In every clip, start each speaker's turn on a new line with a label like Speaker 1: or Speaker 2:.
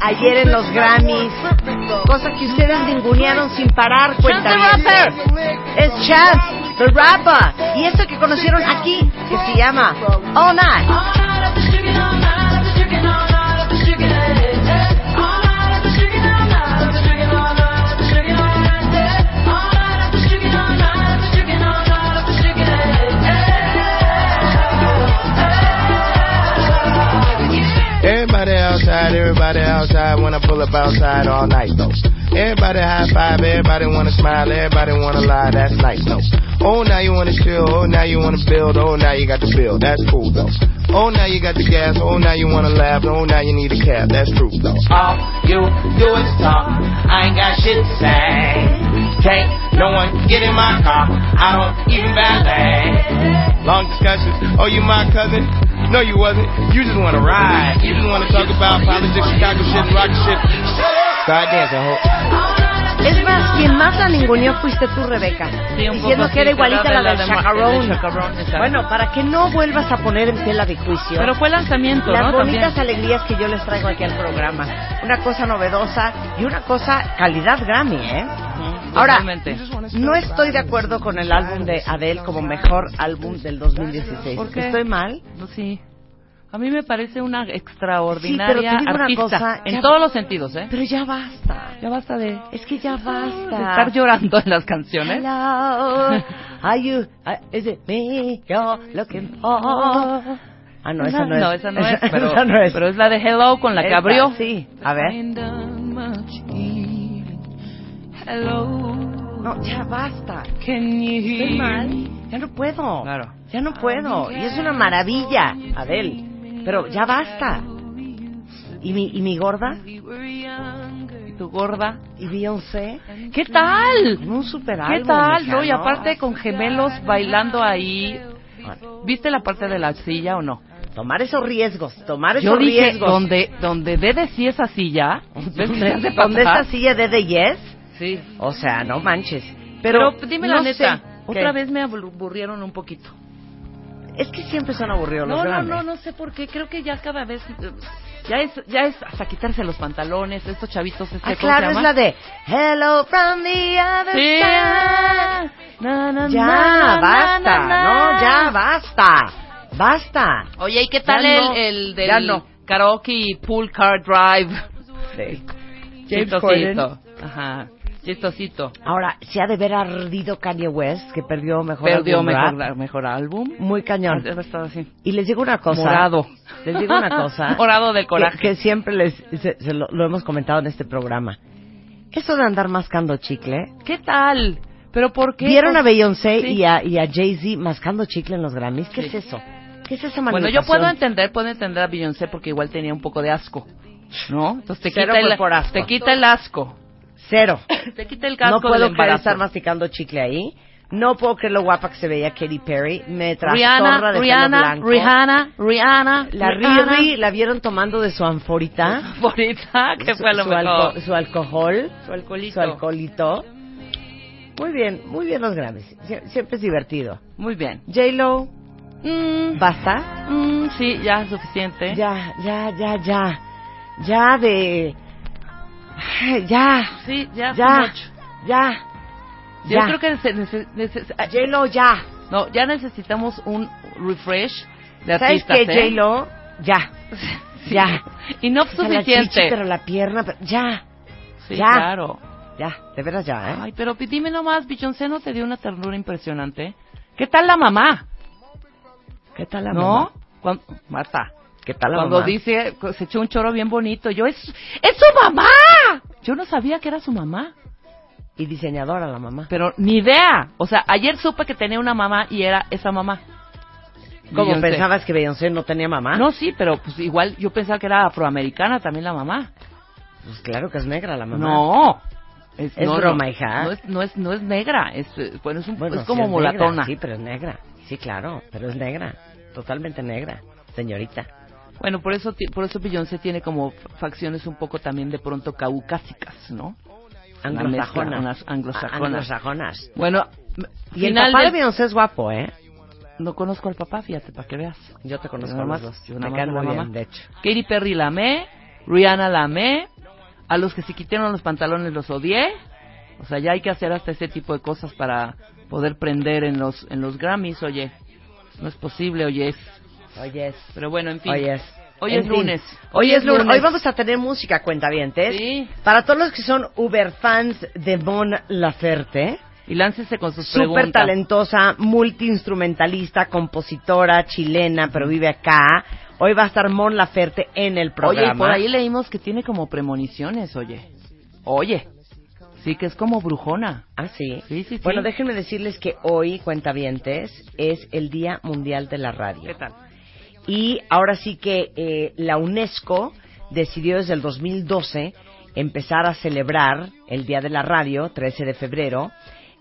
Speaker 1: ayer en los Grammys. Cosa que ustedes ningunearon sin parar. Cuenta Pues Es Chance the Rapper. Y esto que conocieron aquí, que se llama All Night.
Speaker 2: Everybody outside, everybody outside, wanna pull up outside all night though. Everybody high five, everybody wanna smile, everybody wanna lie, that's nice though. Oh now you wanna chill, oh now you wanna build, oh now you got the bill, that's cool though. Oh now you got the gas, oh now you wanna laugh, oh now you need a cab, that's true though.
Speaker 3: All you do is talk, I ain't got shit to say. Can't no one get in my car, I don't even valet.
Speaker 2: Long discussions, oh you my cousin? No, you wasn't. You just want to ride. You just want to talk about politics, Chicago shit, rock shit. Start dancing, ho.
Speaker 1: Es más, quien más la ninguneó fuiste tú, Rebeca.
Speaker 4: Sí, un
Speaker 1: diciendo
Speaker 4: poco
Speaker 1: que era
Speaker 4: sí,
Speaker 1: igualita
Speaker 4: pero
Speaker 1: a
Speaker 4: de
Speaker 1: la del
Speaker 4: la demo-
Speaker 1: Chacarrón.
Speaker 4: del Chacarrón, exacto.
Speaker 1: Bueno, para que no vuelvas a poner en tela de juicio.
Speaker 4: Pero fue lanzamiento, ¿no?
Speaker 1: las bonitas
Speaker 4: También.
Speaker 1: alegrías que yo les traigo aquí al programa. Una cosa novedosa y una cosa calidad Grammy, ¿eh?
Speaker 4: Ujú,
Speaker 1: Ahora,
Speaker 4: totalmente.
Speaker 1: no estoy de acuerdo con el álbum de Adele como mejor álbum del 2016.
Speaker 4: ¿Por qué?
Speaker 1: ¿Estoy mal?
Speaker 4: Pues sí. A mí me parece una
Speaker 1: Sí,
Speaker 4: extraordinaria
Speaker 1: pero te digo una
Speaker 4: artista.
Speaker 1: cosa,
Speaker 4: en
Speaker 1: ya-
Speaker 4: todos los sentidos, ¿eh?
Speaker 1: Pero ya basta.
Speaker 4: Ya basta de, de
Speaker 1: Es que ya basta.
Speaker 4: estar llorando en las canciones.
Speaker 1: Hello, are you, uh, is it me you're looking for? Ah, no, esa no es.
Speaker 4: esa no es, pero,
Speaker 1: Esa no es.
Speaker 4: pero es la de Hello con la que
Speaker 1: Esta,
Speaker 4: abrió.
Speaker 1: Sí, a ver.
Speaker 4: Hello.
Speaker 1: No, ya basta.
Speaker 4: Can you
Speaker 1: Estoy
Speaker 4: hear me?
Speaker 1: mal. Ya no puedo.
Speaker 4: Claro. Ah,
Speaker 1: Ya no puedo. Y es una maravilla, Adel. Pero ya basta. ¿Y mi, y mi gorda?
Speaker 4: ¿Y tu gorda?
Speaker 1: ¿Y Beyoncé?
Speaker 4: ¿Qué tal?
Speaker 1: En un super
Speaker 4: ¿Qué
Speaker 1: álbum,
Speaker 4: tal?
Speaker 1: mija,
Speaker 4: No, y aparte con gemelos bailando ahí.
Speaker 1: Bueno,
Speaker 4: ¿Viste la parte de la silla o no?
Speaker 1: tomar esos riesgos, tomar esos
Speaker 4: Yo dije,
Speaker 1: riesgos.
Speaker 4: donde, donde Dede sí esa silla, ¿ves que se hace
Speaker 1: ¿Dónde
Speaker 4: pasar?
Speaker 1: esta silla de The Yes?
Speaker 4: Sí.
Speaker 1: O sea, no manches. Pero,
Speaker 4: Pero, dime
Speaker 1: no
Speaker 4: la neta,
Speaker 1: sé.
Speaker 4: otra
Speaker 1: ¿Qué?
Speaker 4: vez me aburrieron un poquito.
Speaker 1: Es que siempre son aburridos los
Speaker 4: No, no,
Speaker 1: Grammys.
Speaker 4: no, no sé por qué, creo que ya cada vez... eh, Ya es, ya es hasta quitarse los pantalones, estos chavitos... Este,
Speaker 1: Ah,
Speaker 4: ¿cómo
Speaker 1: claro,
Speaker 4: se
Speaker 1: es
Speaker 4: llama?
Speaker 1: la de Hello from the other
Speaker 4: Sí.
Speaker 1: side.
Speaker 4: Na, na,
Speaker 1: Ya,
Speaker 4: na, na,
Speaker 1: basta.
Speaker 4: na, na.
Speaker 1: No, ya, basta. Basta.
Speaker 4: Oye, ¿y qué tal
Speaker 1: Ya
Speaker 4: el,
Speaker 1: no,
Speaker 4: el
Speaker 1: ya
Speaker 4: del
Speaker 1: no.
Speaker 4: karaoke y pool car drive? Chistosito. Ajá. Chistosito.
Speaker 1: Ahora, se ha de ver ardido Kanye West, que perdió mejor
Speaker 4: Perdió
Speaker 1: álbum
Speaker 4: mejor,
Speaker 1: rap.
Speaker 4: mejor álbum.
Speaker 1: Muy cañón.
Speaker 4: Ha estado así.
Speaker 1: Y les digo una cosa.
Speaker 4: Morado.
Speaker 1: Les digo una cosa.
Speaker 4: Morado del
Speaker 1: que-
Speaker 4: coraje.
Speaker 1: Que, siempre les, se- se lo, lo hemos comentado en este programa. Eso de andar mascando chicle.
Speaker 4: ¿Qué tal? ¿Pero por qué? Pues,
Speaker 1: ¿Vieron a Beyoncé
Speaker 4: Sí.
Speaker 1: y a, y a Jay-Z mascando chicle en los Grammys? ¿Qué
Speaker 4: Sí.
Speaker 1: es eso? ¿Qué es esa
Speaker 4: Bueno,
Speaker 1: manipulación?
Speaker 4: yo puedo entender, puedo entender a Beyoncé porque igual tenía un poco de asco, ¿no? Entonces te
Speaker 1: Cero
Speaker 4: quita el
Speaker 1: fue por asco.
Speaker 4: te quita el asco,
Speaker 1: Cero.
Speaker 4: te quita el casco
Speaker 1: No puedo
Speaker 4: del
Speaker 1: creer
Speaker 4: embarazo.
Speaker 1: estar masticando chicle ahí. No puedo creer lo guapa que se veía Katy Perry. Me trastorra
Speaker 4: Rihanna,
Speaker 1: de pelo
Speaker 4: Rihanna,
Speaker 1: blanco.
Speaker 4: Rihanna, Rihanna,
Speaker 1: La
Speaker 4: Rihanna.
Speaker 1: Riri la vieron tomando de su anforita.
Speaker 4: favorita, que
Speaker 1: Su-
Speaker 4: fue lo
Speaker 1: su
Speaker 4: mejor.
Speaker 1: alco- su alcohol.
Speaker 4: Su alcoholito.
Speaker 1: Su alcoholito. Muy bien, muy bien los Grammys. Sie- Siempre es divertido.
Speaker 4: Muy bien.
Speaker 1: J-Lo,
Speaker 4: Mm,
Speaker 1: basta.
Speaker 4: mm, sí, ya suficiente.
Speaker 1: Ya, ya, ya, ya. Ya de... Ay, Ya,
Speaker 4: Sí, ya. too
Speaker 1: ya,
Speaker 4: much.
Speaker 1: ya.
Speaker 4: Yo
Speaker 1: Ya.
Speaker 4: creo que se nece- nece- ah,
Speaker 1: J-Lo ya.
Speaker 4: no, ya necesitamos un refresh de
Speaker 1: ¿Sabes
Speaker 4: artistas.
Speaker 1: qué,
Speaker 4: ¿eh?
Speaker 1: J-Lo? Ya.
Speaker 4: Sí.
Speaker 1: Ya.
Speaker 4: Y no
Speaker 1: O sea, la
Speaker 4: suficiente.
Speaker 1: chichi, pero la pierna, pero- ya,
Speaker 4: Sí,
Speaker 1: Ya.
Speaker 4: claro.
Speaker 1: ya, de veras ya, ¿eh?
Speaker 4: Ay, pero pi- dime nomás, Beyoncé no te dio una ternura impresionante. ¿Qué tal la mamá?
Speaker 1: ¿Qué tal la
Speaker 4: ¿No?
Speaker 1: mamá?
Speaker 4: Cuan- Marta,
Speaker 1: ¿Qué tal la
Speaker 4: cuando
Speaker 1: mamá?
Speaker 4: dice, cu- se echó un choro bien bonito, yo, ¡es, ¡es su mamá! Yo no sabía que era su mamá.
Speaker 1: Y diseñadora la mamá.
Speaker 4: Pero ni idea. O sea, ayer supe que tenía una mamá y era esa mamá.
Speaker 1: ¿Cómo
Speaker 4: Beyoncé.
Speaker 1: pensabas que Beyoncé no tenía mamá?
Speaker 4: No, sí, pero pues igual yo pensaba que era afroamericana también la mamá.
Speaker 1: Pues claro que es negra la mamá.
Speaker 4: No.
Speaker 1: Es
Speaker 4: no,
Speaker 1: broma,
Speaker 4: no,
Speaker 1: hija.
Speaker 4: No es, no es, no es negra. Es, eh, bueno, es, un-
Speaker 1: Bueno,
Speaker 4: es
Speaker 1: sí
Speaker 4: como
Speaker 1: negra,
Speaker 4: molatona.
Speaker 1: sí, pero es negra. Sí, claro, pero es negra. Totalmente negra, señorita.
Speaker 4: Bueno, por eso, ti- por eso Beyoncé tiene como facciones un poco también de pronto caucásicas, ¿no?
Speaker 1: Anglosajonas.
Speaker 4: mezcla, unas
Speaker 1: Ah,
Speaker 4: anglosajonas.
Speaker 1: A- anglosajonas.
Speaker 4: Bueno, m-
Speaker 1: Y el
Speaker 4: final
Speaker 1: papá de
Speaker 4: del-
Speaker 1: Beyoncé es guapo, ¿eh?
Speaker 4: No conozco al papá, fíjate, para que veas.
Speaker 1: Yo te conozco
Speaker 4: Nada
Speaker 1: a
Speaker 4: más,
Speaker 1: los dos.
Speaker 4: yo
Speaker 1: Me
Speaker 4: nada más
Speaker 1: caen
Speaker 4: la
Speaker 1: muy bien,
Speaker 4: mamá.
Speaker 1: de hecho.
Speaker 4: Katy Perry la amé, Rihanna la amé, a los que se quitaron los pantalones los odié. O sea, ya hay que hacer hasta ese tipo de cosas para poder prender en los en los Grammys, oye. No es posible, oye. es-
Speaker 1: Oye, es.
Speaker 4: Pero bueno, en fin.
Speaker 1: Hoy es.
Speaker 4: Hoy
Speaker 1: En
Speaker 4: es
Speaker 1: fin.
Speaker 4: lunes.
Speaker 1: Hoy es lunes. Hoy vamos a tener música, cuentavientes.
Speaker 4: Sí.
Speaker 1: Para todos los que son uber fans de Bon Laferte,
Speaker 4: Y láncese con sus
Speaker 1: súper
Speaker 4: preguntas.
Speaker 1: talentosa, multiinstrumentalista, compositora chilena, pero vive acá. Hoy va a estar Mon Laferte en el programa.
Speaker 4: Oye, y por ahí leímos que tiene como premoniciones, oye. Oye. Sí, que es como brujona.
Speaker 1: Ah, sí.
Speaker 4: Sí, sí, sí.
Speaker 1: Bueno, déjenme decirles que hoy, cuentavientes, es el Día Mundial de la Radio.
Speaker 4: ¿Qué tal?
Speaker 1: Y ahora sí que eh, la UNESCO decidió desde el 2012 empezar a celebrar el Día de la Radio, 13 de febrero,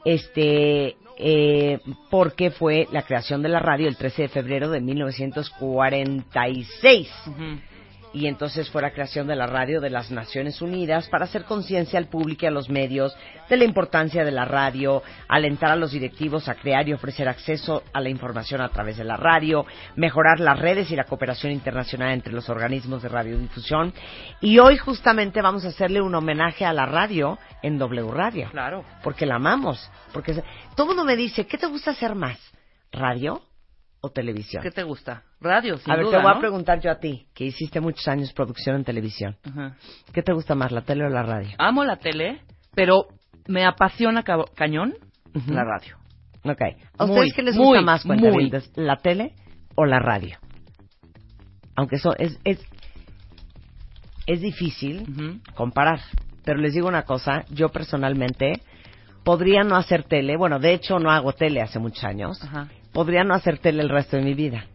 Speaker 1: este, eh, porque fue la creación de la radio el 13 de febrero de 1946.
Speaker 4: Ujú.
Speaker 1: Y entonces fue la creación de la radio de las Naciones Unidas para hacer conciencia al público y a los medios de la importancia de la radio, alentar a los directivos a crear y ofrecer acceso a la información a través de la radio, mejorar las redes y la cooperación internacional entre los organismos de radiodifusión. Y hoy justamente vamos a hacerle un homenaje a la radio en W Radio,
Speaker 4: Claro.
Speaker 1: porque la amamos. Porque se- todo mundo me dice, ¿qué te gusta hacer más? ¿Radio o televisión?
Speaker 4: ¿Qué te gusta? Radio, sin
Speaker 1: a ver,
Speaker 4: duda,
Speaker 1: te voy a
Speaker 4: ¿no?
Speaker 1: preguntar yo a ti, que hiciste muchos años producción en televisión.
Speaker 4: Ajá.
Speaker 1: ¿Qué te gusta más, la tele o la radio?
Speaker 4: Amo la tele, pero me apasiona ca- cañón
Speaker 1: Ujú.
Speaker 4: la radio.
Speaker 1: Ok. ¿A
Speaker 4: Muy,
Speaker 1: ustedes qué les
Speaker 4: muy,
Speaker 1: gusta más, cuentavientes? ¿La tele o la radio? Aunque eso es, es, es difícil
Speaker 4: Ujú.
Speaker 1: comparar. Pero les digo una cosa, yo personalmente podría no hacer tele. Bueno, de hecho no hago tele hace muchos años.
Speaker 4: Ajá.
Speaker 1: Podría no hacer tele el resto de mi vida.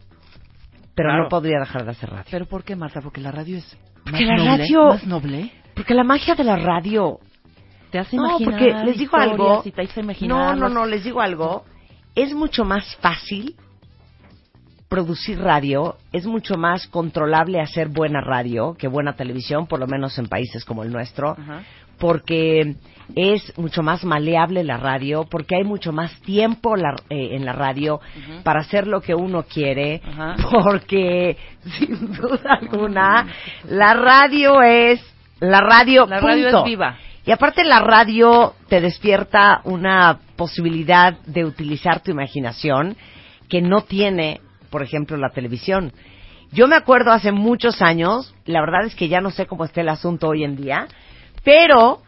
Speaker 1: Pero
Speaker 4: Claro.
Speaker 1: no podría dejar de hacer radio.
Speaker 4: ¿Pero por qué, Marta? Porque la radio es más
Speaker 1: Porque la
Speaker 4: noble,
Speaker 1: radio-
Speaker 4: más noble.
Speaker 1: Porque la magia de la radio
Speaker 4: Te hace
Speaker 1: No,
Speaker 4: imaginar
Speaker 1: porque les digo
Speaker 4: historias
Speaker 1: algo.
Speaker 4: y te hace imaginar
Speaker 1: no, no,
Speaker 4: las-
Speaker 1: no, les digo algo. Es mucho más fácil producir radio, es mucho más controlable hacer buena radio que buena televisión, por lo menos en países como el nuestro,
Speaker 4: Ajá.
Speaker 1: porque es mucho más maleable la radio, porque hay mucho más tiempo la- eh, en la radio
Speaker 4: Ujú.
Speaker 1: para hacer lo que uno quiere,
Speaker 4: Ajá.
Speaker 1: porque sin duda alguna la radio es la radio
Speaker 4: La radio
Speaker 1: punto.
Speaker 4: es viva.
Speaker 1: Y aparte la radio te despierta una posibilidad de utilizar tu imaginación que no tiene, por ejemplo, la televisión. Yo me acuerdo hace muchos años, la verdad es que ya no sé cómo está el asunto hoy en día, pero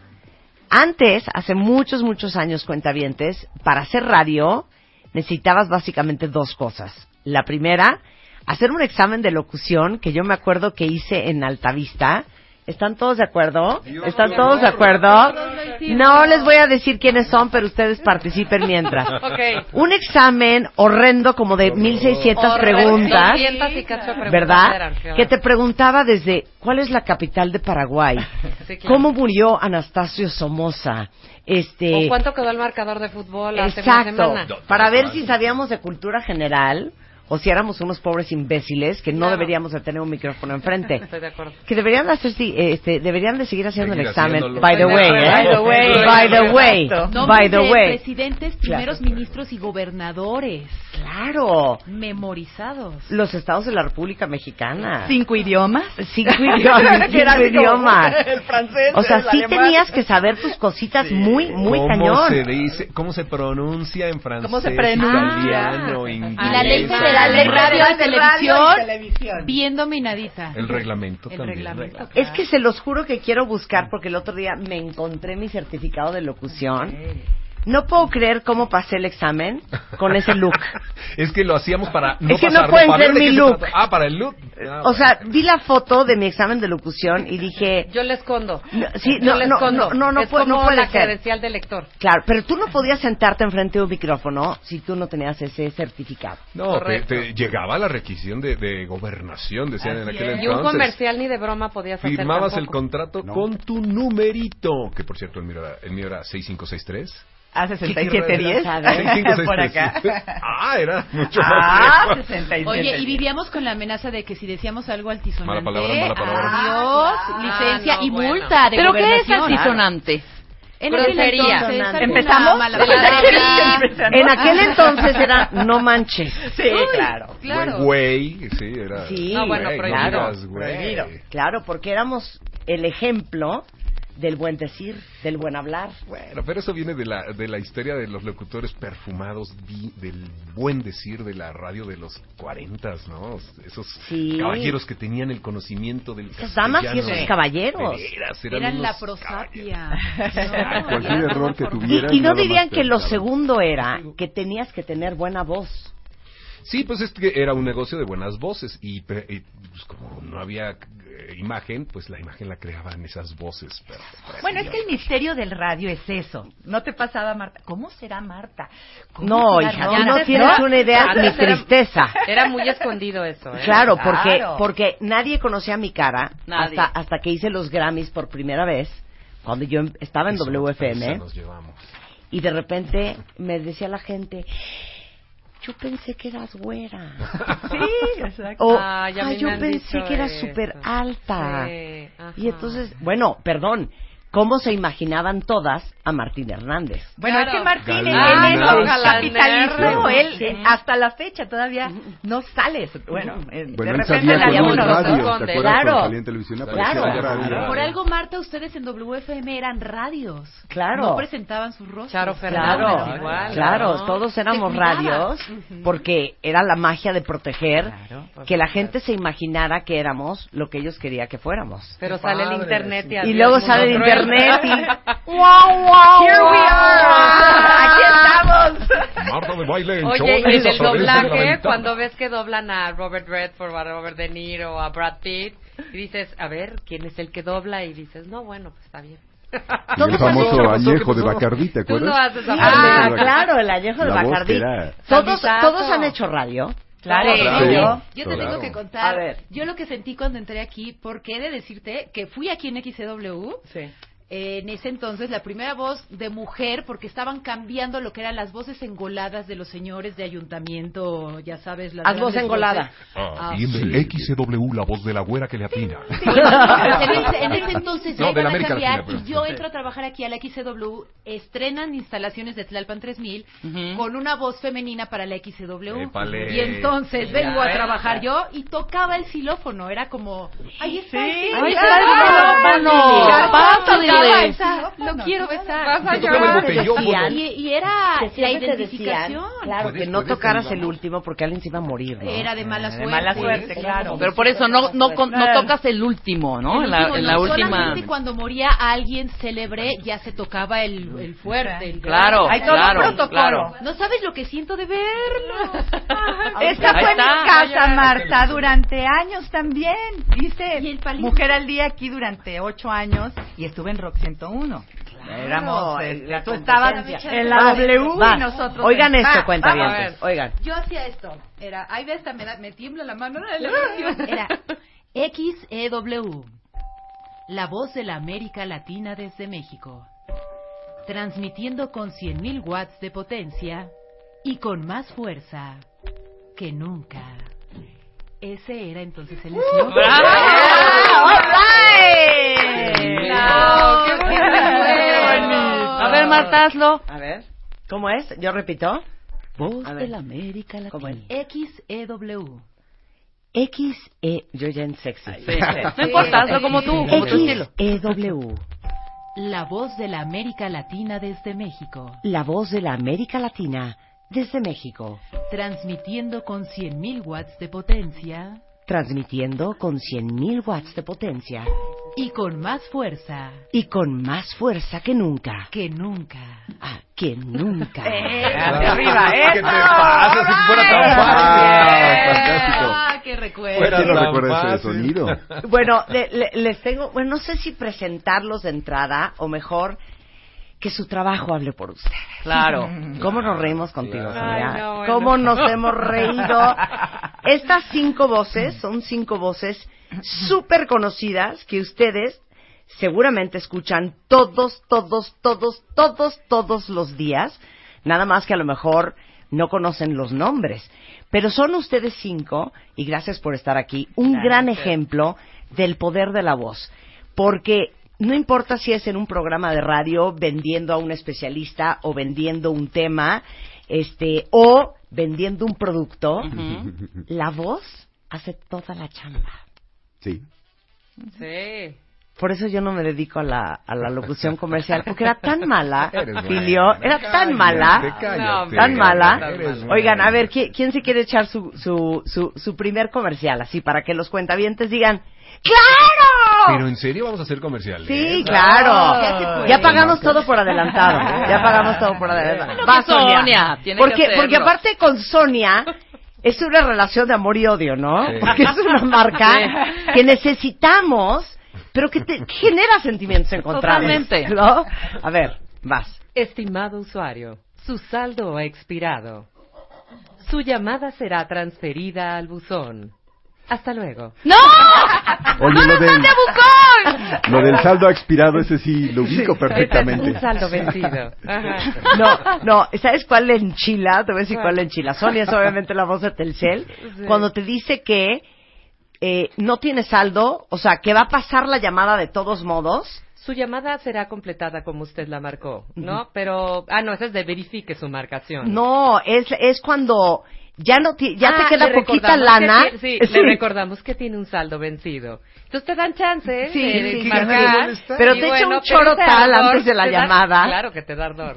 Speaker 1: antes, hace muchos, muchos años, cuentavientes, para hacer radio necesitabas básicamente dos cosas. La primera, hacer un examen de locución que yo me acuerdo que hice en Altavista. ¿Están todos de acuerdo? ¿Están todos de acuerdo? No les voy a decir quiénes son, pero ustedes participen mientras.
Speaker 4: Ok.
Speaker 1: Un examen horrendo como de 1600 preguntas. ¿verdad? Que te preguntaba desde cuál es la capital de Paraguay,
Speaker 5: Sí, claro.
Speaker 1: cómo murió Anastasio Somoza, este,
Speaker 5: ¿O cuánto quedó el marcador de fútbol hace una
Speaker 1: exacto,
Speaker 5: semana?
Speaker 1: para ver si sabíamos de cultura general o si éramos unos pobres imbéciles que no,
Speaker 5: No.
Speaker 1: deberíamos de tener un micrófono enfrente.
Speaker 5: Estoy de acuerdo.
Speaker 1: Que deberían de hacer, sí, este, deberían de seguir haciendo el
Speaker 6: Seguir
Speaker 1: examen.
Speaker 6: haciéndolo.
Speaker 1: By the way, ¿eh?
Speaker 5: By the way.
Speaker 1: by the way, by the
Speaker 7: pues
Speaker 1: way.
Speaker 8: presidentes,
Speaker 1: primeros
Speaker 8: primeros ministros y gobernadores
Speaker 1: Claro,
Speaker 8: memorizados.
Speaker 1: los estados de la República Mexicana.
Speaker 7: Cinco idiomas.
Speaker 1: cinco idiomas,
Speaker 7: Que era
Speaker 1: cinco
Speaker 7: así como
Speaker 1: idiomas.
Speaker 7: el francés,
Speaker 1: O sea,
Speaker 7: el
Speaker 1: sí
Speaker 7: alemán.
Speaker 1: tenías que saber tus cositas muy, muy
Speaker 6: ¿Cómo
Speaker 1: cañón.
Speaker 6: Se dice, ¿Cómo se pronuncia en francés?
Speaker 7: se pronuncia?
Speaker 6: Italiano, inglés.
Speaker 8: Y la ley federal de radio y televisión bien dominadita.
Speaker 6: El reglamento
Speaker 8: El
Speaker 6: también.
Speaker 8: reglamento,
Speaker 6: regla-
Speaker 1: Es que se los juro que quiero buscar porque el otro día me encontré mi certificado de locución. No puedo creer cómo pasé el examen con ese look.
Speaker 6: Es que lo hacíamos para no
Speaker 1: Es que no
Speaker 6: pasarlo,
Speaker 1: pueden
Speaker 6: para
Speaker 1: ser
Speaker 6: ver de
Speaker 1: mi
Speaker 6: qué se
Speaker 1: look.
Speaker 6: trata. Ah, para el look. Ah,
Speaker 1: O sea, vi la foto de mi examen de locución y dije,
Speaker 5: Yo la escondo.
Speaker 1: No, sí,
Speaker 5: Yo
Speaker 1: no,
Speaker 5: la
Speaker 1: no,
Speaker 5: escondo.
Speaker 1: no, no, no
Speaker 5: es
Speaker 1: puede-
Speaker 5: como
Speaker 1: no puede
Speaker 5: la
Speaker 1: ser.
Speaker 5: credencial del lector.
Speaker 1: claro, pero tú no podías sentarte enfrente de un micrófono si tú no tenías ese certificado.
Speaker 6: No, te,
Speaker 5: Correcto.
Speaker 6: te llegaba la requisición de, de gobernación, decían en aquel
Speaker 5: Y
Speaker 6: entonces.
Speaker 5: un comercial ni de broma podías hacer
Speaker 6: Firmabas el
Speaker 5: tampoco.
Speaker 6: contrato con tu numerito, que por cierto el mío era, el mío era 6563.
Speaker 9: A 6710. Por acá.
Speaker 6: Ah, era mucho
Speaker 9: Ah,
Speaker 6: más. lejos.
Speaker 9: 6710.
Speaker 8: Oye, y vivíamos con la amenaza de que si decíamos algo altisonante,
Speaker 6: Mala palabra, mala palabra.
Speaker 8: adiós,
Speaker 5: Ah,
Speaker 8: licencia
Speaker 5: no,
Speaker 8: y
Speaker 5: bueno.
Speaker 8: multa de
Speaker 4: ¿Pero qué es
Speaker 8: gobernación.
Speaker 4: altisonante?
Speaker 8: En aquel
Speaker 5: Grosería.
Speaker 8: entonces, alguna
Speaker 9: ¿Empezamos?
Speaker 8: mala
Speaker 5: De la
Speaker 8: palabra.
Speaker 9: Empezamos.
Speaker 1: En aquel entonces era no manches.
Speaker 9: Sí, claro.
Speaker 5: Claro.
Speaker 6: Buen güey, sí, era.
Speaker 1: Sí,
Speaker 5: No, bueno,
Speaker 6: güey,
Speaker 5: prohibido.
Speaker 6: digas güey.
Speaker 9: Prohibido.
Speaker 1: Claro, porque éramos el ejemplo del buen decir, del buen hablar.
Speaker 6: Bueno, pero eso viene de la, de la historia de los locutores perfumados, di- del buen decir de la radio de los cuarentas, ¿no? Esos
Speaker 1: Sí.
Speaker 6: caballeros que tenían el conocimiento del
Speaker 1: Esas damas y
Speaker 6: castellano.
Speaker 1: esos caballeros.
Speaker 6: De veras, eran
Speaker 8: Eran la
Speaker 6: unos caballeros.
Speaker 8: prosapia.
Speaker 6: Exacto.
Speaker 8: No,
Speaker 6: Cualquier
Speaker 8: la-
Speaker 6: error que
Speaker 1: Y,
Speaker 6: tuvieran,
Speaker 1: y no
Speaker 6: nada más
Speaker 1: dirían
Speaker 6: te
Speaker 1: que lo
Speaker 6: avisaban.
Speaker 1: segundo era que tenías que tener buena voz.
Speaker 6: Sí, pues es que era un negocio de buenas voces y, pe- y, pues, como no había eh, imagen, pues la imagen la creaban esas voces. pero-
Speaker 9: Bueno, es que el misterio del radio es eso. ¿No te pasaba, Marta? ¿Cómo será Marta? ¿Cómo
Speaker 1: No,
Speaker 9: será
Speaker 1: hija,
Speaker 9: Marta?
Speaker 1: tú no tienes una idea
Speaker 5: Antes
Speaker 1: ni
Speaker 5: era-
Speaker 1: tristeza.
Speaker 5: Era muy escondido eso, ¿eh?
Speaker 1: Claro, porque
Speaker 9: Claro.
Speaker 1: porque nadie conocía mi cara
Speaker 4: Nadie.
Speaker 1: hasta hasta que hice los Grammys por primera vez cuando yo em- estaba en
Speaker 6: Eso,
Speaker 1: WFM
Speaker 6: esa nos llevamos.
Speaker 1: y de repente me decía la gente yo pensé que eras güera
Speaker 9: Sí, exacto.
Speaker 1: o
Speaker 5: Ay, a mí Ah,
Speaker 1: "Ay,
Speaker 5: me
Speaker 1: yo
Speaker 5: han
Speaker 1: pensé
Speaker 5: dicho
Speaker 1: que eras
Speaker 5: eso.
Speaker 1: súper alta
Speaker 5: Sí, ajá.
Speaker 1: y entonces bueno perdón cómo se imaginaban todas a Martín Hernández
Speaker 9: Bueno,
Speaker 5: Claro.
Speaker 9: es que Martín
Speaker 6: Galán,
Speaker 9: en eso
Speaker 6: galán,
Speaker 9: capitalizó,
Speaker 5: galán.
Speaker 9: él
Speaker 5: Sí.
Speaker 9: eh, hasta la fecha todavía no sale. su- Bueno, eh,
Speaker 10: Bueno,
Speaker 9: de
Speaker 10: él
Speaker 9: repente
Speaker 10: salía
Speaker 9: la
Speaker 10: con un
Speaker 9: uno,
Speaker 10: radio, ¿te
Speaker 9: ¿no?
Speaker 10: acuerdas?
Speaker 1: Claro.
Speaker 10: Cuando salía en televisión aparecía
Speaker 1: Claro.
Speaker 10: el radio.
Speaker 6: Claro.
Speaker 8: Por algo, Marta, ustedes en WFM eran radios.
Speaker 1: Claro.
Speaker 8: No presentaban sus rostros.
Speaker 5: Charo Fernández
Speaker 1: Claro,
Speaker 5: igual.
Speaker 1: claro,
Speaker 5: ¿no?
Speaker 1: todos éramos
Speaker 8: Te cuidabas.
Speaker 1: radios porque era la magia de proteger
Speaker 9: Claro, por
Speaker 1: que la gente se imaginara que éramos lo que ellos querían que fuéramos.
Speaker 5: Pero sale el internet y,
Speaker 1: Y
Speaker 5: adiós,
Speaker 1: luego
Speaker 5: mundo
Speaker 1: sale el
Speaker 5: cruel.
Speaker 1: internet y wow, wow, here we are, aquí estamos.
Speaker 6: Marta de baile en
Speaker 5: Oye,
Speaker 6: chores
Speaker 5: y en el
Speaker 6: a través de la
Speaker 5: doblaje,
Speaker 6: ventana.
Speaker 5: cuando ves que doblan a Robert Redford, a Robert De Niro, a Brad Pitt, y dices, a ver, ¿quién es el que dobla? Y dices, no, bueno, pues está bien.
Speaker 10: Y el famoso añejo de Bacardí, ¿te
Speaker 5: Tú no
Speaker 10: acuerdas?
Speaker 5: haces esa
Speaker 1: Ah,
Speaker 5: parte.
Speaker 1: claro, el añejo de
Speaker 10: La voz
Speaker 1: Bacardí.
Speaker 10: que era-
Speaker 1: Todos,
Speaker 5: Sanitato.
Speaker 1: todos han hecho radio.
Speaker 8: Claro,
Speaker 5: Sí.
Speaker 10: Claro.
Speaker 8: yo, yo te
Speaker 10: Claro.
Speaker 8: tengo que contar.
Speaker 1: A ver.
Speaker 8: Yo lo que sentí cuando entré aquí, porque he de decirte que fui aquí en XCW.
Speaker 5: Sí.
Speaker 8: eh, En ese entonces, la primera voz de mujer, porque estaban cambiando lo que eran las voces engoladas de los señores de ayuntamiento, ya sabes, las
Speaker 1: Haz
Speaker 8: grandes
Speaker 1: voz engolada.
Speaker 8: voces.
Speaker 6: Ah,
Speaker 8: Ah,
Speaker 6: y en el XCW, la voz de la güera que le atina.
Speaker 8: en, ese, en ese entonces
Speaker 6: No,
Speaker 8: ya
Speaker 6: de la
Speaker 8: iban a
Speaker 6: América
Speaker 8: cambiar
Speaker 6: Latina, pero-
Speaker 8: y yo entro a trabajar aquí a la XCW, estrenan instalaciones de Tlalpan 3000
Speaker 4: Ujú.
Speaker 8: con una voz femenina para la XCW
Speaker 6: Épale. eh,
Speaker 8: y entonces
Speaker 4: Ya,
Speaker 8: vengo a
Speaker 4: ya.
Speaker 8: trabajar yo y tocaba el xilófono, era como, ahí está, el xilófono".
Speaker 4: ahí está el xilófono,
Speaker 8: Ya,
Speaker 4: pásale.
Speaker 8: tocaba esa, lo quiero
Speaker 5: Vas a
Speaker 8: besar.
Speaker 5: llorar.
Speaker 6: Te yo,
Speaker 1: decían,
Speaker 8: Y, y era
Speaker 1: que
Speaker 8: la
Speaker 1: siempre te decían,
Speaker 8: identificación.
Speaker 1: claro, que
Speaker 6: Puedes-
Speaker 1: no
Speaker 6: puedes
Speaker 1: tocaras
Speaker 6: salvar.
Speaker 1: el último porque alguien se iba a morir, ¿no?
Speaker 8: Era de mala suerte.
Speaker 9: mala suerte, claro.
Speaker 4: Pero por eso no, no, con- no tocas el último, ¿no?
Speaker 8: El
Speaker 4: En Oh, la,
Speaker 8: último
Speaker 4: en la
Speaker 8: no,
Speaker 4: última.
Speaker 8: Solamente cuando moría alguien célebre ya se tocaba el, el fuerte. el-
Speaker 4: Claro,
Speaker 9: Hay todo un
Speaker 4: claro,
Speaker 9: protocolo.
Speaker 4: claro.
Speaker 8: No sabes lo que siento de verlo.
Speaker 9: Esta
Speaker 4: Ahí
Speaker 9: fue
Speaker 4: está.
Speaker 9: mi casa, Marta, durante años también. Hice
Speaker 8: Y el palito.
Speaker 9: Mujer al Día aquí durante ocho años y estuve en Rock 101. Éramos,
Speaker 1: el-
Speaker 9: eh,
Speaker 1: la
Speaker 9: tú estabas
Speaker 8: competencia.
Speaker 9: en la
Speaker 1: Va,
Speaker 9: W
Speaker 1: va.
Speaker 9: y nosotros.
Speaker 1: Oigan
Speaker 9: en-
Speaker 1: esto,
Speaker 9: va,
Speaker 1: cuenta
Speaker 9: va.
Speaker 1: bien. Oigan.
Speaker 8: Yo hacía esto. Era, ahí ves, me, da- me tiembla la mano. Era XEW. E La voz de la América Latina desde México. Transmitiendo con 100.000 watts de potencia y con más fuerza que nunca. Ese era entonces
Speaker 4: ¡Uh!
Speaker 8: el eslogan.
Speaker 5: Claro, qué bonito.
Speaker 4: A ver, Marta, hazlo.
Speaker 1: A ver, ¿cómo es? Yo repito.
Speaker 4: Voz
Speaker 1: A ver.
Speaker 4: de la América
Speaker 1: ¿Cómo
Speaker 4: Latina. E
Speaker 8: XEW.
Speaker 1: X E yo ya en sexy.
Speaker 4: No importa, hazlo como tú, como tu
Speaker 1: X
Speaker 4: estilo.
Speaker 1: E W,
Speaker 8: La voz de la América Latina desde México.
Speaker 1: la voz de la América Latina desde México,
Speaker 8: Transmitiendo con 100.000 watts de potencia
Speaker 1: transmitiendo con 100.000 watts de potencia
Speaker 8: y con más fuerza
Speaker 1: y con más fuerza que nunca.
Speaker 8: que nunca.
Speaker 1: Ah, que nunca.
Speaker 9: hacia arriba, ¿eh?
Speaker 6: Ah, ¿Qué te pasa? Si fuera tan fácil.
Speaker 8: Ah, qué recuerdo.
Speaker 6: Fuera
Speaker 10: ¿Quién no
Speaker 6: tan
Speaker 10: recuerda ese
Speaker 6: fácil.
Speaker 10: sonido?
Speaker 1: Bueno, le- le- les tengo, bueno, no sé si presentarlos de entrada o mejor que su trabajo hable por ustedes.
Speaker 4: Claro.
Speaker 1: ¿Cómo nos reímos contigo, Sonia?
Speaker 5: Ay, no, bueno.
Speaker 1: ¿Cómo nos hemos reído? Estas cinco voces son cinco voces súper conocidas que ustedes seguramente escuchan todos, todos, todos, todos, todos los días. Nada más que a lo mejor no conocen los nombres. Pero son ustedes cinco, y gracias por estar aquí, un gran ejemplo del poder de la voz. Porque no importa si es en un programa de radio vendiendo a un especialista o vendiendo un tema, este, o vendiendo un producto, la voz hace toda la chamba.
Speaker 10: Sí.
Speaker 5: Sí.
Speaker 1: Por eso yo no me dedico a la, a la locución comercial, porque era tan mala,
Speaker 6: Eres buena.
Speaker 1: Ah, Filio, era tan
Speaker 6: Cállate,
Speaker 1: mala,
Speaker 6: cállate.
Speaker 1: tan mala.
Speaker 6: Eres buena.
Speaker 1: Oigan, a ver, ¿qui- ¿quién se quiere echar su, su, su, su primer comercial? Así, para que los cuentavientes digan,
Speaker 6: Pero
Speaker 1: ¡Claro!
Speaker 6: en serio vamos a hacer comerciales.
Speaker 1: Sí, claro.
Speaker 9: fue.
Speaker 1: Ya pagamos todo por adelantado. Ya pagamos todo por adelantado.
Speaker 5: Ah. Bueno,
Speaker 1: Va,
Speaker 5: que Sonia, tiene que
Speaker 1: Porque,
Speaker 5: hacerlo.
Speaker 1: porque aparte con Sonia es una relación de amor y odio, ¿no?
Speaker 6: Sí.
Speaker 1: Porque es una marca
Speaker 5: Sí.
Speaker 1: que necesitamos, pero que, te- que genera sentimientos encontrados.
Speaker 5: Totalmente.
Speaker 1: ¿no? A ver, vas.
Speaker 5: Estimado usuario, su saldo ha expirado. Su llamada será transferida al buzón. Hasta luego.
Speaker 9: ¡No! ah.
Speaker 10: Oye, lo
Speaker 9: ¡No
Speaker 1: ¡Ah,
Speaker 9: nos
Speaker 10: del-
Speaker 9: mande a Bucón!
Speaker 10: Lo del saldo ha expirado, ese sí lo ubico perfectamente.
Speaker 5: Un saldo vencido. Ajá.
Speaker 1: No, no, ¿sabes cuál le enchila? Te voy a decir cuál le enchila. Sonia es obviamente la voz de Telcel.
Speaker 5: Sí.
Speaker 1: Cuando te dice que eh, no tiene saldo, o sea, que va a pasar la llamada de todos modos.
Speaker 5: Su llamada será completada como usted la marcó, ¿no? Pero, ah, no, esa es de verifique su marcación.
Speaker 1: No, es, es cuando ya no ti- Mm, ya
Speaker 5: Ah,
Speaker 1: te queda
Speaker 5: le
Speaker 1: poquita
Speaker 5: recordamos
Speaker 1: lana.
Speaker 5: que ti- sí,
Speaker 1: Sí.
Speaker 5: le recordamos que tiene un saldo vencido. Entonces te dan chance ¿eh?
Speaker 1: Sí,
Speaker 5: de,
Speaker 1: sí,
Speaker 5: de
Speaker 1: sí,
Speaker 5: marcar,
Speaker 1: ¿dónde está? Pero
Speaker 5: y
Speaker 1: te echa un
Speaker 5: pero
Speaker 1: choro
Speaker 5: ese
Speaker 1: tal
Speaker 5: ardor
Speaker 1: antes de la
Speaker 5: te da-
Speaker 1: llamada.
Speaker 5: claro que te da ardor.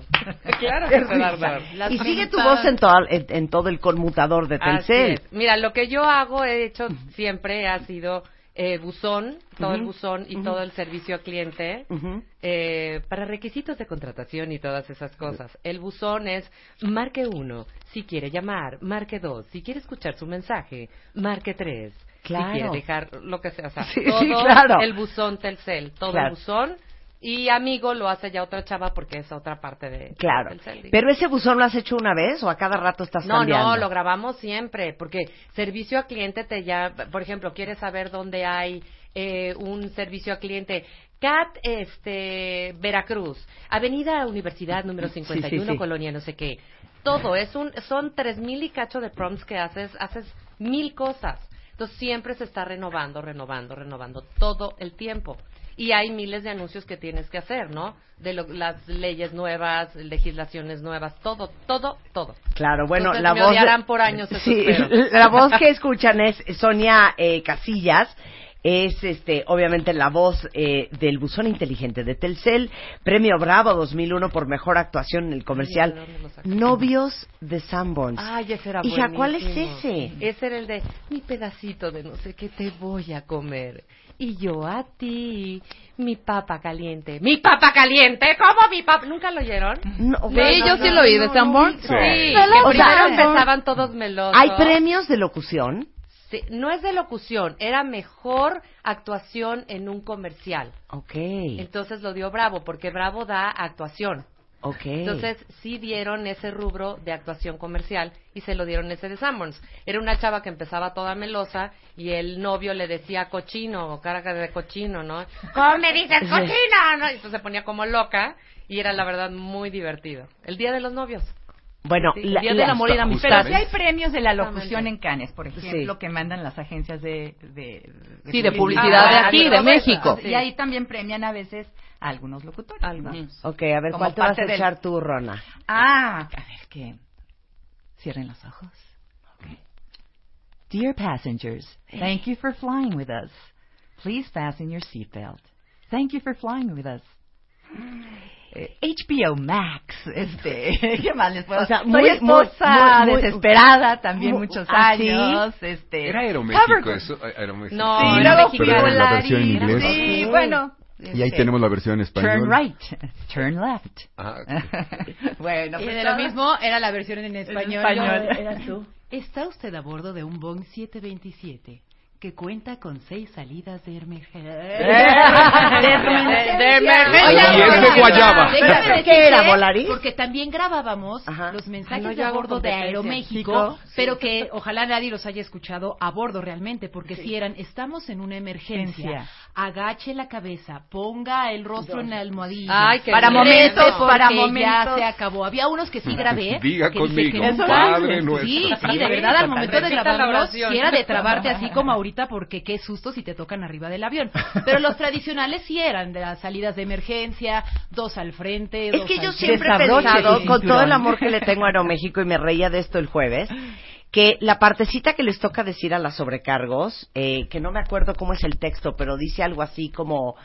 Speaker 5: Claro que te da ardor.
Speaker 1: Y sigue tu voz en, toda- en, en todo el conmutador de
Speaker 5: Así
Speaker 1: Telcel.
Speaker 5: es. Mira, lo que yo hago, he hecho siempre, ha sido eh, buzón, todo el buzón y todo el servicio al cliente.
Speaker 1: Ujú.
Speaker 5: Eh, para requisitos de contratación y todas esas cosas. El buzón es marque uno, si quiere llamar, marque dos, si quiere escuchar su mensaje, marque tres.
Speaker 1: Claro.
Speaker 5: Si quiere dejar lo que sea, o sea,
Speaker 1: Sí, sí,
Speaker 5: todo
Speaker 1: claro.
Speaker 5: el buzón Telcel, todo
Speaker 1: Claro.
Speaker 5: el buzón y amigo lo hace ya otra chava porque es otra parte de
Speaker 1: Claro.
Speaker 5: Telcel, digo.
Speaker 1: Pero ese buzón lo has hecho una vez o a cada rato estás
Speaker 5: No,
Speaker 1: cambiando.
Speaker 5: no, lo grabamos siempre, porque servicio a cliente te ya, por ejemplo, quieres saber dónde hay eh, un servicio a cliente. CAT, este, Veracruz, Avenida Universidad número 51,
Speaker 1: sí.
Speaker 5: Colonia, no sé qué. Todo, es un, son tres mil y cacho de prompts que haces, haces mil cosas. Entonces siempre se está renovando, renovando, renovando todo el tiempo. Y hay miles de anuncios que tienes que hacer, ¿no? De lo- las leyes nuevas, legislaciones nuevas, todo, todo, todo.
Speaker 1: Claro, bueno,
Speaker 5: Entonces,
Speaker 1: la
Speaker 5: me
Speaker 1: voz. de-
Speaker 5: odiarán por años, eso
Speaker 1: Sí,
Speaker 5: espero.
Speaker 1: la voz que escuchan es Sonia eh, Casillas. Es, este, obviamente, la voz eh, del buzón inteligente de Telcel, Premio Bravo 2001 por mejor actuación en el comercial
Speaker 5: ¿dónde lo sacaste?
Speaker 1: Novios de Sanborns.
Speaker 5: Ay, ese era
Speaker 1: Hija, ¿cuál es
Speaker 5: buenísimo.
Speaker 1: ese?
Speaker 5: Ese era el de mi pedacito de no sé qué te voy a comer. Y yo a ti, mi papa caliente. ¿Mi papa caliente? ¿Cómo mi papa? ¿Nunca lo oyeron?
Speaker 1: Oh, No,
Speaker 5: Sí,
Speaker 1: bueno,
Speaker 5: yo
Speaker 1: no,
Speaker 5: sí lo oí,
Speaker 1: no,
Speaker 5: ¿de
Speaker 1: no,
Speaker 5: Sanborns?
Speaker 1: no.
Speaker 5: Sí, que
Speaker 1: O
Speaker 5: primero
Speaker 1: sea,
Speaker 5: empezaban todos melosos.
Speaker 1: ¿Hay premios de locución?
Speaker 5: Sí, no es de locución, era mejor actuación en un comercial.
Speaker 1: Ok,
Speaker 5: Entonces lo dio Bravo, porque Bravo da actuación.
Speaker 1: ok.
Speaker 5: Entonces sí dieron ese rubro de actuación comercial y se lo dieron ese de Sanborns. Era una chava que empezaba toda melosa y el novio le decía cochino o cara de cochino, ¿no? ¿Cómo me dices cochino? ¿no? Y pues se ponía como loca y era la verdad muy divertido. El día de los novios.
Speaker 1: bueno,
Speaker 5: Sí, el día del amor y la
Speaker 9: Pero
Speaker 5: amistad.
Speaker 9: sí hay premios de la locución en Canes, por ejemplo, que mandan las agencias de... de,
Speaker 4: Sí, de publicidad
Speaker 5: de aquí, de
Speaker 9: todo
Speaker 4: México.
Speaker 9: eso. Y ahí también premian a veces a algunos locutores. ¿no?
Speaker 5: Algunos.
Speaker 1: Ok, a ver,
Speaker 9: Como
Speaker 1: ¿cuál te vas
Speaker 9: parte
Speaker 1: a
Speaker 9: del-
Speaker 1: echar tú, Rona?
Speaker 9: Ah, a ver, que... Cierren los ojos. Ok. Dear passengers, thank you for flying with us. Please fasten your seatbelt. Thank you for flying with us. Eh, HBO Max, este, ¿qué más les puedo
Speaker 1: O sea,
Speaker 9: Soy
Speaker 1: muy-
Speaker 9: esposa
Speaker 1: muy- muy-
Speaker 9: desesperada también
Speaker 1: muy-
Speaker 9: muchos
Speaker 1: ¿Ah, sí?
Speaker 9: años, este,
Speaker 6: Era Aeroméxico
Speaker 9: Cover-
Speaker 6: eso. Aeroméxico.
Speaker 5: No,
Speaker 9: Sí,
Speaker 5: en
Speaker 9: luego
Speaker 5: México
Speaker 10: pero era
Speaker 5: igual.
Speaker 10: la versión
Speaker 9: Volaris,
Speaker 10: inglesa.
Speaker 9: Sí,
Speaker 1: Ok.
Speaker 9: bueno,
Speaker 10: Y ahí tenemos la versión en español. Ah,
Speaker 9: Turn right, turn left.
Speaker 8: Bueno,
Speaker 9: pues
Speaker 8: de
Speaker 9: nada.
Speaker 8: lo mismo era la versión en español.
Speaker 9: español.
Speaker 8: No, eras tú. Está usted a bordo de un Boeing 727 que cuenta con seis salidas de emergencia.
Speaker 1: emergencia. De emergencia.
Speaker 8: Oye,
Speaker 1: Y es de
Speaker 8: porque-
Speaker 1: guayaba.
Speaker 8: Déjame
Speaker 1: ¿Qué
Speaker 8: decirte,
Speaker 1: era, Volaris?
Speaker 8: Porque también grabábamos los mensajes
Speaker 5: Ah, no, yo
Speaker 8: a
Speaker 5: hago
Speaker 8: bordo de
Speaker 5: competencia.
Speaker 8: Aeroméxico,
Speaker 5: Chico,
Speaker 8: pero que ojalá nadie los haya escuchado a bordo realmente, porque si eran, estamos en una emergencia,
Speaker 9: Emergencia.
Speaker 8: agache la cabeza, ponga el rostro en la almohadilla.
Speaker 9: Ay, qué
Speaker 8: para
Speaker 9: bien.
Speaker 8: momentos,
Speaker 9: Eso,
Speaker 8: para
Speaker 9: para
Speaker 8: momentos.
Speaker 9: momentos.
Speaker 8: Ya se acabó. Había unos que sí grabé. ¿eh?
Speaker 6: Diga
Speaker 8: que
Speaker 6: conmigo,
Speaker 8: dije que nunca.
Speaker 6: Padre nuestro.
Speaker 8: Sí, sí, de
Speaker 9: Sí,
Speaker 8: verdad, al
Speaker 9: totalmente.
Speaker 8: momento de
Speaker 9: Repita la
Speaker 8: grabarlos,
Speaker 9: oración.
Speaker 8: si era de trabarte así como ahorita, porque qué susto si te tocan arriba del avión. Pero los tradicionales sí eran de las salidas de emergencia, dos al frente,
Speaker 1: Es
Speaker 8: dos
Speaker 1: que yo
Speaker 8: al
Speaker 1: siempre he
Speaker 8: Desabroche
Speaker 1: pensado,
Speaker 8: tu
Speaker 1: con todo
Speaker 8: cinturón.
Speaker 1: el amor que le tengo a Aeroméxico, y me reía de esto el jueves, que la partecita que les toca decir a las sobrecargos, eh, que no me acuerdo cómo es el texto, pero dice algo así como,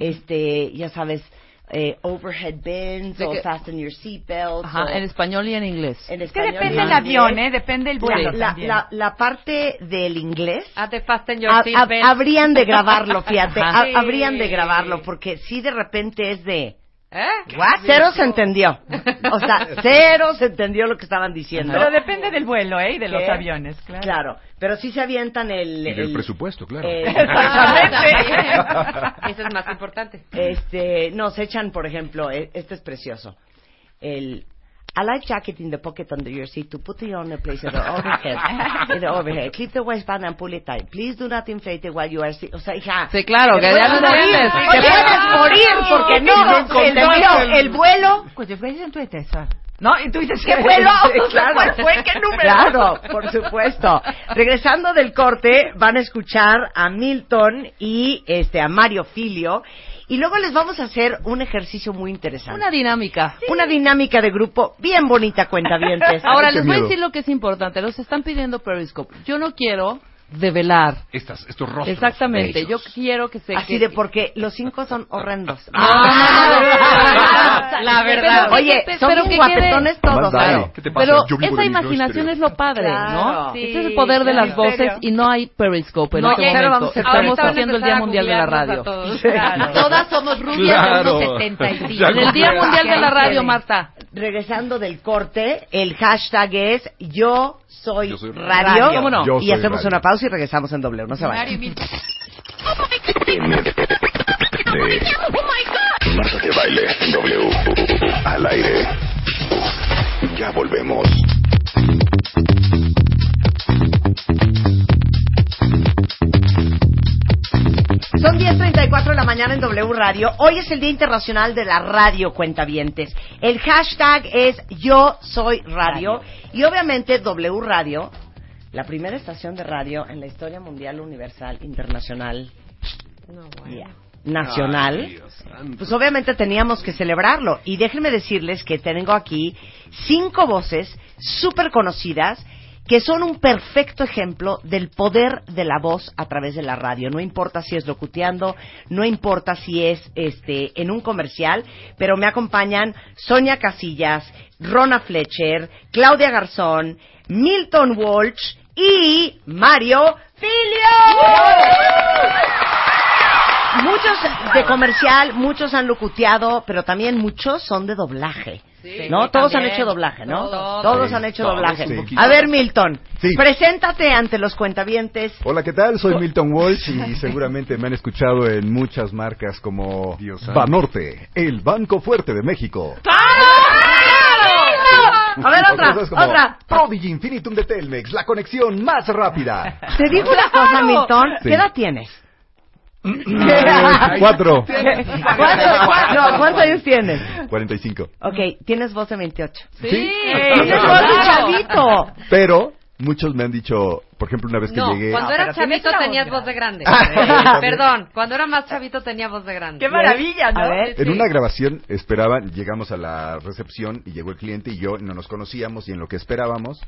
Speaker 1: este, ya sabes, eh, overhead bins,
Speaker 4: De
Speaker 1: o
Speaker 4: que-
Speaker 1: fasten your seatbelts,
Speaker 4: Ajá, en español y en inglés.
Speaker 1: Es
Speaker 4: que depende del avión, ¿eh? Depende del vuelo
Speaker 1: La,
Speaker 4: también.
Speaker 1: la- la parte del inglés...
Speaker 5: your
Speaker 1: ha- ha-
Speaker 5: seatbelt.
Speaker 1: Ah, habrían de grabarlo, fíjate,
Speaker 5: Ajá.
Speaker 1: ha- habrían de
Speaker 5: Sí.
Speaker 1: grabarlo, porque si de repente es de...
Speaker 5: ¿Eh?
Speaker 1: What? Cero se entendió. O sea, cero se entendió lo que estaban diciendo.
Speaker 9: Pero depende del vuelo, ¿eh? Y de los
Speaker 1: ¿Qué?
Speaker 9: aviones, claro.
Speaker 1: Claro, pero sí se avientan el...
Speaker 6: Y del
Speaker 1: el-
Speaker 6: presupuesto, claro.
Speaker 1: eh,
Speaker 5: Ah, Eso es más importante.
Speaker 1: este, no, se echan, por ejemplo, e- este es precioso. El... I like jacket in the pocket under your seat to put it on the place in the overhead. In the overhead. Clip the waistband and pull it tight. Please do not inflate it while you are... si- O sea, hija...
Speaker 4: Sí, claro, que
Speaker 1: te
Speaker 4: ya
Speaker 1: puedes
Speaker 4: no
Speaker 1: morir,
Speaker 4: entiendes.
Speaker 1: Te puedes morir porque no, se entendió el vuelo.
Speaker 9: Pues yo en tu esa. No, y tú dices
Speaker 1: ¿Qué vuelo?
Speaker 9: Sí, claro.
Speaker 1: ¿Cuál fue? ¿Qué número? Claro, por supuesto. Regresando del corte, van a escuchar a Milton y este a Mario Filio. Y luego les vamos a hacer un ejercicio muy interesante.
Speaker 4: Una dinámica.
Speaker 1: Una dinámica de grupo bien bonita, cuenta bien.
Speaker 4: Ahora les voy a decir lo que es importante. Los están pidiendo Periscope. Yo no quiero develar.
Speaker 6: Estas, estos rostros. de
Speaker 4: Exactamente.
Speaker 6: ellos.
Speaker 4: Yo quiero que se. que-
Speaker 1: Así de porque los cinco son horrendos.
Speaker 4: Ah, la verdad.
Speaker 1: Este, Pero- Oye,
Speaker 4: Pero
Speaker 1: son
Speaker 4: que
Speaker 1: bien
Speaker 4: quede-
Speaker 1: guapetones todos.
Speaker 10: Más vale.
Speaker 1: claro.
Speaker 6: ¿Qué te pasa?
Speaker 4: Pero
Speaker 6: Yo vivo
Speaker 4: esa
Speaker 6: en mi
Speaker 4: imaginación
Speaker 6: microestéreo.
Speaker 4: es lo padre,
Speaker 1: Claro.
Speaker 4: ¿no? Ese es el
Speaker 5: Sí,
Speaker 4: poder de
Speaker 5: claro.
Speaker 4: las voces
Speaker 5: Serio.
Speaker 4: y no hay Periscope en
Speaker 1: No,
Speaker 4: este
Speaker 1: y ahora
Speaker 4: momento.
Speaker 1: vamos a empezar-
Speaker 4: Estamos
Speaker 1: ahorita van a
Speaker 4: haciendo el Día Mundial de la Radio.
Speaker 8: Todas somos rubias
Speaker 6: Claro.
Speaker 8: de unos 75.
Speaker 6: Ya
Speaker 4: En el Día Mundial de la Radio,
Speaker 8: Marta.
Speaker 4: Marta.
Speaker 1: Regresando del corte, el hashtag es Yo soy,
Speaker 6: Yo soy
Speaker 1: radio.
Speaker 4: radio. ¿Cómo no?
Speaker 6: Yo
Speaker 1: Y
Speaker 6: soy
Speaker 1: hacemos
Speaker 6: radio.
Speaker 1: una pausa y regresamos en doble. No se vayan.
Speaker 11: Marta de baile W al aire. Ya volvemos.
Speaker 1: Son 10.34 de la mañana en W Radio. Hoy es el Día Internacional de la Radio Cuentavientes. El hashtag es Yo Soy Radio. Y obviamente W Radio, la primera estación de radio en la historia mundial, universal, internacional,
Speaker 5: No, bueno.
Speaker 1: yeah, nacional.
Speaker 6: Ay, Dios santo.
Speaker 1: Pues obviamente teníamos que celebrarlo. Y déjenme decirles que tengo aquí cinco voces súper conocidas que son un perfecto ejemplo del poder de la voz a través de la radio. No importa si es locuteando, no importa si es este en un comercial, pero me acompañan Sonia Casillas, Rona Fletcher, Claudia Garzón, Milton Walsh y Mario Filio. Muchos de comercial, muchos han locuteado, pero también muchos son de doblaje.
Speaker 5: Sí,
Speaker 1: ¿No?
Speaker 5: sí,
Speaker 1: Todos han
Speaker 5: también.
Speaker 1: hecho doblaje, ¿no?
Speaker 5: Todos.
Speaker 1: han hecho
Speaker 6: Todos,
Speaker 1: doblaje.
Speaker 6: un poquito.
Speaker 1: A ver, Milton,
Speaker 10: Sí.
Speaker 1: preséntate ante los cuentavientes.
Speaker 10: Hola, ¿qué tal? Soy Milton Walsh y seguramente me han escuchado en muchas marcas como
Speaker 6: Dios santo.
Speaker 10: Banorte, el Banco Fuerte de México.
Speaker 1: A ver, otra,
Speaker 10: Otras cosas como
Speaker 1: otra.
Speaker 10: Prodigy Infinitum de Telmex, la conexión más rápida.
Speaker 1: Te digo una cosa, Milton.
Speaker 10: Sí.
Speaker 1: ¿Qué edad tienes?
Speaker 10: Eh, Cuatro.
Speaker 1: ¿Cuánto, no, ¿Cuántos años tienes?
Speaker 10: Cuarenta y cinco.
Speaker 1: Ok, tienes voz de 28.
Speaker 10: Sí.
Speaker 1: Tienes voz de chavito.
Speaker 10: Pero muchos me han dicho, por ejemplo, una vez que
Speaker 5: No,
Speaker 10: llegué...
Speaker 5: cuando
Speaker 9: No,
Speaker 5: eras
Speaker 9: pero tienes
Speaker 5: chavito
Speaker 9: una voz
Speaker 5: tenías
Speaker 9: grande.
Speaker 5: voz de grande.
Speaker 10: Ah,
Speaker 5: Perdón, cuando era más chavito tenía voz de grande.
Speaker 9: Qué maravilla, ¿no?
Speaker 1: A ver.
Speaker 10: En una grabación esperaban, llegamos a la recepción y llegó el cliente y yo no nos conocíamos y en lo que esperábamos,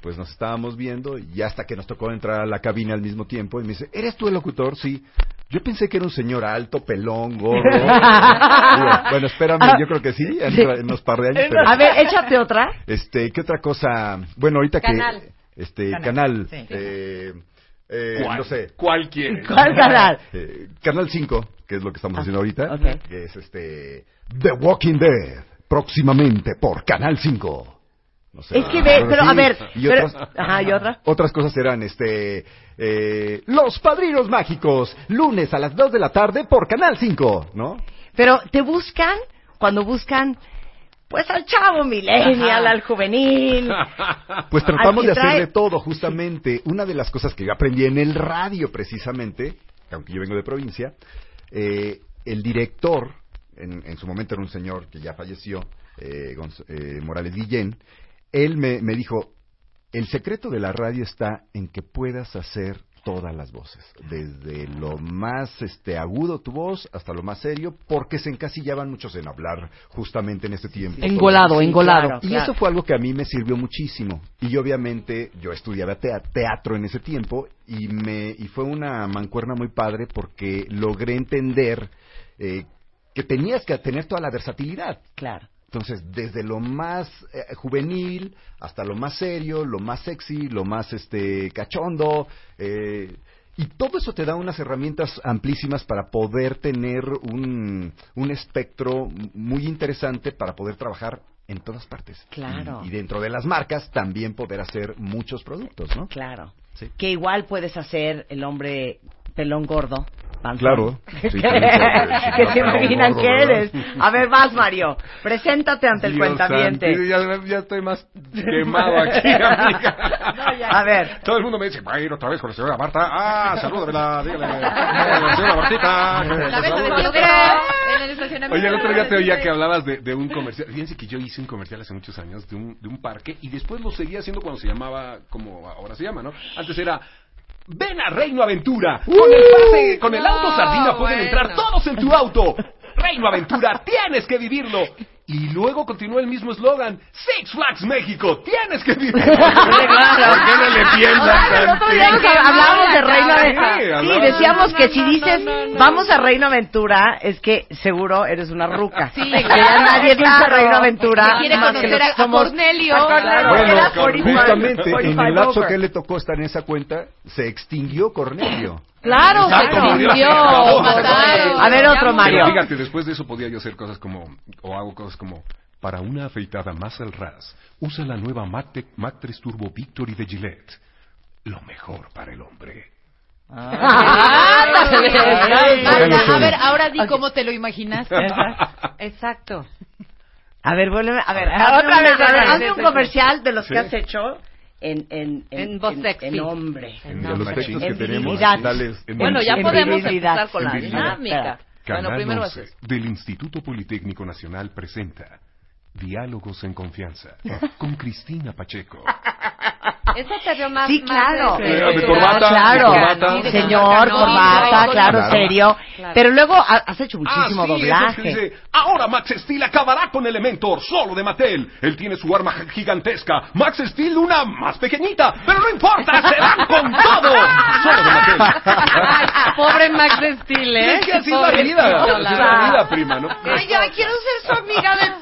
Speaker 10: pues nos estábamos viendo y hasta que nos tocó entrar a la cabina al mismo tiempo y me dice, ¿eres tú el locutor? Sí. Yo pensé que era un señor alto, pelón, gordo. Digo, bueno, espérame, yo creo que sí, en
Speaker 1: Sí.
Speaker 10: en unos par de años. pero-
Speaker 1: A ver, échate otra.
Speaker 10: este, ¿qué otra cosa? Bueno, ahorita
Speaker 5: Canal.
Speaker 10: que este
Speaker 9: Canal,
Speaker 10: canal,
Speaker 9: sí.
Speaker 10: eh, Eh,
Speaker 6: ¿Cuál?
Speaker 10: No sé.
Speaker 6: ¿Cuál quieres?
Speaker 1: ¿Cuál canal? Ah,
Speaker 10: Eh, canal 5, que es lo que estamos haciendo ahorita.
Speaker 1: ok.
Speaker 10: Que es este. The Walking Dead. Próximamente por Canal 5. No sé. ah,
Speaker 1: Es que ve- pero, a ver,
Speaker 10: Y
Speaker 1: pero-
Speaker 10: otras,
Speaker 1: ajá, ¿y otras?
Speaker 10: otras cosas serán este. eh, Los Padrinos Mágicos. Lunes a las 2 de la tarde por Canal 5. ¿No?
Speaker 1: Pero te buscan cuando buscan, pues al chavo millennial,
Speaker 10: Ajá.
Speaker 1: al juvenil.
Speaker 10: Pues
Speaker 1: al
Speaker 10: tratamos
Speaker 1: que
Speaker 10: de hacer
Speaker 1: trae-
Speaker 10: de todo, justamente. Una de las cosas que yo aprendí en el radio, precisamente, aunque yo vengo de provincia, eh, el director, en, en su momento era un señor que ya falleció, eh, Gonz- eh, Morales Guillén, él me, me dijo, el secreto de la radio está en que puedas hacer todas las voces, desde lo más este agudo tu voz hasta lo más serio, porque se encasillaban muchos en hablar justamente en este tiempo.
Speaker 4: Engolado,
Speaker 10: Sí,
Speaker 4: engolado.
Speaker 10: claro, y
Speaker 4: claro.
Speaker 10: eso fue algo que a mí me sirvió muchísimo. Y obviamente yo estudiaba tea- teatro en ese tiempo y me y fue una mancuerna muy padre porque logré entender eh, que tenías que tener toda la versatilidad.
Speaker 9: Claro.
Speaker 10: Entonces, desde lo más eh, juvenil hasta lo más serio, lo más sexy, lo más este cachondo, eh, y todo eso te da unas herramientas amplísimas para poder tener un, un espectro muy interesante para poder trabajar en todas partes.
Speaker 1: Claro.
Speaker 10: Y, y dentro de las marcas también poder hacer muchos productos, ¿no?
Speaker 1: Claro.
Speaker 10: Sí.
Speaker 1: Que igual puedes hacer el hombre pelón gordo. panzón.
Speaker 10: Claro.
Speaker 1: que
Speaker 10: Sí, también se puede, sí,
Speaker 1: que
Speaker 10: claro,
Speaker 1: se
Speaker 10: pelón
Speaker 1: imaginan
Speaker 10: gordo,
Speaker 1: que
Speaker 10: ¿verdad?
Speaker 1: eres. A ver, vas, Mario. Preséntate ante el
Speaker 6: Dios santo,
Speaker 1: cuentaviente.
Speaker 6: Ya, ya estoy más quemado aquí, amiga.
Speaker 1: A ver.
Speaker 6: Todo el mundo me dice, va a ir otra vez con la señora Marta. Ah, salúdamela, dígale. a la señora Martita. que
Speaker 8: La
Speaker 6: te
Speaker 8: vez
Speaker 6: saluda".
Speaker 8: me en el estacionamiento.
Speaker 6: Oye, el otro día te oía que hablabas de, de un comercial. Fíjense que yo hice un comercial hace muchos años de un, de un parque y después lo seguía haciendo cuando se llamaba, como ahora se llama, ¿no? Antes era... Ven a Reino Aventura. Con el, pase- con el auto
Speaker 3: No,
Speaker 6: sardina pueden
Speaker 3: bueno.
Speaker 6: entrar todos en tu auto. Reino Aventura, tienes que vivirlo. Y luego continuó el mismo eslogan. Six Flags México, tienes que vivirlo. ¿Por qué no le piensas
Speaker 1: Claro, el otro día
Speaker 6: tantito?
Speaker 1: que hablábamos de Reino
Speaker 6: Sí,
Speaker 1: Aventura. Sí,
Speaker 6: hablábamos-
Speaker 1: decíamos que si dices vamos a Reino Aventura, es que seguro eres una ruca.
Speaker 8: Sí,
Speaker 1: que ya
Speaker 8: claro,
Speaker 1: nadie te dice
Speaker 8: claro.
Speaker 1: Reino Aventura.
Speaker 8: ah, Que quiere
Speaker 1: más que
Speaker 8: conocer
Speaker 1: los
Speaker 8: a-
Speaker 1: que
Speaker 8: a
Speaker 1: somos-
Speaker 8: Cornelio.
Speaker 1: a Cornelio,
Speaker 8: Claro.
Speaker 1: que era
Speaker 10: Bueno,
Speaker 1: por igual.
Speaker 10: justamente en el
Speaker 1: 45
Speaker 10: lapso
Speaker 1: over.
Speaker 10: que le tocó estar en esa cuenta, se extinguió Cornelio.
Speaker 8: Claro, se
Speaker 6: Exacto, murió.
Speaker 8: extinguió.
Speaker 6: Acabó.
Speaker 8: mataron.
Speaker 1: A ver, otro
Speaker 8: Ya
Speaker 1: Mario.
Speaker 6: Pero fíjate, después de eso podía yo hacer cosas como, o hago cosas como, para una afeitada más al ras, usa la nueva Mac, Tec- Mac 3 Turbo Victory de Gillette. Lo mejor para el hombre.
Speaker 1: Ah.
Speaker 8: Ándale.
Speaker 1: Ay,
Speaker 8: Anda,
Speaker 1: sí.
Speaker 8: A ver, ahora di cómo te lo imaginaste.
Speaker 5: Exacto.
Speaker 1: A ver, vuelve, a ver,
Speaker 5: Ajá,
Speaker 1: hazme
Speaker 5: otra
Speaker 1: una-
Speaker 5: vez,
Speaker 1: a ver,
Speaker 5: otra
Speaker 1: hazme
Speaker 5: vez,
Speaker 1: un
Speaker 5: otra
Speaker 1: comercial de los
Speaker 10: Sí.
Speaker 1: que has hecho en en
Speaker 5: En voz sexy.
Speaker 1: en hombre.
Speaker 10: En de los textos que
Speaker 1: En
Speaker 10: tenemos,
Speaker 1: virilidad.
Speaker 10: dales- en
Speaker 5: Bueno, ya
Speaker 10: en
Speaker 5: podemos
Speaker 1: virilidad. Ah,
Speaker 5: empezar con la
Speaker 10: En virilidad.
Speaker 5: dinámica. Bueno,
Speaker 6: Canal
Speaker 5: primero
Speaker 6: 11
Speaker 5: haces.
Speaker 6: del Instituto Politécnico Nacional presenta Diálogos en Confianza con Cristina Pacheco.
Speaker 5: Esa te veo más. este,
Speaker 1: Sí,
Speaker 5: más
Speaker 1: claro.
Speaker 5: de-
Speaker 6: Eh, de
Speaker 5: de-
Speaker 6: corbata,
Speaker 1: claro,
Speaker 6: de corbata.
Speaker 5: Sí, de corbata,
Speaker 1: señor,
Speaker 5: no,
Speaker 1: corbata,
Speaker 5: no,
Speaker 1: claro,
Speaker 5: no.
Speaker 1: serio.
Speaker 5: Claro.
Speaker 1: Pero luego ha- has hecho muchísimo
Speaker 6: Ah, sí,
Speaker 1: doblaje.
Speaker 6: es el que dice, Ahora Max Steel acabará con Elementor, solo de Mattel. Él tiene su arma gigantesca. Max Steel una más pequeñita, pero no importa, se van con todo. Solo de Mattel.
Speaker 5: Ay, ah, pobre Max Steele, ¿eh?
Speaker 6: Es que así es la
Speaker 5: Pobre
Speaker 6: vida,
Speaker 5: Steel,
Speaker 6: así es la
Speaker 5: verdad.
Speaker 6: vida, prima, ¿no?
Speaker 5: Ay, ya quiero ser su amiga de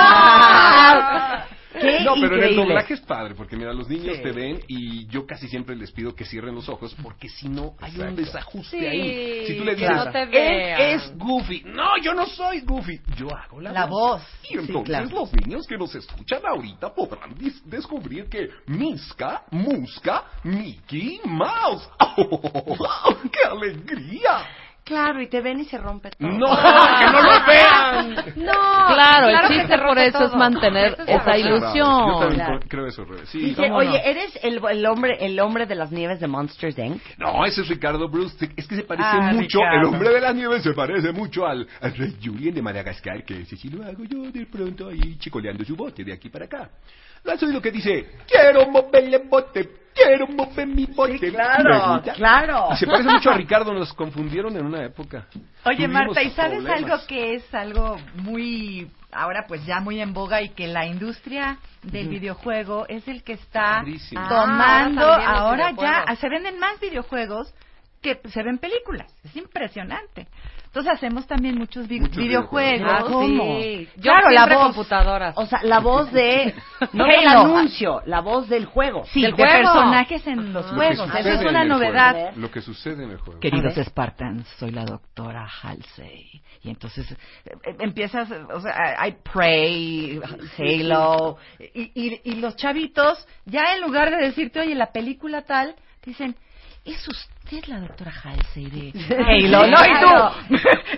Speaker 1: Ah.
Speaker 5: todo.
Speaker 1: Qué
Speaker 6: no, pero en el
Speaker 1: increíble.
Speaker 6: doblaje es padre, porque mira, los niños te ven y yo casi siempre les pido que cierren los ojos, porque si no, hay un
Speaker 10: Exacto.
Speaker 6: desajuste
Speaker 5: Sí,
Speaker 6: ahí. Si tú le
Speaker 5: que
Speaker 6: dices,
Speaker 5: no te vean".
Speaker 6: él es Goofy. No, yo no soy Goofy. Yo hago la,
Speaker 8: La voz.
Speaker 6: Y entonces
Speaker 1: claro.
Speaker 6: los niños que nos escuchan ahorita podrán dis- descubrir que Miska, Muska, Mickey Mouse. ¡Wow! ¡Qué alegría!
Speaker 1: Claro, y te ven y se rompe todo.
Speaker 6: ¡No! ¡Que no lo vean!
Speaker 5: No,
Speaker 4: Claro, el
Speaker 5: que
Speaker 4: chiste
Speaker 5: se
Speaker 4: por
Speaker 5: rompe
Speaker 4: eso es
Speaker 5: todo.
Speaker 4: mantener
Speaker 5: Eso es
Speaker 4: esa
Speaker 5: verdad.
Speaker 4: ilusión.
Speaker 6: Yo también
Speaker 1: Claro.
Speaker 6: creo eso, Rebe. Sí,
Speaker 1: Dice,
Speaker 6: ¿cómo no?
Speaker 1: oye, ¿eres el, el hombre el hombre de las nieves de Monsters Inc?
Speaker 6: No, ese es Ricardo Bruce. Es que se parece
Speaker 1: Ah,
Speaker 6: mucho,
Speaker 1: Ricardo.
Speaker 6: el hombre de las nieves se parece mucho al, al rey Julien de Madagascar, que ese sí lo hago yo de pronto ahí chicoleando su bote de aquí para acá. ¿No has oído que dice, quiero mover el bote, quiero mover mi bote?
Speaker 1: claro,
Speaker 6: ¿Me gusta?
Speaker 1: claro.
Speaker 6: Y se parece mucho a Ricardo, nos confundieron en una época.
Speaker 8: Oye,
Speaker 6: Tuvimos
Speaker 8: Marta, ¿y sabes
Speaker 6: problemas.
Speaker 8: algo que es algo muy, ahora pues ya muy en boga y que la industria del videojuego es el que está
Speaker 6: Padrísimo.
Speaker 5: Ah,
Speaker 8: tomando,
Speaker 5: ahora también los
Speaker 8: ahora ya
Speaker 5: videojuegos.
Speaker 8: se venden más videojuegos que se ven películas, es impresionante.
Speaker 9: Entonces hacemos también muchos, vi-
Speaker 6: Muchos
Speaker 9: videojuegos.
Speaker 5: Ah,
Speaker 1: ¿cómo?
Speaker 5: sí. Yo
Speaker 1: Claro, la
Speaker 5: siempre
Speaker 1: voz.
Speaker 5: computadoras.
Speaker 1: O sea, la voz de. No
Speaker 9: Halo.
Speaker 1: del anuncio, la voz del juego.
Speaker 9: Sí,
Speaker 5: Del
Speaker 9: de
Speaker 5: juego.
Speaker 9: personajes en los
Speaker 6: Lo que
Speaker 9: juegos.
Speaker 6: sucede
Speaker 9: Eso es
Speaker 6: en
Speaker 9: una
Speaker 6: el
Speaker 9: novedad.
Speaker 6: juego. Lo que sucede en el juego.
Speaker 9: Queridos Spartans, soy la doctora Halsey. Y entonces eh, eh, empiezas, eh, o sea, hay Prey, Halo, y, y- y los chavitos, ya en lugar de decirte, oye, la película tal, dicen, ¿es usted la doctora Halsey de Halo? No, y tú,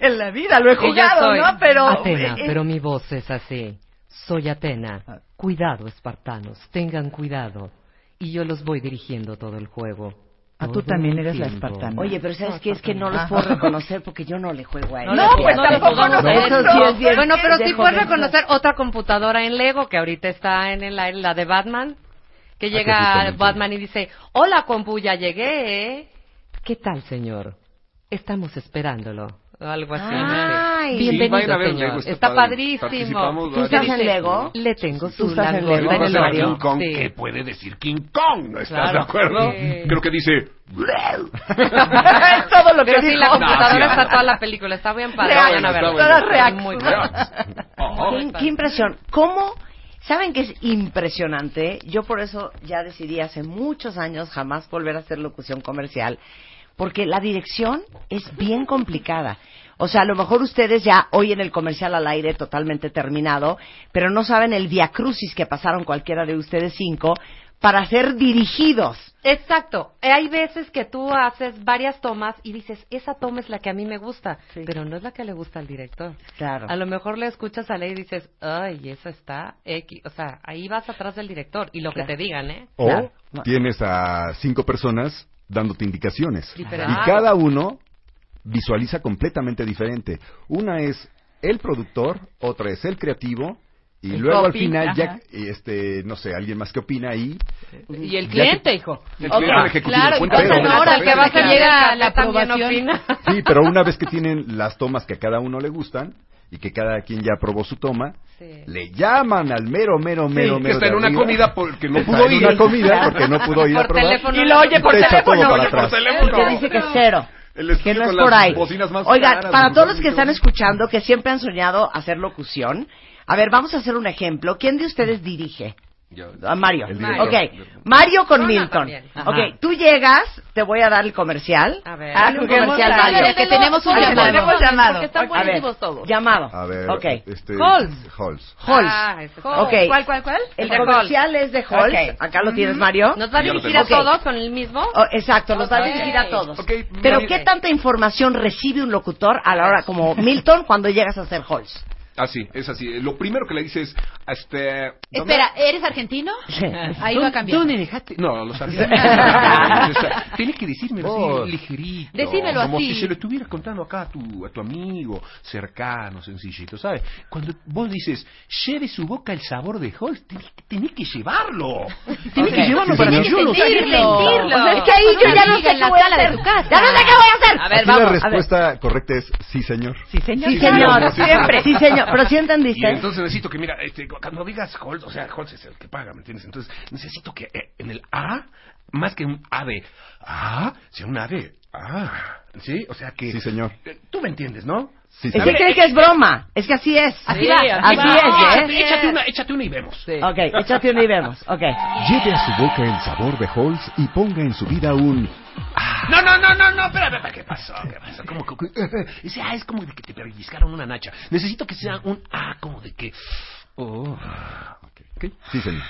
Speaker 9: en la vida lo he
Speaker 5: Y yo
Speaker 9: jugado,
Speaker 5: soy
Speaker 9: ¿no? Pero...
Speaker 12: Atena,
Speaker 9: eh,
Speaker 12: pero mi voz es así. Soy Atena. Cuidado, espartanos, tengan cuidado. Y yo los voy dirigiendo todo el juego.
Speaker 9: Ah, tú
Speaker 12: Todo
Speaker 9: también
Speaker 12: el
Speaker 9: eres la
Speaker 12: tiempo.
Speaker 9: espartana.
Speaker 1: Oye, pero ¿sabes qué? Es que no los puedo reconocer porque yo Ah. no le juego a él.
Speaker 9: No, pues tampoco
Speaker 1: Eso
Speaker 9: nosotros.
Speaker 1: sí es bien-
Speaker 5: Bueno, pero sí
Speaker 1: dejo
Speaker 5: puedes
Speaker 1: de-
Speaker 5: reconocer otra computadora en Lego que ahorita está en el aire, la de Batman,
Speaker 6: Ah,
Speaker 5: que llega
Speaker 10: justamente.
Speaker 5: Batman y dice, hola compu, ya llegué. ¿eh?".
Speaker 12: ¿Qué tal, señor? Estamos esperándolo. O Algo así.
Speaker 1: Ay.
Speaker 12: no sé.
Speaker 5: Sí,
Speaker 12: Bienvenido,
Speaker 6: vayan a ver
Speaker 12: señor.
Speaker 6: Lego, está
Speaker 12: está
Speaker 6: padre.
Speaker 12: padrísimo.
Speaker 6: Participamos varios. ¿Tú estás
Speaker 1: en
Speaker 12: Dice,
Speaker 1: Lego?
Speaker 12: Le tengo
Speaker 1: ¿Tú
Speaker 12: su
Speaker 1: estás en Lego?
Speaker 12: langolta en
Speaker 1: ¿Vas
Speaker 12: el
Speaker 6: Pasa a
Speaker 1: Mario.
Speaker 12: hoyo.
Speaker 6: King Kong,
Speaker 12: Sí.
Speaker 6: que puede decir King Kong, ¿no estás
Speaker 12: Claro.
Speaker 6: de acuerdo?
Speaker 12: Sí.
Speaker 6: Creo que dice...
Speaker 9: es todo lo que
Speaker 5: Pero sí,
Speaker 9: dijo.
Speaker 5: la
Speaker 6: No, sí,
Speaker 5: computadora está
Speaker 6: no.
Speaker 5: toda la película, está bien padre,
Speaker 9: React,
Speaker 5: vayan a
Speaker 6: está
Speaker 5: verla.
Speaker 6: bueno. Todas
Speaker 9: react.
Speaker 5: Muy padre.
Speaker 6: Oh,
Speaker 1: Qué, qué impresión. ¿Cómo? ¿Saben que es impresionante? Yo por eso ya decidí hace muchos años jamás volver a hacer locución comercial, porque la dirección es bien complicada. O sea, a lo mejor ustedes ya hoy en el comercial al aire totalmente terminado, pero no saben el viacrucis que pasaron cualquiera de ustedes cinco para ser dirigidos.
Speaker 5: Exacto. Eh, Hay veces que tú haces varias tomas y dices, esa toma es la que a mí me gusta, pero no es la que le gusta al director.
Speaker 1: Claro.
Speaker 5: A lo mejor le escuchas a ley y dices, ay, esa está X. O sea, ahí vas atrás del director y lo que te digan, ¿eh?
Speaker 10: O
Speaker 1: Claro.
Speaker 10: tienes a cinco personas dándote indicaciones.
Speaker 5: Sí, pero-
Speaker 10: Y cada uno visualiza completamente diferente. Una es el productor, otra es el creativo. Y
Speaker 9: El
Speaker 10: luego al
Speaker 9: copy,
Speaker 10: final ya,
Speaker 9: ajá.
Speaker 10: este, no sé, alguien más que opina ahí.
Speaker 4: Y el
Speaker 10: Ya
Speaker 4: cliente, hijo.
Speaker 6: El
Speaker 10: Ok,
Speaker 6: cliente ejecutivo,
Speaker 10: claro,
Speaker 6: cuenta
Speaker 10: entonces
Speaker 6: todo.
Speaker 10: ahora
Speaker 5: que vas a
Speaker 6: Claro.
Speaker 5: llegar a la
Speaker 9: también
Speaker 5: aprobación.
Speaker 10: Sí, pero una vez que tienen las tomas que a cada uno le gustan y que cada quien ya probó su toma,
Speaker 5: Sí.
Speaker 10: le llaman al mero, mero, mero,
Speaker 6: que
Speaker 10: mero.
Speaker 6: está
Speaker 10: de
Speaker 6: en una
Speaker 10: arriba.
Speaker 6: comida porque no
Speaker 10: Está
Speaker 6: pudo
Speaker 10: en
Speaker 6: ir.
Speaker 10: una comida porque no pudo ir a
Speaker 5: Por
Speaker 10: probar.
Speaker 5: teléfono.
Speaker 10: Y
Speaker 5: Y
Speaker 10: lo
Speaker 5: lo
Speaker 10: oye por teléfono.
Speaker 6: Oye, por teléfono.
Speaker 1: Que dice que es cero.
Speaker 6: El
Speaker 1: que no
Speaker 6: con
Speaker 1: es
Speaker 6: las
Speaker 1: por ahí.
Speaker 6: bocinas más
Speaker 1: Oigan,
Speaker 6: caras,
Speaker 1: para
Speaker 6: ¿no?
Speaker 1: todos los que están escuchando, que siempre han soñado hacer locución, a ver, vamos a hacer un ejemplo. ¿Quién de ustedes dirige?
Speaker 6: Yo-
Speaker 1: A Mario.
Speaker 10: El
Speaker 5: Mario.
Speaker 1: Ok, Mario con
Speaker 5: Rona
Speaker 1: Milton.
Speaker 5: también.
Speaker 12: Ajá.
Speaker 1: Ok, tú llegas, te voy a dar el comercial.
Speaker 5: A ver.
Speaker 1: Hazle un
Speaker 9: Juguemos
Speaker 1: comercial,
Speaker 9: a-
Speaker 1: Mario.
Speaker 9: que tenemos un
Speaker 1: Ahí
Speaker 9: llamado.
Speaker 1: Tenemos llamado.
Speaker 5: Porque están
Speaker 1: Ok, a ver,
Speaker 5: buenísimos todos.
Speaker 1: Llamado.
Speaker 10: A ver,
Speaker 1: Ok.
Speaker 10: este,
Speaker 5: Halls.
Speaker 10: Halls.
Speaker 1: Halls.
Speaker 5: Ah, ese es
Speaker 1: Ok.
Speaker 5: Halls.
Speaker 9: ¿Cuál, cuál, cuál?
Speaker 1: el
Speaker 5: de Halls.
Speaker 1: comercial es de Halls.
Speaker 9: Ok.
Speaker 1: Acá lo tienes, Mario.
Speaker 5: ¿Nos va a
Speaker 6: Ya lo
Speaker 5: dirigir a
Speaker 1: tengo. Ok.
Speaker 5: todos con el mismo?
Speaker 1: Oh, exacto, los va a
Speaker 5: Ok.
Speaker 1: dirigir a todos.
Speaker 6: Ok,
Speaker 1: Pero
Speaker 6: Mario-
Speaker 1: ¿qué tanta información recibe un locutor a la hora, como Milton, cuando llegas a hacer halls?
Speaker 6: Así, Ah, es así. Lo primero que le dice es, este... ¿dónde-
Speaker 8: Espera, ¿eres argentino? Ahí va a cambiar.
Speaker 6: ¿Dónde dejaste? No, los argentinos. Tienes que decírmelo
Speaker 10: Vos.
Speaker 6: así, ligerito.
Speaker 8: Decímelo
Speaker 6: como
Speaker 8: así.
Speaker 6: si se lo estuvieras contando acá a tu, a tu amigo, cercano, sencillito, ¿sabes? Cuando vos dices, lleve su boca el sabor de Holt, tenés, que- tenés que llevarlo. Tenés que
Speaker 1: Ok.
Speaker 6: llevarlo
Speaker 10: Sí,
Speaker 6: para
Speaker 10: señor.
Speaker 6: que yo lo
Speaker 8: Sentirlo.
Speaker 6: sepa.
Speaker 8: Sentirlo.
Speaker 1: O sea, es que ahí yo ya no sé qué voy a hacer. Ya no sé qué voy a hacer.
Speaker 5: A ver,
Speaker 10: Aquí la
Speaker 5: vamos.
Speaker 10: respuesta correcta es sí, señor.
Speaker 9: Sí, señor.
Speaker 1: Sí,
Speaker 10: no,
Speaker 1: señor,
Speaker 10: sí,
Speaker 1: siempre.
Speaker 10: señor.
Speaker 1: Sí, señor, pero sí
Speaker 6: Y
Speaker 1: entendiste.
Speaker 6: entonces necesito que, mira, este, cuando digas Holt, o sea, Holt es el que paga, ¿me entiendes? Entonces necesito que eh, en el A, más que un A de A, sea un A de A. ¿Sí? O sea que...
Speaker 10: Sí, señor.
Speaker 6: Eh, Tú me entiendes, ¿no?
Speaker 10: Sí,
Speaker 1: Es
Speaker 10: señor.
Speaker 1: que cree que es broma. Es que así es.
Speaker 5: Así va,
Speaker 1: así
Speaker 5: va.
Speaker 1: es, ¿eh?
Speaker 5: Así
Speaker 6: Échate
Speaker 5: es.
Speaker 6: una, échate una y vemos.
Speaker 5: Sí.
Speaker 1: Ok, échate una y vemos. Ok.
Speaker 10: Lleve a su boca el sabor de Halls y ponga en su vida un...
Speaker 6: No, no, no, no, no, espérame, espérame, ¿qué pasó? ¿Qué pasó? Como que- eh, eh, Ese ah, es como de que te pellizcaron una nacha. Necesito que sea un ah, como de que. Oh.
Speaker 10: Sí, señor.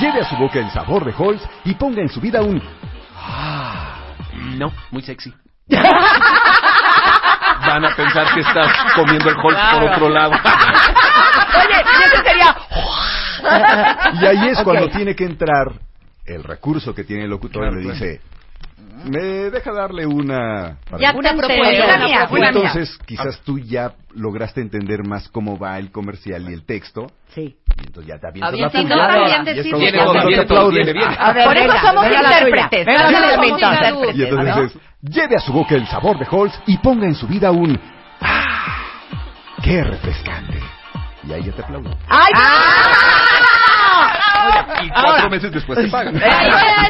Speaker 10: Lleve a su boca el sabor de Halls y ponga en su vida un...
Speaker 6: Ah. No, muy sexy. Van a pensar que estás comiendo el Hulk por otro lado.
Speaker 1: Oye, y eso sería.
Speaker 10: Y ahí es
Speaker 1: Ok.
Speaker 10: cuando tiene que entrar el recurso que tiene el locutor
Speaker 6: Claro,
Speaker 10: y le
Speaker 6: claro.
Speaker 10: dice... Me deja darle una...
Speaker 5: Ya
Speaker 1: Una
Speaker 5: te
Speaker 1: propuesta,
Speaker 5: enteré.
Speaker 1: una mía, una mía.
Speaker 10: Entonces, quizás tú ya lograste entender más cómo va el comercial y el texto.
Speaker 1: Sí.
Speaker 10: Y entonces ya te avientas
Speaker 5: Había
Speaker 10: la
Speaker 5: sido
Speaker 10: pulgada,
Speaker 5: también
Speaker 10: y es
Speaker 5: decir-
Speaker 10: como
Speaker 5: Viene
Speaker 10: que
Speaker 5: todo,
Speaker 10: te Ah,
Speaker 6: viene todo,
Speaker 10: aplauden.
Speaker 6: viene bien.
Speaker 1: A ver,
Speaker 9: Por eso
Speaker 1: venga,
Speaker 9: somos
Speaker 1: venga la
Speaker 9: intérpretes.
Speaker 1: tuya. Venga,
Speaker 9: Por
Speaker 1: la
Speaker 9: eso
Speaker 1: de
Speaker 9: somos
Speaker 1: Milton.
Speaker 9: intérpretes.
Speaker 10: Y entonces
Speaker 1: ¿no?
Speaker 10: dices, lleve a su boca el sabor de Halls y ponga en su vida un... "Ah,
Speaker 13: Ah.
Speaker 10: ¡Qué refrescante! Y ahí ya te aplaudo.
Speaker 8: ¡Ah!
Speaker 1: ¡Ay!
Speaker 6: Y cuatro meses después te pagan.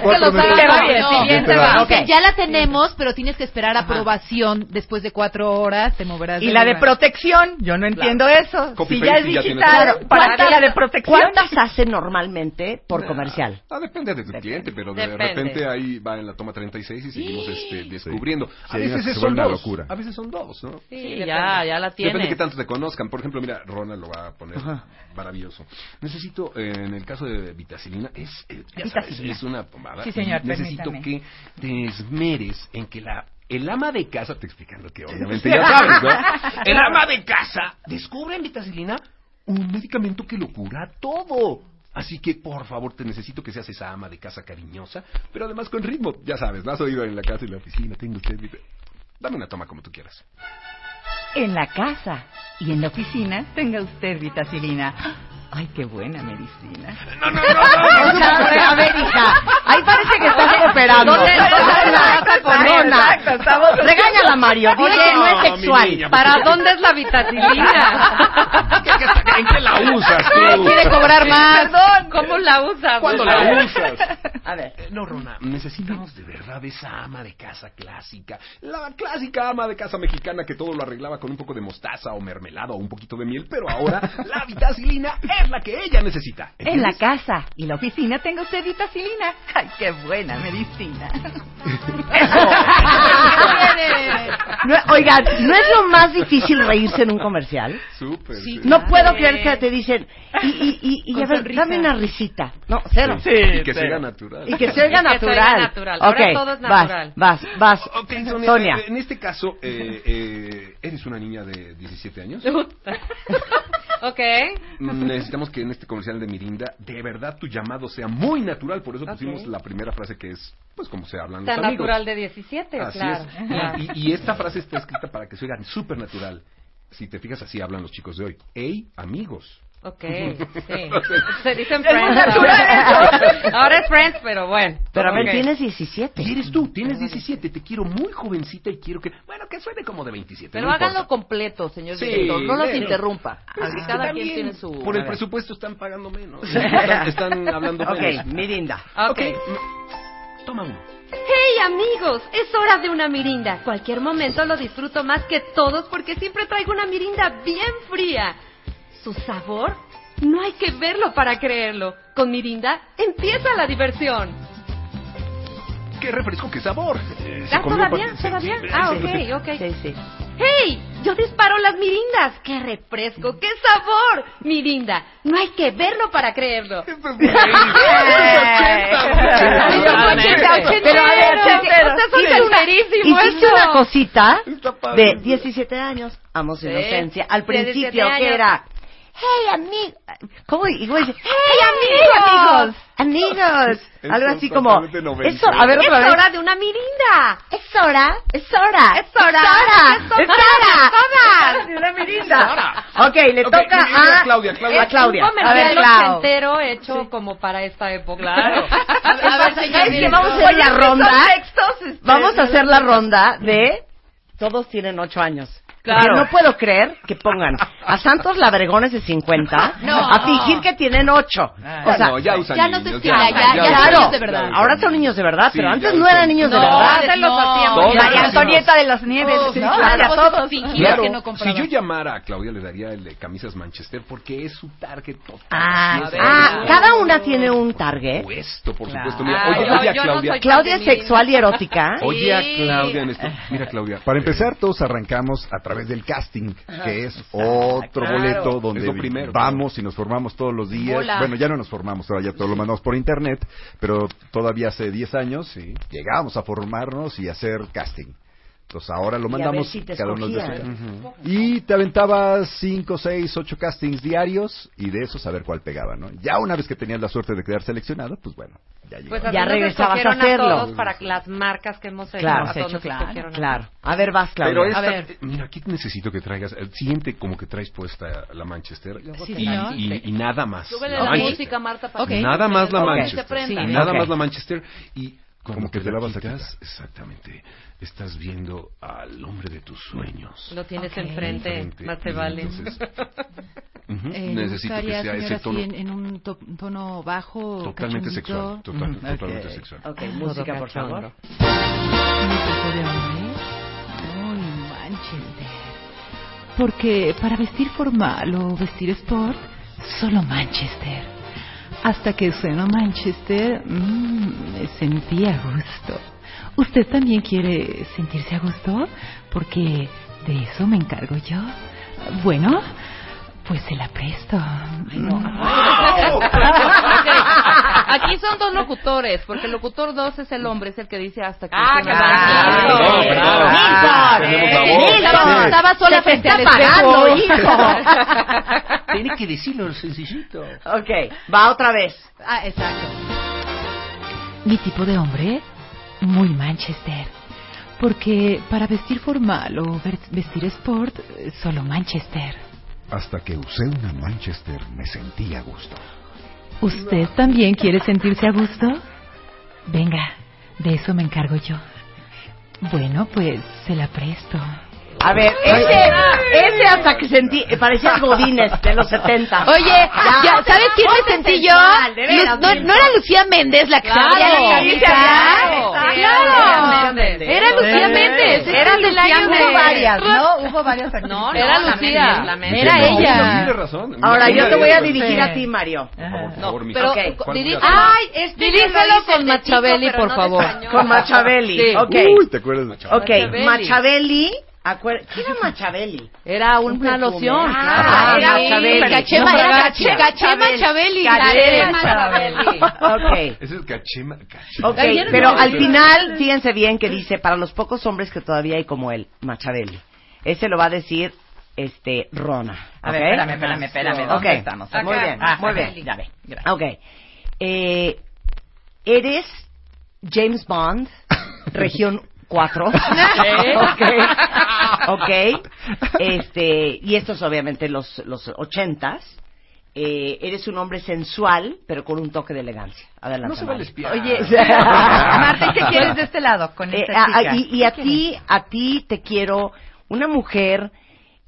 Speaker 6: Cuatro meses
Speaker 13: Te va
Speaker 6: después.
Speaker 13: bien,
Speaker 6: No.
Speaker 13: sí, bien te
Speaker 6: Pero-
Speaker 13: va.
Speaker 6: Ok.
Speaker 8: Dice, Ya la tenemos, pero tienes que esperar aprobación. Después de cuatro horas te moverás.
Speaker 13: Y la de
Speaker 8: lugar.
Speaker 13: protección, yo no entiendo eso.
Speaker 8: Copy
Speaker 13: si
Speaker 8: paste
Speaker 13: ya es
Speaker 8: y ya tienes
Speaker 13: digital,
Speaker 1: todo.
Speaker 13: ¿para qué la de
Speaker 1: ¿Cuántas-
Speaker 13: protección?
Speaker 1: ¿Cuántas hace normalmente por
Speaker 6: Nah.
Speaker 1: comercial?
Speaker 6: Ah, depende de tu cliente, pero de
Speaker 1: Depende.
Speaker 6: repente ahí va en la toma 36 y seguimos este, descubriendo.
Speaker 10: Sí,
Speaker 6: a
Speaker 10: hay unas
Speaker 6: veces
Speaker 10: que se
Speaker 6: son
Speaker 10: vuelven
Speaker 6: dos.
Speaker 10: una locura.
Speaker 6: A veces son dos, ¿no?
Speaker 4: Sí, Sí, ya, ya la
Speaker 6: Depende
Speaker 4: tienes.
Speaker 6: de qué tanto te conozcan. Por ejemplo, mira, Ronald lo va a poner
Speaker 4: Ajá.
Speaker 6: maravilloso. Necesito, eh, en el caso de vitacilina, es, eh, ya sabes,
Speaker 4: Vitacilina.
Speaker 6: es una pomada.
Speaker 4: Sí, señor,
Speaker 6: Y Necesito
Speaker 4: permítame.
Speaker 6: que te esmeres en que la... El ama de casa, te explican lo que obviamente
Speaker 3: Sí.
Speaker 6: ya sabes, ¿no? El ama de casa descubre en vitacilina un medicamento que lo cura todo. Así que, por favor, te necesito que seas esa ama de casa cariñosa, pero además con ritmo. Ya sabes, la has oído en la casa y la oficina, tengo usted... mi- Dame una toma como tú quieras.
Speaker 9: En la casa y en la oficina tenga usted vitacilina. Ay, qué buena medicina.
Speaker 6: No, no,
Speaker 13: no, no.
Speaker 9: a ver, hija. Ahí parece que estás cooperando.
Speaker 13: ¿Dónde está la
Speaker 9: Exacto,
Speaker 13: corona?
Speaker 9: exacto, estamos-
Speaker 13: Regáñala, Mario, dile
Speaker 5: Oye,
Speaker 13: que no
Speaker 5: no,
Speaker 13: es
Speaker 5: mi
Speaker 13: sexual.
Speaker 5: niña, ¿Para porque- dónde es la vitacilina?
Speaker 6: ¿En qué la usas
Speaker 5: Ay,
Speaker 6: tú?
Speaker 5: quiere cobrar más. ¿Cómo la
Speaker 1: Ah,
Speaker 5: usa? Pues,
Speaker 1: pues,
Speaker 6: ¿Cuándo la usas? Eh,
Speaker 5: A ver.
Speaker 6: No, Rona, necesitamos de verdad esa ama de casa clásica. La clásica ama de casa mexicana que todo lo arreglaba con un poco de mostaza o mermelada o un poquito de miel, pero ahora la vitacilina es la que ella necesita.
Speaker 9: En la casa y la oficina tenga usted vitacilina. Ay, qué buena medicina.
Speaker 1: No, oigan, ¿no es lo más difícil reírse en un comercial?
Speaker 6: Súper.
Speaker 1: Sí, no puedo creer que te dicen, y, y, y, y
Speaker 5: Con
Speaker 1: a ver,
Speaker 5: sonrisa.
Speaker 1: dame una risita. No, cero.
Speaker 6: y que siga natural.
Speaker 1: Y
Speaker 5: Y
Speaker 1: que se oiga
Speaker 5: que se oiga
Speaker 1: natural.
Speaker 5: natural. Ahora
Speaker 1: Ok,
Speaker 5: todo es
Speaker 1: vas,
Speaker 5: natural.
Speaker 1: Vas, vas,
Speaker 6: Ok, Sonia,
Speaker 1: Sonia.
Speaker 6: eh, En este caso, eh, eh, eres una niña de 17 años.
Speaker 5: Ok.
Speaker 6: Mm, Necesitamos que en este comercial de Mirinda, de verdad, tu llamado sea muy natural. Por eso pusimos la primera frase que es, pues, como se hablan los
Speaker 5: Tan
Speaker 6: amigos.
Speaker 5: natural de 17,
Speaker 6: Así
Speaker 5: claro.
Speaker 6: es.
Speaker 5: claro.
Speaker 6: Y, y- y esta frase está escrita para que se oigan súper natural. Si te fijas, así hablan los chicos de hoy. ¡Ey, amigos!
Speaker 5: Ok, sí. Se dicen
Speaker 13: Es muy
Speaker 5: friends.
Speaker 13: natural
Speaker 5: ahora. Ahora es friends, pero bueno.
Speaker 1: Pero a ver,
Speaker 5: Ok.
Speaker 1: tienes 17.
Speaker 6: Y eres tú, tienes 17, te quiero muy jovencita y quiero que... Bueno, que suene como de 27.
Speaker 4: Pero
Speaker 6: no
Speaker 4: háganlo
Speaker 6: importa.
Speaker 4: completo, señor
Speaker 6: Sí,
Speaker 4: director. No los
Speaker 6: pero-
Speaker 4: interrumpa.
Speaker 6: Pero es que
Speaker 4: Cada quien
Speaker 6: también
Speaker 4: tiene su...
Speaker 6: Por
Speaker 4: a
Speaker 6: el
Speaker 4: ver.
Speaker 6: presupuesto están pagando menos. Están, están hablando
Speaker 1: Ok,
Speaker 6: menos.
Speaker 1: Mirinda.
Speaker 5: Ok.
Speaker 6: Toma uno.
Speaker 14: ¡Hey amigos! Es hora de una mirinda. Cualquier momento lo disfruto más que todos porque siempre traigo una mirinda bien fría. ¿Su sabor? No hay que verlo para creerlo. Con mirinda empieza la diversión.
Speaker 6: ¡Qué refresco, qué sabor! Eh, se
Speaker 14: ¿Ah,
Speaker 6: comió
Speaker 14: todavía?
Speaker 6: parte-
Speaker 14: ¿Todavía?
Speaker 6: sí,
Speaker 14: Ah,
Speaker 6: sí, sí.
Speaker 14: ok, ok. ¡Hey! Yo disparo las mirindas. ¡Qué refresco! ¡Qué sabor! Mirinda, no hay que verlo para creerlo.
Speaker 1: pues, Eh,
Speaker 13: Ay, no, ochenta, ochentero,
Speaker 14: Pero a ver,
Speaker 13: ochentero.
Speaker 14: ustedes son
Speaker 1: Hice una-
Speaker 14: enterísimo,
Speaker 1: hiciste
Speaker 14: eso.
Speaker 1: una cosita
Speaker 14: padre.
Speaker 1: de 17 años, amo su
Speaker 14: Sí.
Speaker 1: inocencia. Al
Speaker 14: 17
Speaker 1: principio,
Speaker 14: años.
Speaker 1: que era? Hey, amigo. ¿Cómo? Igual dice,
Speaker 14: Hey, amigos.
Speaker 1: amigos. Amigos.
Speaker 14: Eso
Speaker 1: Algo así como.
Speaker 14: totalmente
Speaker 1: Eso, a ver, otra
Speaker 14: es
Speaker 1: vez.
Speaker 14: hora de una mirinda.
Speaker 1: Es hora, es hora,
Speaker 14: es hora,
Speaker 1: es hora,
Speaker 14: es hora.
Speaker 1: De una mirinda. Ok, le toca a, a Claudia.
Speaker 5: Es un
Speaker 1: A ver,
Speaker 5: comercial
Speaker 1: Clau.
Speaker 5: ochentero hecho como para esta época. Claro.
Speaker 1: A ver, ¿sabes qué? Vamos a hacer la ronda.
Speaker 13: este?
Speaker 1: Vamos a hacer la ronda de. Todos tienen ocho años.
Speaker 5: Claro.
Speaker 1: Que No puedo creer que pongan a Santos Labregones de 50
Speaker 13: No.
Speaker 1: a fingir que tienen ocho.
Speaker 13: ya
Speaker 1: o sea,
Speaker 13: no, Ah. ya usan Ya no se niños, ya estila, usan, ya- ya ya son
Speaker 1: Claro.
Speaker 13: niños de verdad.
Speaker 1: Ahora son niños de verdad,
Speaker 13: Sí,
Speaker 1: pero
Speaker 13: ya
Speaker 1: antes
Speaker 13: usan.
Speaker 1: no eran niños de
Speaker 13: No,
Speaker 1: verdad.
Speaker 13: antes los hacíamos. Todos
Speaker 1: María
Speaker 13: los
Speaker 1: Antonieta de las Nieves,
Speaker 13: Oh, sí,
Speaker 1: ¿no?
Speaker 13: claro.
Speaker 1: A todos.
Speaker 6: Claro,
Speaker 13: que no compraba.
Speaker 6: si yo llamara a Claudia le daría el de camisas Manchester porque es su target total.
Speaker 1: Ah,
Speaker 6: Sí, es
Speaker 1: ah,
Speaker 6: el-
Speaker 1: cada una tiene un target.
Speaker 6: Esto, por
Speaker 1: Claro.
Speaker 6: supuesto. Mira, oye, oye, a Claudia.
Speaker 1: Claudia es sexual y erótica.
Speaker 6: Oye, a Claudia, en esto.
Speaker 1: Ah.
Speaker 6: Mira, Claudia.
Speaker 10: Para empezar, todos arrancamos a través del casting, que es otro
Speaker 6: claro.
Speaker 10: boleto
Speaker 6: Es
Speaker 10: donde
Speaker 6: lo primero.
Speaker 10: vamos y nos formamos todos los días.
Speaker 6: Hola.
Speaker 10: Bueno, ya no nos formamos, ahora ya todo lo mandamos por internet, pero todavía hace 10 años llegábamos a formarnos y a hacer casting. Entonces ahora lo
Speaker 1: Y a
Speaker 10: mandamos
Speaker 1: ver si te
Speaker 10: cada uno de su
Speaker 1: escogían.
Speaker 10: casa. Y te aventabas 5, 6, 8 castings diarios y de eso saber cuál pegaba, ¿no? Ya una vez que tenías la suerte de quedar seleccionado, pues bueno, ya
Speaker 5: Pues
Speaker 10: llegabas.
Speaker 5: así nos escogieron a todos para las marcas que hemos hecho.
Speaker 1: Claro,
Speaker 5: a
Speaker 1: has
Speaker 5: todos
Speaker 1: hecho,
Speaker 5: nos
Speaker 1: claro,
Speaker 5: escogieron a
Speaker 1: claro. A ver, vas, Claudia.
Speaker 6: Pero esta,
Speaker 1: A ver.
Speaker 6: eh, mira, aquí necesito que traigas el siguiente como que traes puesta la Manchester
Speaker 5: Sí,
Speaker 6: y,
Speaker 5: señor.
Speaker 6: y- y nada más.
Speaker 5: Súbele
Speaker 6: La
Speaker 5: la
Speaker 6: Manchester.
Speaker 5: música, Marta, para
Speaker 6: Nada más la
Speaker 5: Ok.
Speaker 6: Manchester.
Speaker 5: Se prenda.
Speaker 6: Nada
Speaker 5: Ok.
Speaker 6: más la Manchester y Cuando
Speaker 10: Como que
Speaker 6: te,
Speaker 10: te
Speaker 6: la
Speaker 10: la vas a
Speaker 6: quitas, exactamente, estás viendo al hombre de tus sueños.
Speaker 5: Lo tienes
Speaker 6: Ok.
Speaker 5: enfrente,
Speaker 6: Enfrente,
Speaker 5: más te
Speaker 6: y
Speaker 5: vale.
Speaker 6: entonces, ujú,
Speaker 8: Eh, me
Speaker 6: necesito que
Speaker 8: gustaría,
Speaker 6: sea ese
Speaker 8: señora,
Speaker 6: tono.
Speaker 8: sí, en, en un to- tono bajo. cachondito.
Speaker 6: Totalmente sexual, total-
Speaker 8: Ujú.
Speaker 15: mm,
Speaker 6: totalmente
Speaker 8: Ok.
Speaker 6: sexual.
Speaker 5: Ok, música, por favor.
Speaker 8: Uy, Manchester. Porque para vestir formal o vestir sport, solo Manchester. Hasta que suena Manchester, mm, me sentí a gusto. ¿Usted también quiere sentirse a gusto? Porque de eso me encargo yo. Bueno, pues se la presto. Mm. Ay, no.
Speaker 5: Aquí son dos locutores, porque el locutor dos es el hombre, es el que dice hasta que.
Speaker 13: Ah,
Speaker 5: suena-
Speaker 13: claro.
Speaker 5: Ah,
Speaker 13: Claro,
Speaker 5: claro.
Speaker 13: claro.
Speaker 5: Nilsson,
Speaker 13: Tenemos la
Speaker 5: eh,
Speaker 13: voz.
Speaker 5: Nilsson,
Speaker 13: Sí.
Speaker 5: estaba sola
Speaker 13: Se te
Speaker 5: frente
Speaker 13: está
Speaker 5: al espejo.
Speaker 13: apagando,
Speaker 3: Tienes que decirlo sencillito.
Speaker 1: Ok, va otra vez.
Speaker 8: Ah, exacto. Mi tipo de hombre, muy Manchester. Porque para vestir formal o ver- vestir sport, eh, solo Manchester.
Speaker 10: Hasta que usé una Manchester me sentí a gusto.
Speaker 8: ¿Usted también quiere sentirse a gusto? Venga, de eso me encargo yo. Bueno, pues se la presto.
Speaker 1: A ver, ese, ese hasta que sentí, eh, parecía Godínez de los 70.
Speaker 16: Oye, ya, ¿sabes quién me
Speaker 1: Ah, ponte
Speaker 16: sentí yo?
Speaker 1: sensual, de veras,
Speaker 16: Lu- no,
Speaker 1: Vilma.
Speaker 16: no era Lucía Méndez la que
Speaker 1: Claro,
Speaker 16: se abría la
Speaker 1: Lucía,
Speaker 16: camisa?
Speaker 1: claro,
Speaker 16: Claro. Era Lucía
Speaker 1: Sí.
Speaker 16: Méndez.
Speaker 1: Era
Speaker 16: del
Speaker 1: Lucía,
Speaker 16: año
Speaker 1: hubo
Speaker 16: de-
Speaker 1: varias, ¿no?
Speaker 8: Hubo varias
Speaker 5: No,
Speaker 1: Era
Speaker 5: la
Speaker 1: Lucía.
Speaker 5: Méndez, la Méndez.
Speaker 1: Era
Speaker 5: No,
Speaker 1: ella.
Speaker 5: pero
Speaker 6: Tiene razón.
Speaker 1: Ahora
Speaker 6: Una
Speaker 1: yo
Speaker 6: de
Speaker 1: te voy a
Speaker 6: ellas.
Speaker 1: dirigir a ti, Mario.
Speaker 6: Por favor, mi
Speaker 5: pero-
Speaker 6: hija.
Speaker 5: ok,
Speaker 6: ¿Cuál
Speaker 5: dirige-
Speaker 6: de las dos?
Speaker 5: Ay, este ya lo hice
Speaker 16: con
Speaker 5: de chico,
Speaker 16: Machabeli,
Speaker 5: pero
Speaker 16: por
Speaker 5: no de
Speaker 16: favor.
Speaker 5: español.
Speaker 1: Con Machabeli,
Speaker 5: Sí.
Speaker 1: ok.
Speaker 10: Uy, ¿te acuerdas de Machabeli?
Speaker 1: Ok,
Speaker 5: Machabeli.
Speaker 1: Machabeli. acuer- ¿Qué era Machabeli?
Speaker 5: Era un- una
Speaker 1: perfume.
Speaker 5: loción.
Speaker 1: Ah,
Speaker 5: Ah,
Speaker 1: era
Speaker 5: sí.
Speaker 1: Machabeli.
Speaker 5: Cachema,
Speaker 1: No,
Speaker 5: era
Speaker 1: Magachi.
Speaker 5: Cache- Cachema Chabeli.
Speaker 1: Cachema
Speaker 5: Cachema
Speaker 1: Chabeli. Ok.
Speaker 6: Ese es Cachema. Cachema.
Speaker 1: Ok, pero al final, fíjense bien que dice, para los pocos hombres que todavía hay como él, Machabeli. Ese lo va a ver, este, Rona.
Speaker 16: A ver,
Speaker 1: ¿ok?
Speaker 16: espérame, espérame, espérame, ¿dónde
Speaker 1: Ok,
Speaker 16: estamos?
Speaker 1: Muy
Speaker 16: Acá.
Speaker 1: bien,
Speaker 16: Ah,
Speaker 1: muy
Speaker 16: Machabeli.
Speaker 1: bien.
Speaker 16: Ya ve, gracias.
Speaker 1: Ok. Eh, ¿Eres James Bond, región 4?
Speaker 13: Sí.
Speaker 1: ok. Ok. Este, y estos obviamente los, los ochentas. Eh, eres un hombre sensual, pero con un toque de elegancia. Adelante.
Speaker 16: No se vale
Speaker 1: Mario.
Speaker 16: espiar. Oye, Marta, ¿y qué quieres de este lado con
Speaker 1: Eh,
Speaker 16: esta
Speaker 1: a- a-
Speaker 16: chica?
Speaker 1: Y, y a
Speaker 16: ¿Qué
Speaker 1: ti, a ti te quiero una mujer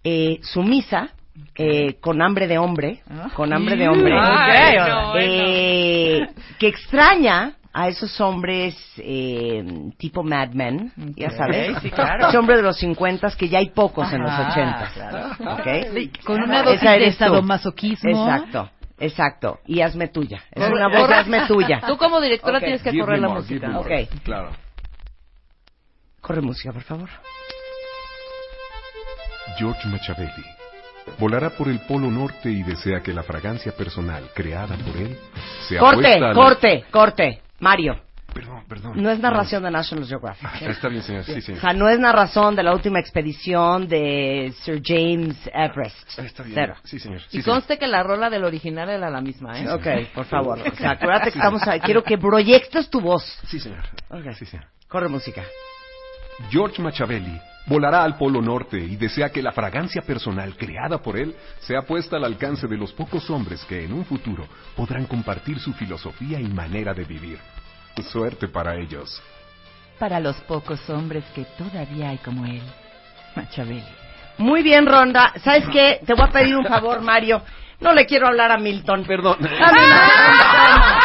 Speaker 1: eh, sumisa, eh, con hambre de hombre,
Speaker 16: Ah.
Speaker 1: con hambre de hombre,
Speaker 16: Mm.
Speaker 13: Ay, no,
Speaker 1: eh, que extraña a esos hombres eh, tipo Mad Men, ya
Speaker 13: Ok,
Speaker 1: sabes,
Speaker 13: sí, claro.
Speaker 1: ese hombre de los 50 que ya hay pocos en los
Speaker 8: Ajá,
Speaker 1: 80,
Speaker 8: claro.
Speaker 1: ¿ok?
Speaker 8: Sí, con una dosis
Speaker 1: Esa
Speaker 8: de
Speaker 1: eres tú.
Speaker 8: sadomasoquismo.
Speaker 1: Exacto, exacto, y hazme tuya, es
Speaker 5: Por-
Speaker 1: una voz
Speaker 5: por-
Speaker 1: de hazme tuya.
Speaker 5: Tú como directora
Speaker 1: Ok.
Speaker 5: tienes que correr la música.
Speaker 1: Ok,
Speaker 6: Claro.
Speaker 1: corre música, por favor.
Speaker 6: George Machiavelli. Volará por el Polo Norte y desea que la fragancia personal creada por él sea
Speaker 1: Corte,
Speaker 6: puesta a la-
Speaker 1: corte, corte, Mario.
Speaker 6: Perdón, perdón.
Speaker 1: No es narración de National Geographic. ¿eh?
Speaker 6: Ah, Mm. Está bien, señor. Sí,
Speaker 1: O
Speaker 6: señor.
Speaker 1: sea, no es narración de la última expedición de Sir James Everest.
Speaker 6: Está bien.
Speaker 1: Cero.
Speaker 6: Sí, señor.
Speaker 4: Y
Speaker 6: Sí, señor.
Speaker 4: conste que la rola del original era la misma, ¿eh?
Speaker 1: Ok, por favor. O sea, acuérdate que estamos ahí. Quiero que proyectes tu voz.
Speaker 6: Sí, señor.
Speaker 1: Ok.
Speaker 6: Sí, señor.
Speaker 1: Corre música.
Speaker 6: George Machiavelli volará al Polo Norte y desea que la fragancia personal creada por él sea puesta al alcance de los pocos hombres que en un futuro podrán compartir su filosofía y manera de vivir. Suerte para ellos.
Speaker 9: Para los pocos hombres que todavía hay como él. Machabeli.
Speaker 1: Muy bien, Ronda. ¿Sabes qué? Te voy a pedir un favor, Mario. No le quiero hablar a Milton.
Speaker 6: Perdón.
Speaker 1: Dame una segunda toma.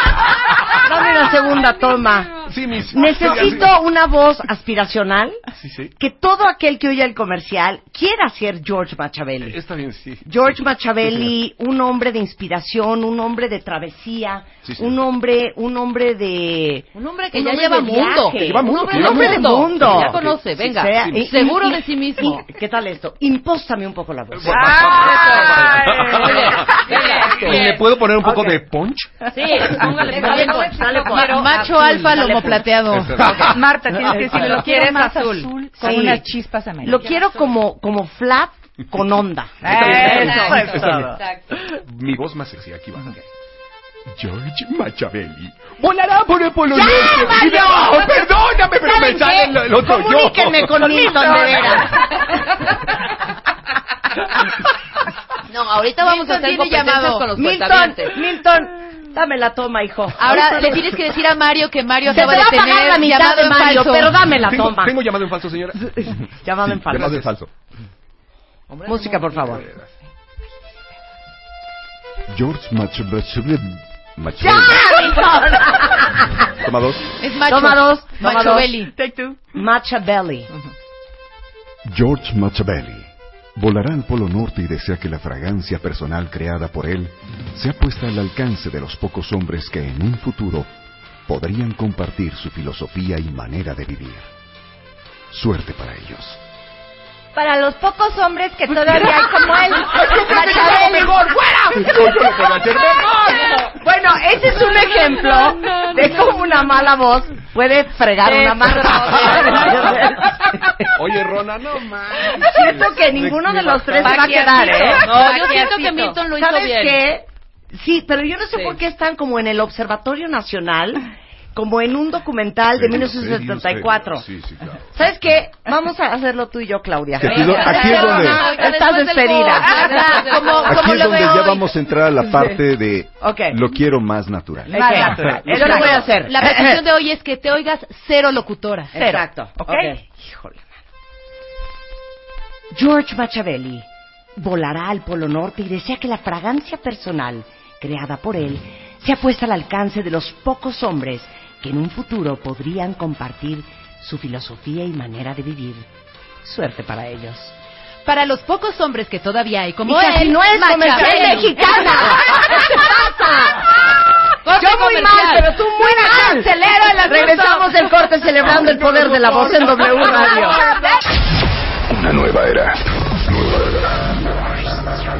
Speaker 1: Dame una segunda toma.
Speaker 6: Sí, mis...
Speaker 1: Necesito una voz aspiracional
Speaker 6: Sí, sí.
Speaker 1: que todo aquel que oye el comercial quiera ser George Machiavelli.
Speaker 6: Eh, Está bien, sí.
Speaker 1: George Machiavelli, un hombre de inspiración, un hombre de travesía,
Speaker 6: Sí, señor.
Speaker 1: un hombre, un hombre de
Speaker 5: Un hombre que
Speaker 1: Un
Speaker 5: ya
Speaker 1: hombre
Speaker 5: lleva
Speaker 1: de viaje.
Speaker 5: mundo.
Speaker 1: Que lleva mundo, que
Speaker 5: Un
Speaker 1: lleva
Speaker 5: hombre de
Speaker 1: mundo.
Speaker 5: mundo.
Speaker 1: Que
Speaker 5: Ya
Speaker 1: ya
Speaker 5: conoce,
Speaker 1: que-
Speaker 5: venga.
Speaker 1: sí, sea, y-
Speaker 5: seguro
Speaker 1: y-
Speaker 5: de sí mismo.
Speaker 1: y- ¿Qué tal esto? Impóstame un poco la voz. Ah,
Speaker 6: ¿Y ¿Le puedo poner un poco de punch?
Speaker 5: Sí, póngale
Speaker 1: Dale,
Speaker 5: punch,
Speaker 1: punch,
Speaker 5: dale
Speaker 1: dale,
Speaker 5: punch.
Speaker 1: punch.
Speaker 8: Macho alfa
Speaker 1: dale,
Speaker 8: lomo
Speaker 1: punch.
Speaker 8: plateado.
Speaker 1: Ok.
Speaker 9: Marta, tienes que decirle,
Speaker 1: Exacto.
Speaker 9: lo quieres
Speaker 1: Quiero
Speaker 9: más azul, con unas chispas amarillas.
Speaker 1: Lo quiero como, como flat con onda.
Speaker 6: Eso,
Speaker 1: es todo.
Speaker 6: Mi voz más sexy, aquí va. George Machiavelli volará por el Polo Norte.
Speaker 13: Mario!
Speaker 6: No, perdóname, pero me
Speaker 13: ¿Saben
Speaker 6: sale
Speaker 13: qué?
Speaker 6: el, el otro yo.
Speaker 13: Comuníquenme con Milton, de veras.
Speaker 16: No, ahorita vamos
Speaker 5: Milton
Speaker 16: a hacer
Speaker 5: tiene
Speaker 16: competencias
Speaker 5: llamado.
Speaker 16: con los
Speaker 5: Milton,
Speaker 16: cuentavientes.
Speaker 1: Milton, Dame la toma, hijo.
Speaker 8: Ahora le tienes que decir a Mario que Mario
Speaker 1: Se te
Speaker 8: acaba
Speaker 1: va a
Speaker 8: de
Speaker 1: pagar
Speaker 8: tener
Speaker 1: la mitad
Speaker 8: llamado
Speaker 1: de
Speaker 8: en
Speaker 1: Mario,
Speaker 8: falso.
Speaker 1: pero dame la
Speaker 6: Tengo,
Speaker 1: toma.
Speaker 6: tengo llamado en falso, señora.
Speaker 1: Llamado en falso.
Speaker 10: Llamado en falso.
Speaker 1: Música, por favor.
Speaker 10: George Machabrachevich.
Speaker 1: ¡Ya, hijo!
Speaker 10: Toma dos.
Speaker 8: Es macho.
Speaker 1: Toma dos. toma
Speaker 8: Macho
Speaker 1: dos.
Speaker 8: belly.
Speaker 1: Macha belly.
Speaker 17: George Machiavelli volará al Polo Norte y desea que la fragancia personal creada por él sea puesta al alcance de los pocos hombres que en un futuro podrían compartir su filosofía y manera de vivir. Suerte para ellos.
Speaker 13: Para los pocos hombres que todavía hay como él.
Speaker 1: Ay, yo creo que yo
Speaker 13: Machiavelli.
Speaker 1: hago mejor. ¡Fuera!
Speaker 13: Yo- yo lo puedo hacer mejor.
Speaker 1: Bueno, ese es un ejemplo de cómo una mala voz puede fregar una mano.
Speaker 6: Oye, Rona, no más.
Speaker 1: Siento que ninguno de los tres se va a quedar, ¿eh?
Speaker 5: No, yo siento que Milton lo hizo
Speaker 1: ¿Sabes
Speaker 5: bien.
Speaker 1: qué? Sí, pero yo no sé
Speaker 5: Sí.
Speaker 1: por qué están como en el Observatorio Nacional, como en un documental de
Speaker 10: Sí,
Speaker 1: 1974.
Speaker 10: Sí, sí, claro.
Speaker 1: ¿Sabes qué? Vamos a hacerlo tú y yo, Claudia.
Speaker 10: Que aquí es do- aquí es donde-
Speaker 1: Estás
Speaker 13: Después del
Speaker 1: despedida.
Speaker 13: gol.
Speaker 1: Como,
Speaker 10: Aquí
Speaker 1: como
Speaker 10: es
Speaker 1: lo
Speaker 10: donde
Speaker 1: veo
Speaker 10: ya
Speaker 1: hoy.
Speaker 10: vamos a entrar a la parte de
Speaker 1: Ok.
Speaker 10: lo quiero más natural.
Speaker 1: Más natural. Yo lo voy a hacer.
Speaker 8: La petición de hoy es que te oigas cero locutora. Cero.
Speaker 1: Exacto.
Speaker 8: ¿Ok?
Speaker 1: Ok. George Machiavelli volará al Polo Norte y desea que la fragancia personal creada por él sea puesta al alcance de los pocos hombres que en un futuro podrían compartir su filosofía y manera de vivir. Suerte para ellos.
Speaker 8: Para los pocos hombres que todavía hay como
Speaker 1: Y
Speaker 8: él.
Speaker 1: casi no es comercial
Speaker 8: Machiavelli.
Speaker 1: mexicana. ¿Qué
Speaker 8: Corte
Speaker 1: Yo muy
Speaker 8: comercial. Ah,
Speaker 1: mal, pero tú muy mal.
Speaker 8: Acelera el asunto.
Speaker 1: Regresamos del corte celebrando el poder de la voz en W Radio.
Speaker 15: Una nueva era. Nueva era.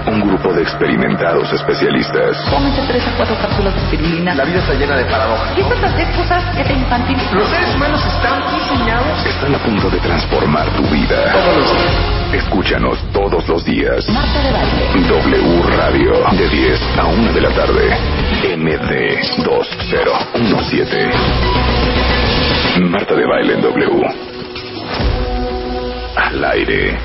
Speaker 15: Un grupo de experimentados especialistas.
Speaker 13: Tómese tres a cuatro cápsulas de espirulina.
Speaker 15: La vida está llena de paradojas.
Speaker 13: Y estas las tres cosas que te infantilizan. Los seres humanos están diseñados.
Speaker 15: Están a punto de transformar tu vida. Todos los días. Escúchanos todos los días. W Radio. De 10 a 1 de la tarde. MD 2017. Marta de Baile en W. Al aire.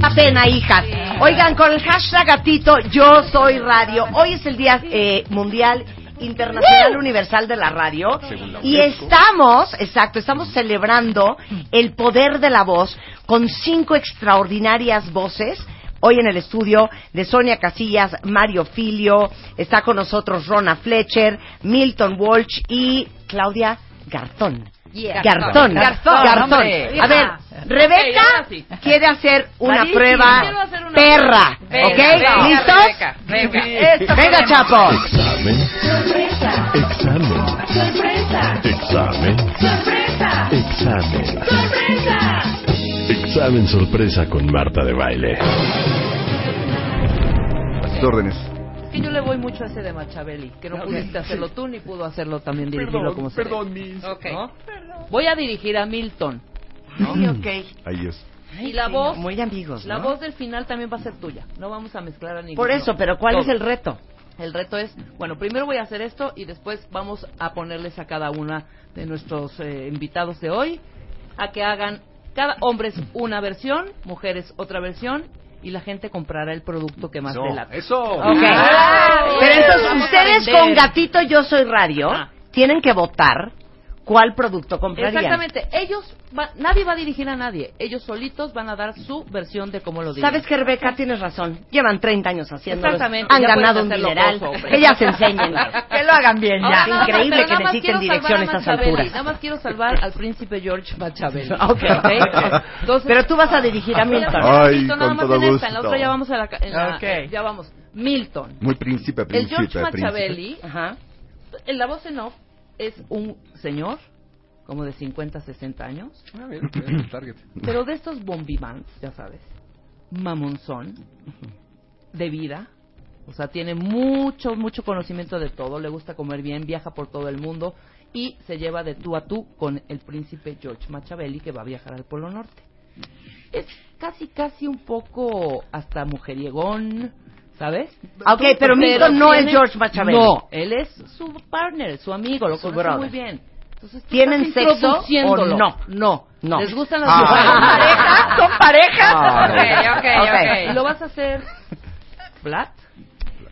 Speaker 1: La pena, hijas. Oigan, con el hashtag gatito, yo soy radio. Hoy es el Día eh, Mundial Internacional Universal de la Radio. Y estamos, exacto, estamos celebrando el poder de la voz con cinco extraordinarias voces. Hoy en el estudio de Sonia Casillas, Mario Filio, está con nosotros Rona Fletcher, Milton Walsh y Claudia Garzón.
Speaker 13: Yeah.
Speaker 1: Garzón,
Speaker 13: Garzón,
Speaker 1: Garzón.
Speaker 13: hombre.
Speaker 1: A ver,
Speaker 13: Ok, ahora sí.
Speaker 1: Rebeca quiere hacer una
Speaker 13: Clarísimo.
Speaker 1: prueba
Speaker 13: Quiero hacer una
Speaker 1: perra,
Speaker 13: prueba.
Speaker 1: ¿ok?
Speaker 13: Venga, venga,
Speaker 1: ¿Listos?
Speaker 13: Rebeca, venga.
Speaker 1: Esto Venga,
Speaker 13: podemos.
Speaker 1: chapo.
Speaker 17: Examen. Examen. Examen. Examen. Examen sorpresa con Marta de Baile.
Speaker 10: Las órdenes.
Speaker 4: Es que yo le voy mucho a ese de Machiavelli, que no pudiste hacerlo tú ni pudo hacerlo también dirigirlo
Speaker 10: Perdón,
Speaker 4: como se debe.
Speaker 10: perdón, Miss.
Speaker 4: Ok. Voy a dirigir a Milton. ¿no?
Speaker 10: Ahí es.
Speaker 4: Y la voz,
Speaker 1: Muy amigos,
Speaker 4: la
Speaker 1: ¿no?
Speaker 4: voz del final también va a ser tuya. No vamos a mezclar a ninguno.
Speaker 1: Por eso, pero ¿cuál
Speaker 4: Todo.
Speaker 1: es el reto?
Speaker 4: El reto es, bueno, primero voy a hacer esto y después vamos a ponerles a cada una de nuestros eh, invitados de hoy a que hagan cada hombres una versión, mujeres otra versión y la gente comprará el producto que más
Speaker 6: Eso,
Speaker 4: le late.
Speaker 6: eso.
Speaker 4: Ok.
Speaker 1: Pero entonces,
Speaker 4: Ah, Vamos a
Speaker 1: ustedes
Speaker 4: vender. Ah.
Speaker 1: con Gatito Yo Soy Radio tienen que votar cuál producto comprarían.
Speaker 4: Exactamente, ellos, va- nadie va a dirigir a nadie, ellos solitos van a dar su versión de cómo lo dirigen.
Speaker 1: ¿Sabes qué, Rebeca? Tienes razón. Llevan 30 años haciéndolo.
Speaker 4: Exactamente,
Speaker 1: Han
Speaker 4: ya
Speaker 1: ganado
Speaker 4: puedes
Speaker 1: un
Speaker 4: hacerlo
Speaker 1: mineral.
Speaker 4: poco, hombre.
Speaker 1: que ya se enseñen. que lo hagan bien
Speaker 4: Ahora nada
Speaker 1: ya.
Speaker 4: más,
Speaker 1: Increíble
Speaker 4: pero
Speaker 1: que
Speaker 4: nada más
Speaker 1: necesiten
Speaker 4: quiero salvar
Speaker 1: dirección a estas
Speaker 4: Machiavelli,
Speaker 1: alturas.
Speaker 4: Nada más quiero salvar al príncipe George Machiavelli.
Speaker 1: Ok, ok. Pero tú vas a dirigir a Milton.
Speaker 10: Ay,
Speaker 4: ah, Milton, nada
Speaker 10: con
Speaker 4: más
Speaker 10: todo
Speaker 4: en esta, en la
Speaker 10: gusto.
Speaker 4: otra ya vamos a la... ca- en la- eh,
Speaker 1: Ok.
Speaker 4: Ya vamos. Milton.
Speaker 10: Muy príncipe,
Speaker 4: El
Speaker 10: príncipe,
Speaker 4: George
Speaker 10: príncipe.
Speaker 4: Machiavelli, en la voz en off, es un señor como de 50, 60 años,
Speaker 6: Ah, bien, bien, el target.
Speaker 4: pero de estos bombivans, ya sabes, mamonzón, de vida, o sea, tiene mucho, mucho conocimiento de todo, le gusta comer bien, viaja por todo el mundo y se lleva de tú a tú con el príncipe George Machiavelli que va a viajar al Polo Norte. Es casi, casi un poco hasta mujeriegón, ¿sabes?
Speaker 1: Ok, pero Milton no es George Machiavelli.
Speaker 4: No, él es su partner, su amigo, lo
Speaker 1: Su
Speaker 4: conoce
Speaker 1: brother.
Speaker 4: muy bien.
Speaker 1: ¿Tienen sexo o
Speaker 4: introduciéndolo.
Speaker 1: no?
Speaker 4: No, no. ¿Les gustan las
Speaker 1: Ah.
Speaker 4: mujeres?
Speaker 1: ¿Son parejas? ¿Son parejas? Ah.
Speaker 4: Ok, ok,
Speaker 1: Ok.
Speaker 4: ok. Lo vas a hacer flat,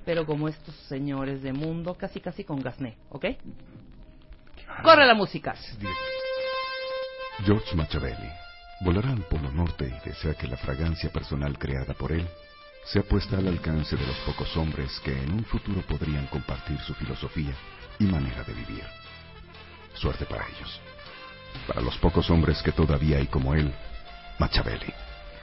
Speaker 4: pero como estos señores de mundo, casi casi con gasné, ¿ok? Corre la música.
Speaker 10: George Machiavelli volará al Polo Norte y desea que la fragancia personal creada por él sea puesta al alcance de los pocos hombres que en un futuro podrían compartir su filosofía y manera de vivir. Suerte para ellos. Para los pocos hombres que todavía hay como él, Machiavelli.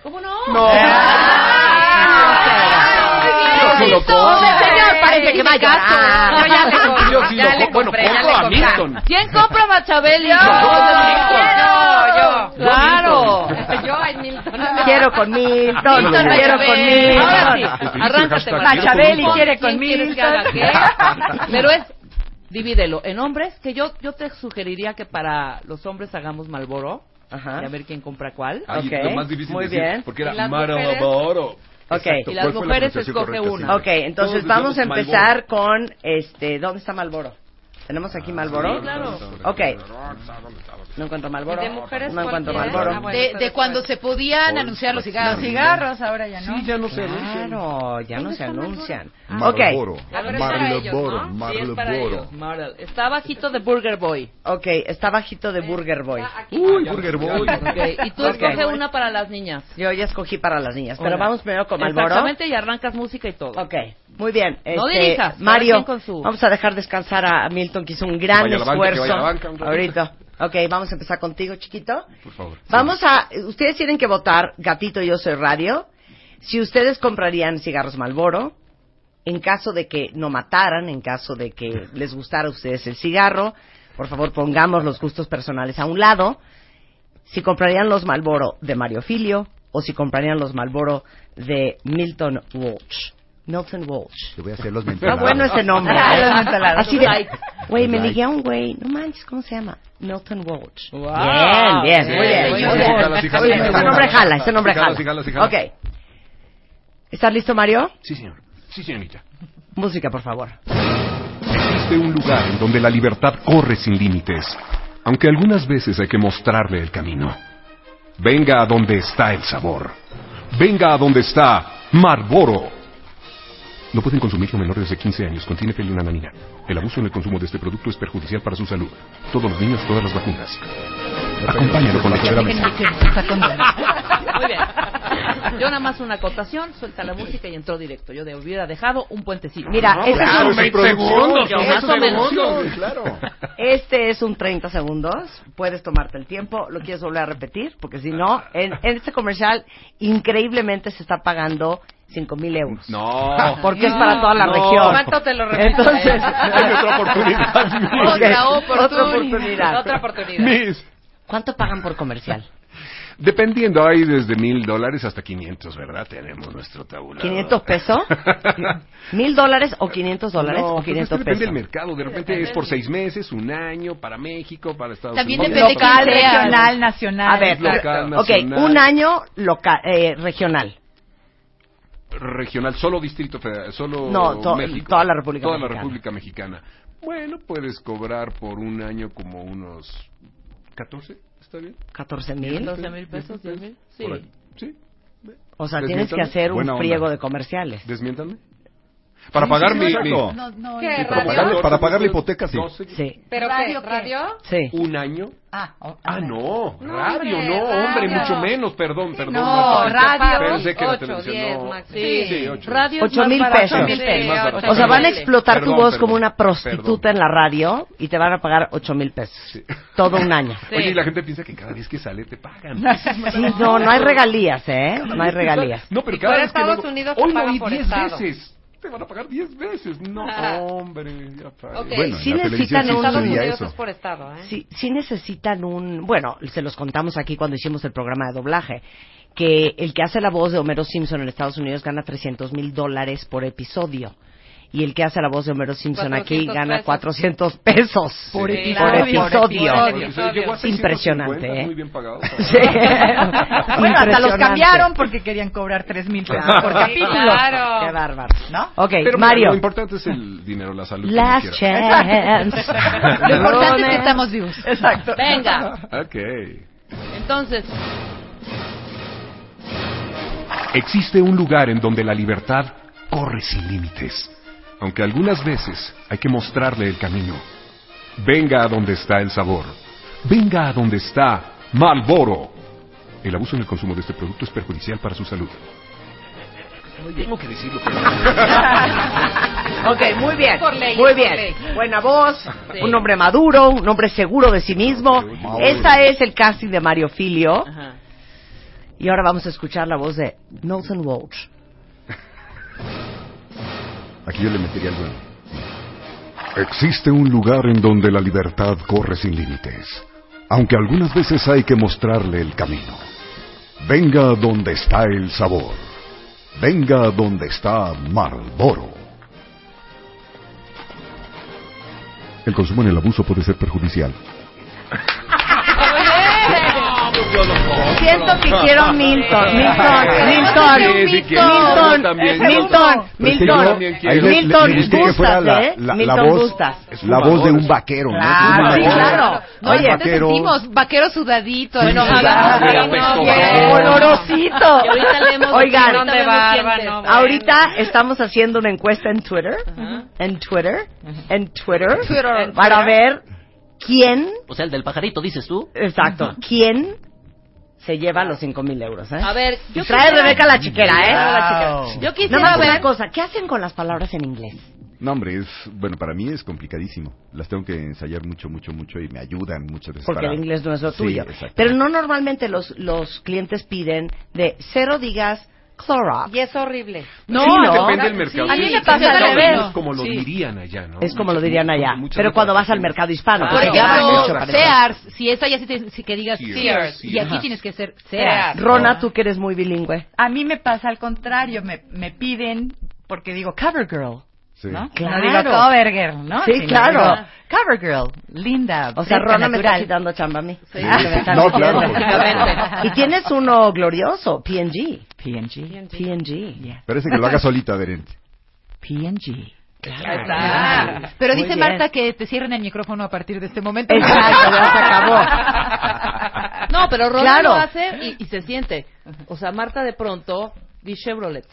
Speaker 4: ¿Cómo no? Ah,
Speaker 15: No. ah,
Speaker 4: Yo sí lo compro.
Speaker 15: Señor, parece que va a llorar.
Speaker 4: Ah, Yo ya le compro.
Speaker 15: Yo sí lo
Speaker 4: Ya le
Speaker 15: compro.
Speaker 4: compré,
Speaker 15: Bueno,
Speaker 4: ya
Speaker 15: compro
Speaker 4: le
Speaker 15: a
Speaker 4: compré.
Speaker 15: Milton.
Speaker 4: ¿Quién compra Machiavelli?
Speaker 15: Yo,
Speaker 4: yo,
Speaker 15: yo.
Speaker 4: Claro.
Speaker 15: Yo, Milton.
Speaker 4: Yo, ay, Milton.
Speaker 1: Quiero con Milton,
Speaker 4: Milton
Speaker 1: quiero con
Speaker 4: Machiavelli. Ahora sí,
Speaker 1: Milton. Utilice
Speaker 4: arráncate.
Speaker 1: el hashtag
Speaker 4: María.
Speaker 1: Machiavelli
Speaker 4: Pon
Speaker 1: quiere con
Speaker 4: quién quieres que
Speaker 1: Milton.
Speaker 4: haga qué. Pero es, divídelo en hombres, que yo, yo te sugeriría que para los hombres hagamos Malboro. Y a ver quién compra cuál.
Speaker 6: Ay,
Speaker 4: Ok.
Speaker 6: lo más difícil
Speaker 4: Muy
Speaker 6: decir,
Speaker 4: bien.
Speaker 6: porque
Speaker 4: Y
Speaker 6: era
Speaker 4: las
Speaker 6: Maraboro.
Speaker 1: Ok.
Speaker 6: Exacto,
Speaker 4: Y las
Speaker 6: ¿cuál fue la
Speaker 4: mujeres
Speaker 6: pronunciación
Speaker 4: escoge
Speaker 6: correcta,
Speaker 4: una.
Speaker 6: señora?
Speaker 1: Ok, entonces
Speaker 6: Todos
Speaker 1: vamos a
Speaker 6: decíamos
Speaker 1: empezar con, este, ¿dónde está Malboro? ¿Tenemos
Speaker 6: Ah,
Speaker 1: aquí Malboro?
Speaker 6: sí, claro.
Speaker 1: Ok. No encuentro Malboro.
Speaker 9: ¿Y de mujeres
Speaker 1: no encuentro
Speaker 9: cuál quieres?
Speaker 1: Malboro.
Speaker 9: Ah, bueno, De- de después. cuando se podían anunciar los cigarros. Los cigarros, ahora ya no. Sí, ya no se anuncian.
Speaker 1: Claro, ya no se anuncian. Ok.
Speaker 10: Marlboro,
Speaker 4: Ah. A ver, es para ellos, ¿no? Sí, es para
Speaker 1: Marlboro.
Speaker 4: ellos, Marl. Está bajito de Burger Boy.
Speaker 1: Ok, está bajito
Speaker 4: Eh,
Speaker 1: de Burger Boy.
Speaker 4: Uy,
Speaker 1: Burger
Speaker 4: Boy. Ah, Ok, Y tú escoge una para las niñas.
Speaker 1: Yo ya escogí para las niñas, pero
Speaker 4: Hola.
Speaker 1: vamos primero con Malboro.
Speaker 4: Exactamente, y arrancas música y todo.
Speaker 1: Ok. Muy bien.
Speaker 4: No
Speaker 1: este,
Speaker 4: dirijas, cada
Speaker 1: Mario,
Speaker 4: quien con su-
Speaker 1: vamos a dejar descansar a Milton, que hizo un gran
Speaker 6: vaya a la banca, que
Speaker 1: esfuerzo.
Speaker 6: vaya a la banca un ratito.
Speaker 1: Ahorita. Ok, vamos a empezar contigo, chiquito.
Speaker 6: Por favor.
Speaker 1: Vamos a, ustedes tienen que votar, gatito, yo soy radio, si ustedes comprarían cigarros Malboro, en caso de que no mataran, en caso de que les gustara a ustedes el cigarro, por favor pongamos los gustos personales a un lado, si comprarían los Malboro de Mario Filio o si comprarían los Malboro de Milton Walsh. Milton Walsh.
Speaker 5: Te voy a hacer los
Speaker 1: Está
Speaker 5: mentolados.
Speaker 1: bueno ese nombre. ¿eh?
Speaker 5: Los mentolados.
Speaker 1: Así de,
Speaker 5: Like.
Speaker 1: güey, me
Speaker 5: Like.
Speaker 1: ligué a un güey, no manches, ¿cómo se llama? Milton Walsh.
Speaker 15: Wow.
Speaker 1: Bien, bien,
Speaker 15: Sí,
Speaker 1: muy bien.
Speaker 15: muy
Speaker 1: muy
Speaker 15: bien.
Speaker 1: bien.
Speaker 15: Jala, sí, jala,
Speaker 1: Muy
Speaker 15: sí,
Speaker 1: bien,
Speaker 15: jala.
Speaker 1: Ese nombre jala, ese nombre
Speaker 15: Sí, jala,
Speaker 1: jala.
Speaker 15: sí, jala, sí, jala.
Speaker 1: Ok. ¿Estás listo, Mario?
Speaker 6: Sí, señor. Sí, señorita.
Speaker 1: Música, por favor.
Speaker 6: Existe un lugar en donde la libertad corre sin límites, aunque algunas veces hay que mostrarle el camino. Venga a donde está el sabor. Venga a donde está Marlboro. No pueden consumirlo menores de 15 años. Contiene felinanamina. El abuso en el consumo de este producto es perjudicial para su salud. Todos los niños, todas las vacunas. Acompáñalo con la de la mesa.
Speaker 4: Muy bien. Yo nada más una acotación, suelta la música y entró directo. Yo de hubiera dejado un puentecito.
Speaker 1: Mira,
Speaker 4: ¿no?
Speaker 1: ese es
Speaker 4: Claro,
Speaker 1: un-
Speaker 4: veinte segundos, yo más o menos.
Speaker 1: Este es un 30 segundos. Puedes tomarte el tiempo. Lo quieres volver a repetir, porque si no, en, en este comercial increíblemente se está pagando 5 mil euros.
Speaker 6: No.
Speaker 1: Porque es para toda la
Speaker 6: No.
Speaker 1: región.
Speaker 6: ¿Cuánto te lo repito?
Speaker 1: Entonces,
Speaker 6: Hay otra oportunidad.
Speaker 1: Otra
Speaker 4: oportunidad.
Speaker 1: oportunidad.
Speaker 4: Otra oportunidad.
Speaker 6: Miss.
Speaker 1: ¿Cuánto pagan por comercial?
Speaker 6: Dependiendo, hay desde mil dólares hasta 500, ¿verdad? Tenemos nuestro tabulador.
Speaker 1: ¿500 pesos? ¿Mil dólares o 500 dólares
Speaker 6: No,
Speaker 1: o
Speaker 6: pues es que
Speaker 1: 500
Speaker 6: depende
Speaker 1: pesos?
Speaker 6: del mercado. De repente
Speaker 1: Depende
Speaker 6: es por
Speaker 1: del-
Speaker 6: seis meses, un año, para México, para Estados
Speaker 9: También
Speaker 6: Unidos.
Speaker 9: depende
Speaker 1: Local,
Speaker 9: quién sea.
Speaker 1: regional,
Speaker 9: nacional.
Speaker 1: A ver,
Speaker 6: Local,
Speaker 1: pero- ok,
Speaker 6: nacional.
Speaker 1: un año local, eh, regional.
Speaker 6: Regional, solo Distrito Federal, solo
Speaker 1: No, to-
Speaker 6: México.
Speaker 1: toda la República
Speaker 6: Toda la
Speaker 1: Mexicana.
Speaker 6: República Mexicana. Bueno, puedes cobrar por un año como unos 14, ¿está bien?
Speaker 1: 14 mil.
Speaker 4: 12 mil pesos, 10 mil. Sí.
Speaker 6: Por ahí. Sí.
Speaker 1: O sea,
Speaker 6: Desmiéntame.
Speaker 1: tienes que hacer un
Speaker 6: Buena onda.
Speaker 1: friego de comerciales.
Speaker 6: Desmiéntame. Para pagar mi- mi-
Speaker 5: No,
Speaker 9: no,
Speaker 6: Sí,
Speaker 9: ¿Qué,
Speaker 6: para,
Speaker 9: radio?
Speaker 6: pagar,
Speaker 5: Para pagar la hipoteca, sí.
Speaker 1: Sí.
Speaker 9: ¿Pero qué? ¿Radio?
Speaker 1: Sí.
Speaker 6: ¿Un año?
Speaker 9: Ah, oh,
Speaker 6: Ah, no,
Speaker 9: No,
Speaker 6: radio,
Speaker 9: hombre,
Speaker 6: no, hombre,
Speaker 9: radio.
Speaker 6: mucho menos, perdón, perdón.
Speaker 9: no,
Speaker 6: Marta.
Speaker 9: radio,
Speaker 6: Pensé que la
Speaker 9: ocho,
Speaker 6: televisión,
Speaker 9: diez,
Speaker 6: no.
Speaker 9: máximo.
Speaker 6: Sí, sí,
Speaker 9: Sí.
Speaker 6: ocho.
Speaker 9: Radio es
Speaker 1: Ocho
Speaker 9: más
Speaker 1: mil
Speaker 9: barato,
Speaker 1: pesos.
Speaker 9: mil pesos.
Speaker 6: Más barato.
Speaker 1: O sea, van a explotar
Speaker 6: Perdón,
Speaker 1: tu voz
Speaker 6: perdón.
Speaker 1: como una prostituta en la radio y te van a pagar ocho mil pesos. Todo un año.
Speaker 6: Oye, y la gente piensa que cada vez que sale te pagan.
Speaker 1: Sí, no, no hay regalías, ¿eh? No hay regalías.
Speaker 6: No, pero
Speaker 4: Si
Speaker 6: cada
Speaker 4: fuera
Speaker 6: vez que
Speaker 4: Estados
Speaker 6: luego,
Speaker 4: Unidos,
Speaker 6: hoy
Speaker 4: te
Speaker 6: lo
Speaker 4: pagan
Speaker 6: vi
Speaker 4: por
Speaker 6: 10
Speaker 4: estado.
Speaker 6: veces. Te van a pagar 10 veces. No,
Speaker 4: Ajá.
Speaker 6: hombre. ya pagué.
Speaker 4: Ok. Pues
Speaker 1: Bueno, en Sí la televisión necesitan sí un-
Speaker 4: Estados
Speaker 1: sucedía
Speaker 4: Unidos
Speaker 1: eso.
Speaker 4: es por estado, ¿eh?
Speaker 1: Sí, sí necesitan un... Bueno, se los contamos aquí cuando hicimos el programa de doblaje, que el que hace la voz de Homero Simpson en Estados Unidos gana 300 mil dólares por episodio. Y el que hace la voz de Homero Simpson aquí
Speaker 15: 400
Speaker 1: gana
Speaker 15: pesos.
Speaker 1: 400 pesos
Speaker 15: Por
Speaker 1: Sí.
Speaker 15: episodio.
Speaker 1: Por
Speaker 15: Por
Speaker 1: episodio.
Speaker 15: episodio. Llegó a 650,
Speaker 1: Impresionante, ¿eh?
Speaker 6: Muy bien pagado.
Speaker 1: Sí.
Speaker 9: Bueno, hasta los
Speaker 1: Impresionante.
Speaker 9: cambiaron porque querían cobrar tres mil pesos por
Speaker 1: Claro.
Speaker 9: capítulo.
Speaker 1: Claro. Qué bárbaro.
Speaker 18: ¿No?
Speaker 1: Ok,
Speaker 6: Pero mira,
Speaker 1: Mario.
Speaker 6: lo importante es el dinero, la salud. como
Speaker 1: Last
Speaker 6: quiera.
Speaker 1: chance.
Speaker 8: Lo importante es
Speaker 1: eh.
Speaker 8: que estamos vivos.
Speaker 19: Exacto.
Speaker 8: Venga.
Speaker 6: Ok.
Speaker 8: Entonces,
Speaker 6: Existe un lugar en donde la libertad corre sin límites, aunque algunas veces hay que mostrarle el camino. Venga a donde está el sabor. Venga a donde está Malboro. El abuso en el consumo de este producto es perjudicial para su salud. Tengo que decirlo.
Speaker 1: Ok, muy bien.
Speaker 4: Por ley,
Speaker 1: muy
Speaker 4: por
Speaker 1: bien.
Speaker 4: ley.
Speaker 1: Buena voz, un hombre maduro, un hombre seguro de sí mismo. Esta es el casting de Mario Filio. Y ahora vamos a escuchar la voz de Nelson Walsh.
Speaker 10: Aquí yo le metería el Existe un lugar en donde la libertad corre sin límites, aunque algunas veces hay que mostrarle el camino. Venga donde está el sabor. Venga donde está Marlboro.
Speaker 15: El consumo en el abuso puede ser perjudicial.
Speaker 1: Siento que quiero Milton, Milton, Milton,
Speaker 15: Sí, sí quiero. Yo
Speaker 1: Milton,
Speaker 15: también. pues
Speaker 1: Milton,
Speaker 15: Pero es que
Speaker 1: Milton,
Speaker 15: yo-
Speaker 1: Milton,
Speaker 15: ahí le- le-
Speaker 1: Milton,
Speaker 15: le busqué que fuera
Speaker 1: gustas,
Speaker 15: la-
Speaker 1: ¿eh?
Speaker 15: la- la
Speaker 1: Milton,
Speaker 15: voz-
Speaker 1: gustas.
Speaker 15: La voz de un vaquero, ¿no?
Speaker 8: Ah,
Speaker 1: Claro,
Speaker 15: Es un
Speaker 1: sí,
Speaker 15: vaquero.
Speaker 1: claro.
Speaker 8: no,
Speaker 15: Oye,
Speaker 8: ya te
Speaker 15: vaquero.
Speaker 8: sentimos vaquero sudadito,
Speaker 15: Sí, sudado,
Speaker 8: enojado.
Speaker 15: apestoso.
Speaker 1: Olorosito.
Speaker 8: Y ahorita le hemos
Speaker 1: Oigan,
Speaker 8: dicho dónde
Speaker 1: ahorita
Speaker 8: barba,
Speaker 1: me sientes.
Speaker 8: no, bueno.
Speaker 1: ahorita estamos haciendo una encuesta en Twitter, en Twitter, en Twitter,
Speaker 9: Twitter.
Speaker 1: para ver quién,
Speaker 9: O sea, el del pajarito, dices tú.
Speaker 1: exacto, quién se lleva los cinco mil euros, ¿eh?
Speaker 4: A ver, yo
Speaker 1: Y trae
Speaker 4: quisiera-
Speaker 1: Rebeca la chiquera, ¿eh?
Speaker 4: Wow.
Speaker 1: La chiquera.
Speaker 4: Yo quisiera
Speaker 1: Nada más una
Speaker 4: ver-
Speaker 1: cosa, ¿qué hacen con las palabras en inglés?
Speaker 15: No, hombre, es, bueno, para mí es complicadísimo. Las tengo que ensayar mucho, mucho, mucho y me ayudan muchas veces.
Speaker 1: Porque
Speaker 15: para-
Speaker 1: el inglés no es lo
Speaker 15: Sí,
Speaker 1: tuyo.
Speaker 15: exacto.
Speaker 1: Pero no normalmente los, los clientes piden de cero digas Clorox.
Speaker 4: Y es horrible.
Speaker 1: No,
Speaker 6: Sí,
Speaker 1: no.
Speaker 6: depende del mercado.
Speaker 1: A mí me
Speaker 6: Sí,
Speaker 1: pasa
Speaker 6: claro,
Speaker 1: al revés.
Speaker 6: Es como lo
Speaker 1: Sí.
Speaker 6: dirían allá, ¿no?
Speaker 1: Es como lo dirían allá. Pero cuando vas al mercado hispano.
Speaker 8: Por
Speaker 1: porque pues, ya van mucho
Speaker 8: ejemplo,
Speaker 1: para allá.
Speaker 8: Sears, si es allá sí te- sí que digas
Speaker 1: Sears,
Speaker 8: Sears,
Speaker 1: Sears.
Speaker 8: y aquí
Speaker 1: Ajá.
Speaker 8: tienes que ser
Speaker 1: Sears.
Speaker 8: Sears.
Speaker 1: Rona, tú que eres muy bilingüe.
Speaker 9: A mí me pasa al contrario, me, me piden, porque digo cover girl. ¿No?
Speaker 1: Claro.
Speaker 9: no digo cover girl, ¿no?
Speaker 1: Sí,
Speaker 9: Sino
Speaker 1: claro.
Speaker 9: digo, cover girl, linda.
Speaker 1: O sea,
Speaker 9: fresca,
Speaker 1: Rona me está
Speaker 9: natural.
Speaker 1: quitando chamba a mí.
Speaker 9: Sí, Ah, no, claro, porque-
Speaker 1: Y tienes uno glorioso, P&G.
Speaker 9: P&G.
Speaker 1: P&G.
Speaker 15: Parece que lo haga solita, Beren.
Speaker 9: P&G.
Speaker 8: Ah, Pero
Speaker 1: Muy
Speaker 8: dice
Speaker 1: bien.
Speaker 8: Marta que te cierren el micrófono a partir de este momento.
Speaker 1: Exacto, ya se acabó.
Speaker 8: No, pero
Speaker 4: Pero Ron
Speaker 8: Claro.
Speaker 4: lo hace y, y se siente. O sea, Marta de pronto di Chevrolet.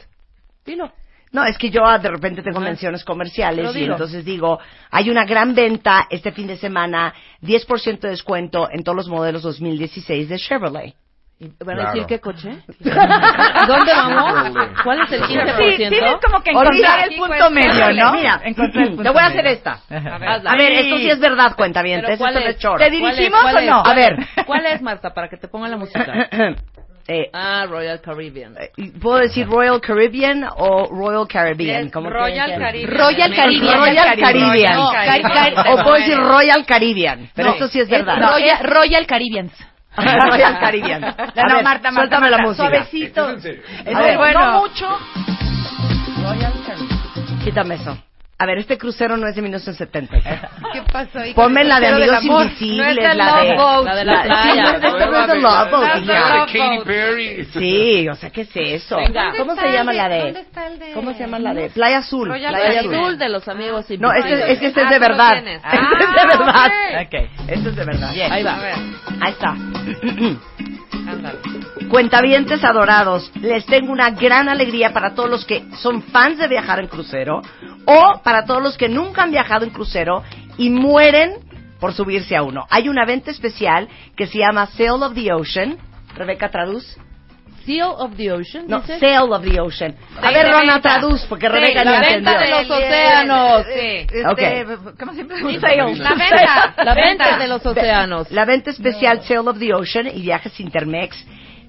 Speaker 4: Dilo.
Speaker 1: No, es que yo ah, de repente tengo menciones
Speaker 4: Pero
Speaker 1: comerciales y
Speaker 4: dilo.
Speaker 1: entonces digo, hay una gran venta este fin de semana, 10% de descuento en todos los modelos 2016 de Chevrolet.
Speaker 4: ¿Van
Speaker 1: Claro.
Speaker 4: a decir qué coche? ¿Dónde vamos? ¿Cuál es el 15%?
Speaker 9: Sí, tienes como que
Speaker 1: Olvida
Speaker 9: encontrar el
Speaker 1: aquí
Speaker 9: punto medio,
Speaker 1: cuestiones.
Speaker 9: ¿no?
Speaker 1: Mira,
Speaker 9: Encontrar el punto
Speaker 1: te voy a hacer
Speaker 9: medio.
Speaker 1: esta.
Speaker 9: Ajá.
Speaker 1: A ver, esto sí es verdad, cuenta bien.
Speaker 4: Pero ¿cuál es?
Speaker 9: ¿Te
Speaker 4: ¿Cuál es?
Speaker 9: dirigimos
Speaker 4: ¿Cuál
Speaker 9: o
Speaker 4: es?
Speaker 9: no?
Speaker 4: ¿Cuál
Speaker 9: A ver.
Speaker 4: es? ¿Cuál es, Marta, para que te ponga la música? ah, Royal Caribbean.
Speaker 1: ¿Puedo decir Royal Caribbean o Royal Caribbean?
Speaker 4: Es
Speaker 1: ¿Cómo
Speaker 4: Royal
Speaker 1: quieres?
Speaker 4: Caribbean.
Speaker 1: Royal Caribbean. Royal Caribbean.
Speaker 8: No, Cari- Cari-
Speaker 1: o puedo decir Royal Caribbean, pero
Speaker 8: No,
Speaker 1: esto sí es
Speaker 8: es
Speaker 1: verdad.
Speaker 8: Royal- Royal Caribbeans.
Speaker 1: Royal Caribbean.
Speaker 8: No,
Speaker 1: A
Speaker 8: no, Marta,
Speaker 1: ver,
Speaker 8: Marta,
Speaker 1: suéltame la
Speaker 8: Marta,
Speaker 1: música.
Speaker 8: suavecito. Es
Speaker 1: A
Speaker 8: no,
Speaker 1: ver,
Speaker 8: bueno.
Speaker 1: no mucho. Quítame eso. A ver, este crucero no es de 1970.
Speaker 8: ¿Qué pasó ahí?
Speaker 1: ¿eh? Ponme la de
Speaker 8: Pero del
Speaker 1: Amigos
Speaker 8: amor.
Speaker 1: Invisibles,
Speaker 8: No es del
Speaker 1: la de-
Speaker 8: Love Boat.
Speaker 1: la de la playa.
Speaker 8: Sí, no es de-
Speaker 1: Esto no es de Love Boat, ya.
Speaker 6: Katy Perry.
Speaker 1: Sí, o sea, ¿qué es eso?
Speaker 4: Venga.
Speaker 1: ¿Cómo
Speaker 4: ¿Dónde
Speaker 1: se
Speaker 4: está
Speaker 1: llama
Speaker 4: el
Speaker 1: la
Speaker 4: de-
Speaker 1: de?
Speaker 4: dónde
Speaker 1: ¿Cómo se llama la de? Playa Azul.
Speaker 4: Royal
Speaker 1: Playa
Speaker 4: Caribbean. Ah. Azul de los amigos.
Speaker 1: No, este es, es que este es
Speaker 4: Ah,
Speaker 1: de
Speaker 4: tú lo
Speaker 1: verdad.
Speaker 4: tienes.
Speaker 1: Este es de
Speaker 4: Ah,
Speaker 1: verdad.
Speaker 4: ok.
Speaker 1: Este es de verdad.
Speaker 4: Bien. Ahí va.
Speaker 1: A
Speaker 4: A
Speaker 1: ver.
Speaker 4: ver.
Speaker 1: Ahí está. Cuentavientes adorados, les tengo una gran alegría para todos los que son fans de viajar en crucero o para todos los que nunca han viajado en crucero y mueren por subirse a uno. Hay una venta especial que se llama Sail of the Ocean. Rebeca, traduz.
Speaker 4: Seal of the Ocean,
Speaker 1: No,
Speaker 4: dice.
Speaker 1: Sail of the Ocean. A
Speaker 4: Sí,
Speaker 1: ver,
Speaker 4: la
Speaker 1: Rona,
Speaker 4: venta.
Speaker 1: traduz, porque
Speaker 4: Sí,
Speaker 1: Rebeca
Speaker 4: la
Speaker 1: ni
Speaker 4: venta
Speaker 1: entendió.
Speaker 4: de los océanos. Sí.
Speaker 9: Este,
Speaker 1: Ok.
Speaker 8: ¿Cómo siempre?
Speaker 1: Sí, sail.
Speaker 4: La venta. La venta de los océanos.
Speaker 1: La venta especial Sail of the Ocean y viajes Intermex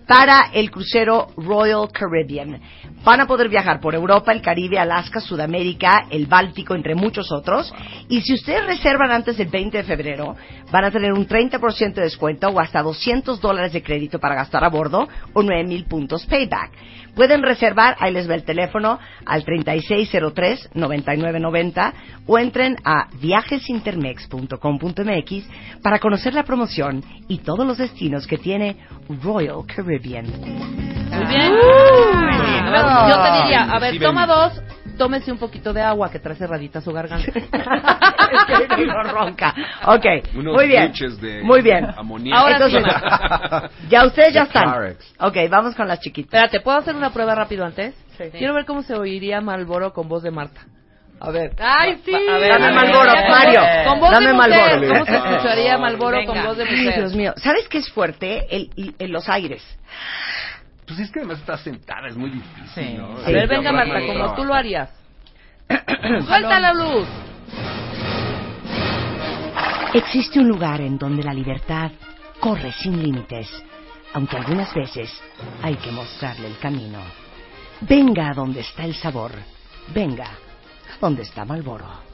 Speaker 1: para el crucero Royal Caribbean. Van a poder viajar por Europa, el Caribe, Alaska, Sudamérica, el Báltico, entre muchos otros. Y si ustedes reservan antes del 20 de febrero, van a tener un 30% de descuento o hasta 200 dólares de crédito para gastar a bordo o 9000 puntos payback. Pueden reservar, ahí les va el teléfono, al 3603-9990 o entren a viajesintermex.com.mx para conocer la promoción y todos los destinos que tiene Royal Caribbean.
Speaker 4: Muy bien.
Speaker 1: bien.
Speaker 4: ¡Uh! A ver,
Speaker 16: No.
Speaker 4: yo te diría, a ver,
Speaker 16: Sí,
Speaker 4: toma
Speaker 16: ven.
Speaker 4: dos, tómese un poquito de agua que trae cerradita su garganta.
Speaker 1: no ronca. Ok,
Speaker 6: Unos
Speaker 1: muy bien.
Speaker 6: buches de
Speaker 1: muy bien.
Speaker 6: amoníaco.
Speaker 1: Ahora
Speaker 6: Ahora sí,
Speaker 1: Entonces, ya ustedes ya están.
Speaker 6: Carex.
Speaker 1: Ok, vamos con las chiquitas.
Speaker 4: Espérate, ¿puedo hacer una prueba rápido antes?
Speaker 1: Sí.
Speaker 4: Quiero ver cómo se oiría Malboro con voz de Marta. A ver.
Speaker 5: ¡Ay, sí!
Speaker 4: A ver,
Speaker 1: Dame
Speaker 4: a ver.
Speaker 1: Malboro, Mario.
Speaker 4: Con voz
Speaker 1: Dame
Speaker 4: de mujer.
Speaker 1: Malboro.
Speaker 4: ¿Cómo se escucharía Malboro con voz de mujer?
Speaker 1: Ay, Dios mío. ¿Sabes qué es fuerte? El, el- los aires.
Speaker 6: Pues es que además está sentada, es muy difícil. ¿no?
Speaker 4: A ver,
Speaker 6: Sí,
Speaker 4: venga
Speaker 6: habrá
Speaker 4: Marta,
Speaker 6: que
Speaker 4: como
Speaker 6: trabajar.
Speaker 4: tú lo harías. ¡Suelta la luz!
Speaker 20: Existe un lugar en donde la libertad corre sin límites, aunque algunas veces hay que mostrarle el camino. Venga a donde está el sabor, venga a donde está Malboro.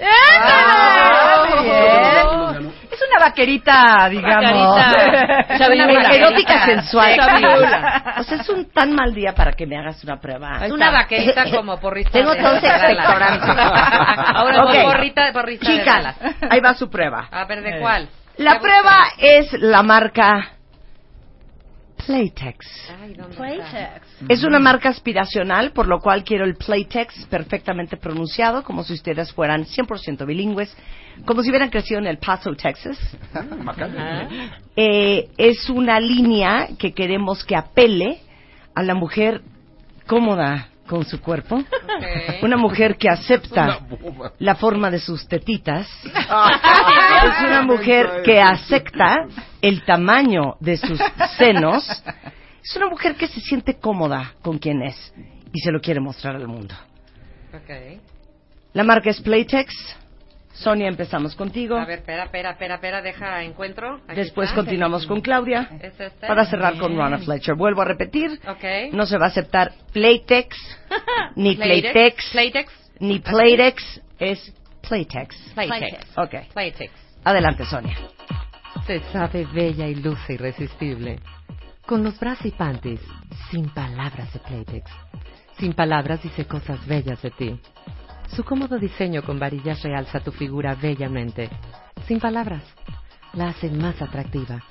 Speaker 1: Ah.
Speaker 21: bien. Es una vaquerita, digamos.
Speaker 1: Una erótica sensual.
Speaker 21: Chaviola.
Speaker 1: O sea, es un tan mal día para que me hagas una prueba.
Speaker 5: Es una vaquerita como porrista.
Speaker 1: Tengo
Speaker 5: de-
Speaker 1: todo
Speaker 5: de Dallas.
Speaker 1: expectorante.
Speaker 5: Ahora
Speaker 1: Ok.
Speaker 5: con porrita, porrista de
Speaker 1: Chicas,
Speaker 5: Dallas.
Speaker 1: ahí va su prueba.
Speaker 5: A ver, ¿de cuál?
Speaker 1: La prueba es la marca Playtex.
Speaker 16: Playtex.
Speaker 1: Es una marca aspiracional, por lo cual quiero el Playtex perfectamente pronunciado, como si ustedes fueran 100% bilingües, como si hubieran crecido en El Paso, Texas.
Speaker 5: Ah.
Speaker 1: Eh, es una línea que queremos que apele a la mujer cómoda con su cuerpo, una mujer que acepta la forma de sus tetitas, es una mujer que acepta el tamaño de sus senos, es una mujer que se siente cómoda con quien es y se lo quiere mostrar al mundo.
Speaker 5: Ok.
Speaker 1: La marca es Playtex. Sonia, empezamos contigo.
Speaker 5: A ver, espera, espera, espera, espera, deja encuentro. Aquí
Speaker 1: Después
Speaker 5: está.
Speaker 1: continuamos con Claudia.
Speaker 5: ¿Es este?
Speaker 1: Para cerrar con
Speaker 5: Bien.
Speaker 1: Rana Fletcher. Vuelvo a repetir.
Speaker 5: Ok.
Speaker 1: No se va a aceptar Playtex, ni
Speaker 5: Playtex.
Speaker 1: Playtex,
Speaker 5: Playtex.
Speaker 1: ni Playtex. Es Playtex.
Speaker 5: Playtex.
Speaker 1: Ok.
Speaker 5: Playtex.
Speaker 1: Adelante, Sonia.
Speaker 12: Se sabe bella y luce irresistible. Con los bras y panties, sin palabras de Playtex. Sin palabras dice cosas bellas de ti. Su cómodo diseño con varillas realza tu figura bellamente. Sin palabras, la hace más atractiva.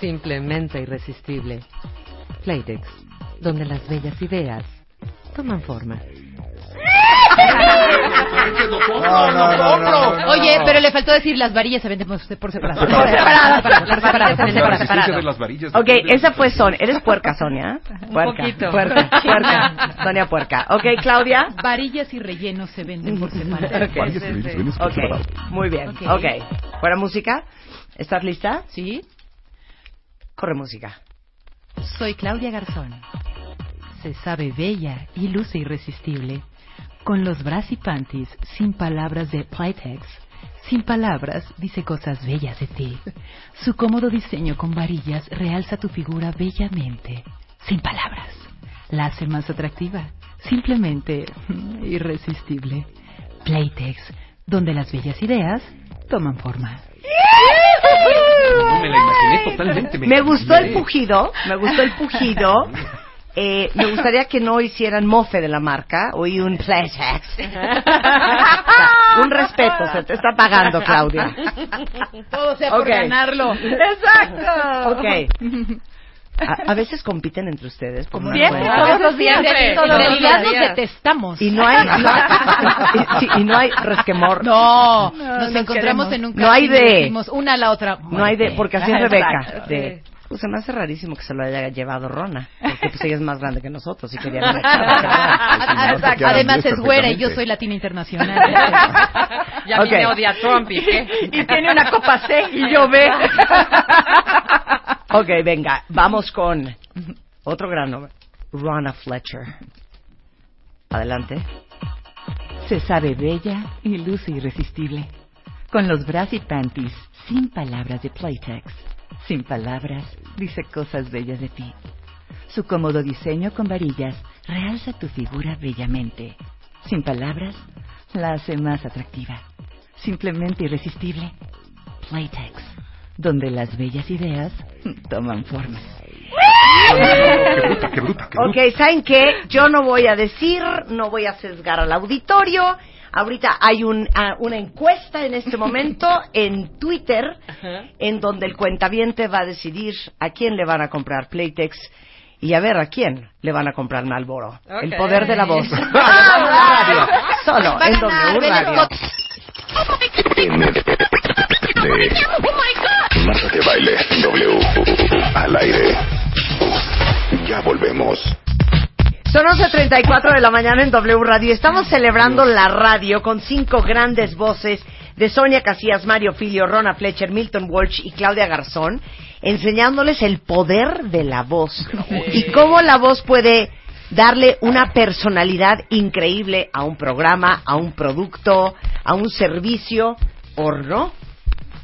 Speaker 12: Simplemente irresistible. Playtex, donde las bellas ideas toman forma.
Speaker 6: No, no, no, no, no,
Speaker 16: Oye,
Speaker 6: no.
Speaker 16: pero le faltó decir las varillas se venden por por separado.
Speaker 6: Por separado.
Speaker 16: Por separado.
Speaker 6: La resistencia de las varillas.
Speaker 1: Ok, esa fue Sonia. Eres puerca, Sonia. ¿eh? Puerca.
Speaker 16: poquito.
Speaker 1: Puerca, puerca. Sonia puerca. Ok, Claudia.
Speaker 16: Varillas y rellenos se venden por separado.
Speaker 1: Ok. Ok, muy bien.
Speaker 16: Ok.
Speaker 1: Ok. Buena música. ¿Estás lista? Sí. Corre música.
Speaker 8: Soy Claudia Garzón. Se sabe bella y luce irresistible. Con los bras y panties, sin palabras de Playtex. Sin palabras, dice cosas bellas de ti. Su cómodo diseño con varillas realza tu figura bellamente. Sin palabras. La hace más atractiva. Simplemente irresistible. Playtex, donde las bellas ideas toman forma.
Speaker 6: No me la imaginé totalmente.
Speaker 1: Me gustó el pujido, me gustó el pujido. Eh, me gustaría que no hicieran mofe de la marca. Oí un playtex. Un respeto, se te está pagando, Claudia.
Speaker 16: Todo sea por
Speaker 1: Ok.
Speaker 16: ganarlo.
Speaker 1: Exacto. Ok. A, a veces compiten entre ustedes. Como
Speaker 16: Siempre, todos los días, Siempre, todos los días. En realidad nos
Speaker 1: detestamos. Y no hay, no hay- y, sí, y no hay resquemor.
Speaker 16: No,
Speaker 1: No,
Speaker 16: nos
Speaker 1: no
Speaker 16: encontramos
Speaker 1: queremos.
Speaker 16: en un
Speaker 1: No hay
Speaker 16: casting y
Speaker 1: de-
Speaker 16: decimos una a la otra.
Speaker 1: No hay de, porque así es
Speaker 16: Exacto.
Speaker 1: Rebeca. De, pues se me hace rarísimo que se lo haya llevado Rona, porque pues ella es más grande que nosotros y quería ver a Chava, pero bueno, pues, si no, se
Speaker 16: Exacto.
Speaker 1: quedan
Speaker 16: Además
Speaker 1: bien
Speaker 16: es güera y yo
Speaker 1: perfectamente.
Speaker 16: soy latina internacional.
Speaker 5: Y a mí
Speaker 1: Ok.
Speaker 5: me odia Trump y qué.
Speaker 1: Y tiene una copa C y yo B. Ok, venga, vamos con otro gran nombre. Rona Fletcher. Adelante.
Speaker 9: Se sabe bella y luce irresistible. Con los bras y panties, sin palabras de Playtex. Sin palabras, dice cosas bellas de ti. Su cómodo diseño con varillas realza tu figura bellamente. Sin palabras, la hace más atractiva. Simplemente irresistible. Playtex, donde las bellas ideas toman forma.
Speaker 1: ¡Qué bruta, qué bruta, Ok, ¿saben qué? Yo no voy a decir, no voy a sesgar al auditorio. Ahorita hay un, ah, una encuesta en este momento en Twitter en donde el cuentaviente va a decidir a quién le van a comprar Playtex
Speaker 22: Y a ver, ¿a quién le van a comprar Malboro? El
Speaker 15: Ok.
Speaker 22: poder de la voz.
Speaker 15: ¡Bravo!
Speaker 22: Solo
Speaker 15: Va a
Speaker 22: en
Speaker 15: ganar,
Speaker 22: W
Speaker 15: ven el
Speaker 22: Radio.
Speaker 16: "Oh
Speaker 23: de Marta de Baile W al aire. Ya volvemos.
Speaker 1: Son 11.34 de la mañana en W Radio. Estamos celebrando la radio con cinco grandes voces de Sonia Casillas, Mario Filio, Rona Fletcher, Milton Walsh y Claudia Garzón, enseñándoles el poder de la voz y cómo la voz puede darle una personalidad increíble a un programa, a un producto, a un servicio o no.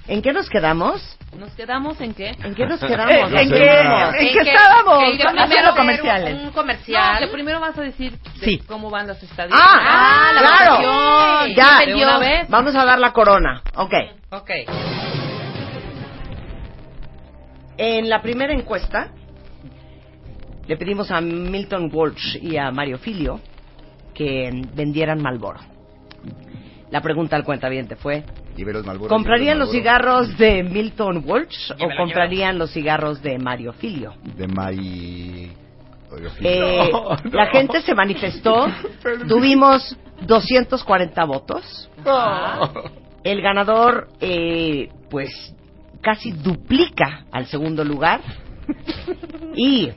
Speaker 1: ¿En qué nos quedamos?
Speaker 4: ¿Nos quedamos en qué?
Speaker 1: ¿En qué nos quedamos?
Speaker 4: ¿En
Speaker 1: ¿En
Speaker 4: qué?
Speaker 1: qué?
Speaker 4: ¿En
Speaker 1: ¿En qué
Speaker 4: qué
Speaker 1: estábamos?
Speaker 4: que iré
Speaker 1: Haciendo
Speaker 4: primero a hacer
Speaker 1: comerciales.
Speaker 4: Un, un comercial.
Speaker 1: No,
Speaker 4: que primero vas a decir de
Speaker 1: Sí.
Speaker 4: cómo van las estadísticas.
Speaker 1: Ah, claro.
Speaker 4: votación.
Speaker 1: Ya,
Speaker 4: ¿De una vez?
Speaker 1: vamos a dar la corona. Ok.
Speaker 4: Ok.
Speaker 1: En la primera encuesta le pedimos a Milton Walsh y a Mario Filio que mm, vendieran Malboro. La pregunta al cuentaviente fue,
Speaker 10: Llévelos Marlboro,
Speaker 1: ¿comprarían los
Speaker 10: llévelos
Speaker 1: cigarros de Milton Walsh
Speaker 10: Llévelo,
Speaker 1: o comprarían los cigarros de Mario Filio?
Speaker 10: Marlboro. De Mari... Oiga,
Speaker 1: Eh,
Speaker 10: no, no.
Speaker 1: La gente se manifestó, tuvimos 240 votos.
Speaker 10: Ah.
Speaker 1: El ganador, eh, pues, casi duplica al segundo lugar. Y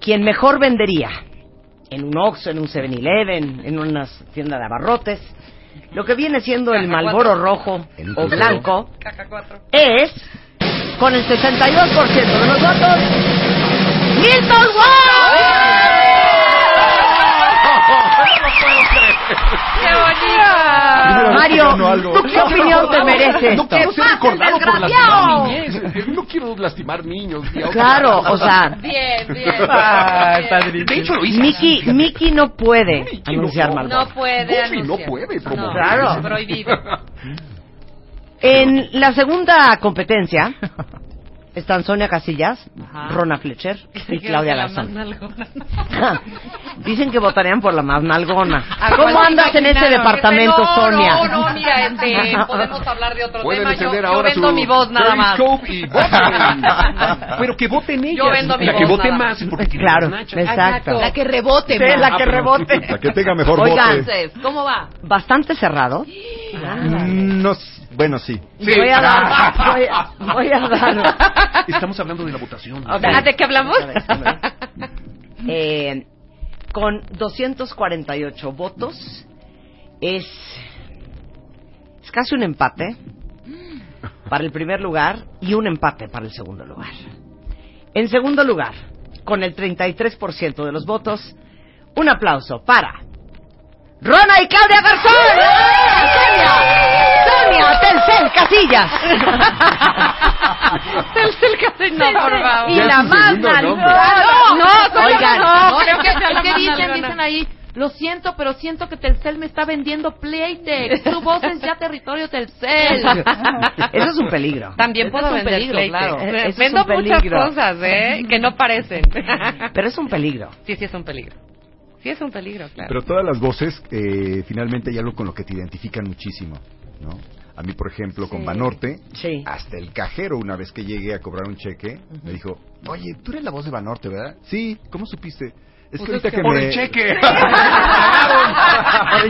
Speaker 1: quien mejor vendería, en un Oxxo, en un 7-Eleven, en una tienda de abarrotes, lo que viene siendo el Malboro rojo
Speaker 15: El
Speaker 1: o
Speaker 15: crucero.
Speaker 1: blanco, es, con el 62% de los votos, Milton
Speaker 15: bonito!
Speaker 1: Mario, ¿tú qué opinión te merece
Speaker 6: No
Speaker 1: esto?
Speaker 6: quiero ser recordado por
Speaker 1: desgraciado!
Speaker 6: lastimar niñez. No quiero lastimar niños. ni a otros.
Speaker 1: Claro, o sea.
Speaker 6: Bien, bien.
Speaker 15: Ay,
Speaker 6: padrísimo. De hecho, lo hice. Ah,
Speaker 1: Mickey, Mickey no puede anunciar mal.
Speaker 5: No puede
Speaker 6: Goofy no
Speaker 5: anunciar.
Speaker 6: puede
Speaker 5: No,
Speaker 6: promover.
Speaker 1: Claro.
Speaker 5: es prohibido.
Speaker 1: En la segunda competencia están Sonia Casillas,
Speaker 5: Ajá.
Speaker 1: Rona Fletcher y
Speaker 5: Que
Speaker 1: Claudia
Speaker 5: se la
Speaker 1: Garzón.
Speaker 5: manda alguna.
Speaker 1: Dicen que votarían por la más nalgona.
Speaker 5: Ah,
Speaker 15: pues
Speaker 1: ¿Cómo
Speaker 5: ¿cuál
Speaker 1: andas en ese
Speaker 5: imaginaron?
Speaker 1: departamento,
Speaker 5: No,
Speaker 1: Sonia?
Speaker 5: No, no, mira, este, podemos hablar de otro
Speaker 6: Pueden
Speaker 5: tema. Yo,
Speaker 6: encender
Speaker 5: yo
Speaker 6: ahora
Speaker 5: vendo
Speaker 6: su
Speaker 5: mi voz nada más.
Speaker 6: Periscope y voten. Pero que voten ellas.
Speaker 5: Yo vendo mi
Speaker 6: La que
Speaker 5: voz
Speaker 6: vote
Speaker 5: nada
Speaker 6: más.
Speaker 5: más.
Speaker 6: porque tiene
Speaker 1: Claro,
Speaker 6: más nachas.
Speaker 1: exacto.
Speaker 8: La que rebote,
Speaker 1: Sí,
Speaker 8: ma.
Speaker 1: la que rebote.
Speaker 10: La que tenga mejor
Speaker 1: Oigan,
Speaker 10: bote.
Speaker 5: ¿Cómo va?
Speaker 1: bastante cerrado.
Speaker 10: Mm, No, s- bueno, sí.
Speaker 1: Voy a dar, voy a- voy a dar
Speaker 6: Estamos hablando de la votación.
Speaker 1: Ok.
Speaker 5: Ah, ¿De qué hablamos?
Speaker 1: Eh, con 248 votos es, es casi un empate para el primer lugar y un empate para el segundo lugar. En segundo lugar, con el 33% de los votos, un aplauso para Rona y Claudia Garzón. Sonia, Sonia, Telcel, Casillas.
Speaker 5: Telcel Castellano, por favor.
Speaker 1: Y la más nalgona.
Speaker 5: No, no,
Speaker 1: no, oigan,
Speaker 5: no,
Speaker 1: no,
Speaker 5: creo que
Speaker 1: es que dicen,
Speaker 5: dicen,
Speaker 1: dicen
Speaker 5: dicen ahí. Lo siento, pero siento que Telcel me está vendiendo Playtex. Tu voz es ya territorio Telcel.
Speaker 1: Eso es un peligro.
Speaker 5: También
Speaker 1: Eso
Speaker 5: puedo
Speaker 1: es un
Speaker 5: vender
Speaker 1: peligro,
Speaker 5: Playtex.
Speaker 1: claro.
Speaker 5: Eh,
Speaker 1: Eso es
Speaker 5: Vendo
Speaker 1: un peligro.
Speaker 5: muchas cosas, ¿eh? Que no parecen.
Speaker 1: Pero es un peligro.
Speaker 5: sí, sí es un peligro. Sí es un peligro, claro.
Speaker 10: Pero todas las voces, eh, finalmente hay algo con lo que te identifican muchísimo, ¿no? A mí, por ejemplo, con
Speaker 5: Sí.
Speaker 10: Banorte,
Speaker 1: Sí.
Speaker 10: hasta el cajero, una vez que llegué a cobrar un cheque, me dijo, oye, tú eres la voz de Banorte, ¿verdad? Sí, ¿cómo supiste? Es
Speaker 6: Pues
Speaker 10: que
Speaker 6: es
Speaker 10: ahorita
Speaker 6: que
Speaker 10: que,
Speaker 6: por
Speaker 10: me-
Speaker 6: el cheque.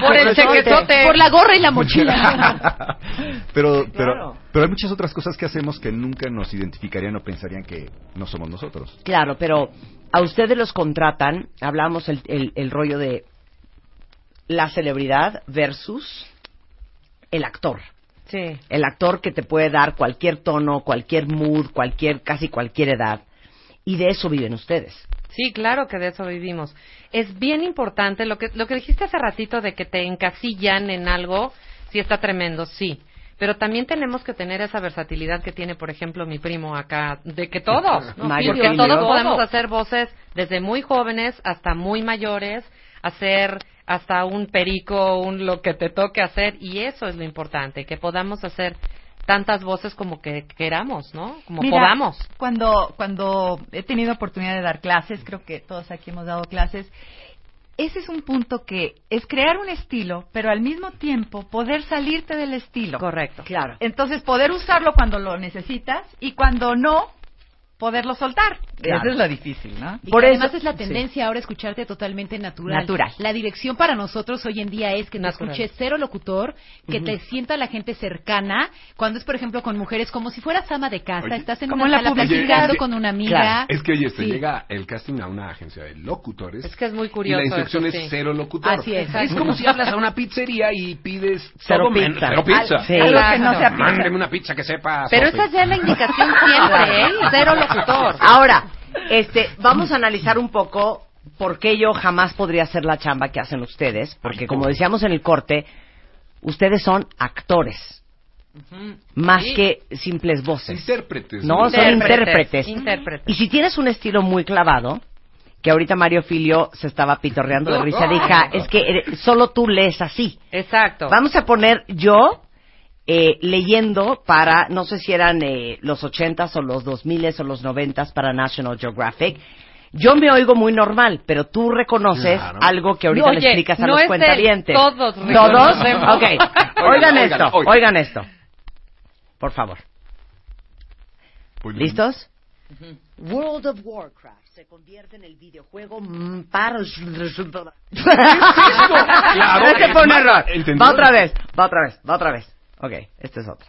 Speaker 10: Por el chequezote.
Speaker 8: Por la gorra y la mochila.
Speaker 10: Pero, pero,
Speaker 1: Claro.
Speaker 10: pero hay muchas otras cosas que hacemos que nunca nos identificarían o pensarían que no somos nosotros.
Speaker 1: Claro, pero a ustedes los contratan, hablamos el, el- el rollo de la celebridad versus el actor.
Speaker 5: Sí.
Speaker 1: El actor que te puede dar cualquier tono, cualquier mood, cualquier, casi cualquier edad. Y de eso viven ustedes.
Speaker 5: Sí, claro que de eso vivimos. Es bien importante lo que lo que dijiste hace ratito de que te encasillan en algo, sí está tremendo, sí. Pero también tenemos que tener esa versatilidad que tiene, por ejemplo, mi primo acá, de que todos, ¿no?
Speaker 1: Mario
Speaker 5: porque
Speaker 1: Filio.
Speaker 5: todos podemos
Speaker 1: Todo.
Speaker 5: hacer voces desde muy jóvenes hasta muy mayores, hacer hasta un perico, un lo que te toque hacer, y eso es lo importante, que podamos hacer tantas voces como que queramos, ¿no? Como
Speaker 9: Mira,
Speaker 5: podamos.
Speaker 9: Cuando, cuando he tenido oportunidad de dar clases, creo que todos aquí hemos dado clases, ese es un punto que es crear un estilo, pero al mismo tiempo poder salirte del estilo.
Speaker 5: Correcto.
Speaker 1: Claro.
Speaker 9: Entonces, poder usarlo cuando lo necesitas y cuando no, poderlo soltar.
Speaker 4: Eso es lo difícil, ¿no?
Speaker 8: Y
Speaker 4: Por
Speaker 8: que
Speaker 4: eso-
Speaker 8: además es la
Speaker 4: sí.
Speaker 8: tendencia ahora escucharte totalmente natural.
Speaker 4: Natural.
Speaker 8: La dirección para nosotros hoy en día es que te
Speaker 4: Natural.
Speaker 8: escuches cero locutor, que
Speaker 4: Ujú.
Speaker 8: te sienta la gente cercana, cuando es por ejemplo con mujeres como si fueras ama de casa,
Speaker 6: Oye,
Speaker 8: estás en
Speaker 6: como
Speaker 8: una
Speaker 6: en la
Speaker 8: sala
Speaker 6: publicidad.
Speaker 8: platicando
Speaker 6: Oye,
Speaker 8: con una amiga.
Speaker 6: Claro. Es que oye, se
Speaker 8: Sí.
Speaker 6: llega el casting a una agencia de locutores.
Speaker 8: Es que es muy curioso
Speaker 6: Y la instrucción
Speaker 8: eso,
Speaker 6: es
Speaker 8: sí.
Speaker 6: cero locutor.
Speaker 8: Así es.
Speaker 6: Es como si hablas a una pizzería y pides
Speaker 3: Cero
Speaker 6: todo menos-
Speaker 3: pizza.
Speaker 6: Cero pizza.
Speaker 3: Al- sí. Algo que no sea pizza.
Speaker 6: Mándeme una pizza que sepa.
Speaker 1: Pero
Speaker 6: Sofi.
Speaker 1: esa
Speaker 5: ya es la indicación siempre, ¿eh? Cero locutor.
Speaker 1: Ahora, este, vamos a analizar un poco por qué yo jamás podría hacer la chamba que hacen ustedes, porque como decíamos en el corte, ustedes son actores, más
Speaker 3: Sí.
Speaker 1: que simples voces.
Speaker 6: Intérpretes.
Speaker 1: No, son intérpretes.
Speaker 5: Intérpretes.
Speaker 1: Y si tienes un estilo muy clavado, que ahorita Mario Filio se estaba pitorreando de risa, dije, "Ah, es que eres- solo tú lees así.
Speaker 5: Exacto.
Speaker 1: Vamos a poner yo eh, leyendo para, no sé si eran eh, los 80s o los 2000s o los 90s para National Geographic. Yo me oigo muy normal, pero tú reconoces
Speaker 5: Claro.
Speaker 1: algo que ahorita
Speaker 5: Oye,
Speaker 1: le explicas a
Speaker 5: no
Speaker 1: los
Speaker 5: es él,
Speaker 1: cuentadientes.
Speaker 5: todos
Speaker 1: ¿Todos?
Speaker 5: reconocemos.
Speaker 1: Ok. Oigan,
Speaker 5: Oigan,
Speaker 1: esto,
Speaker 5: oigan,
Speaker 1: oigan,
Speaker 5: oigan.
Speaker 1: esto. Por favor. ¿Listos? World of Warcraft se convierte en el videojuego mm, para...
Speaker 3: Claro,
Speaker 1: Este fue un error.
Speaker 3: ¿entendió?
Speaker 1: Va otra vez, va otra vez, va otra vez. Ok, esta es otra.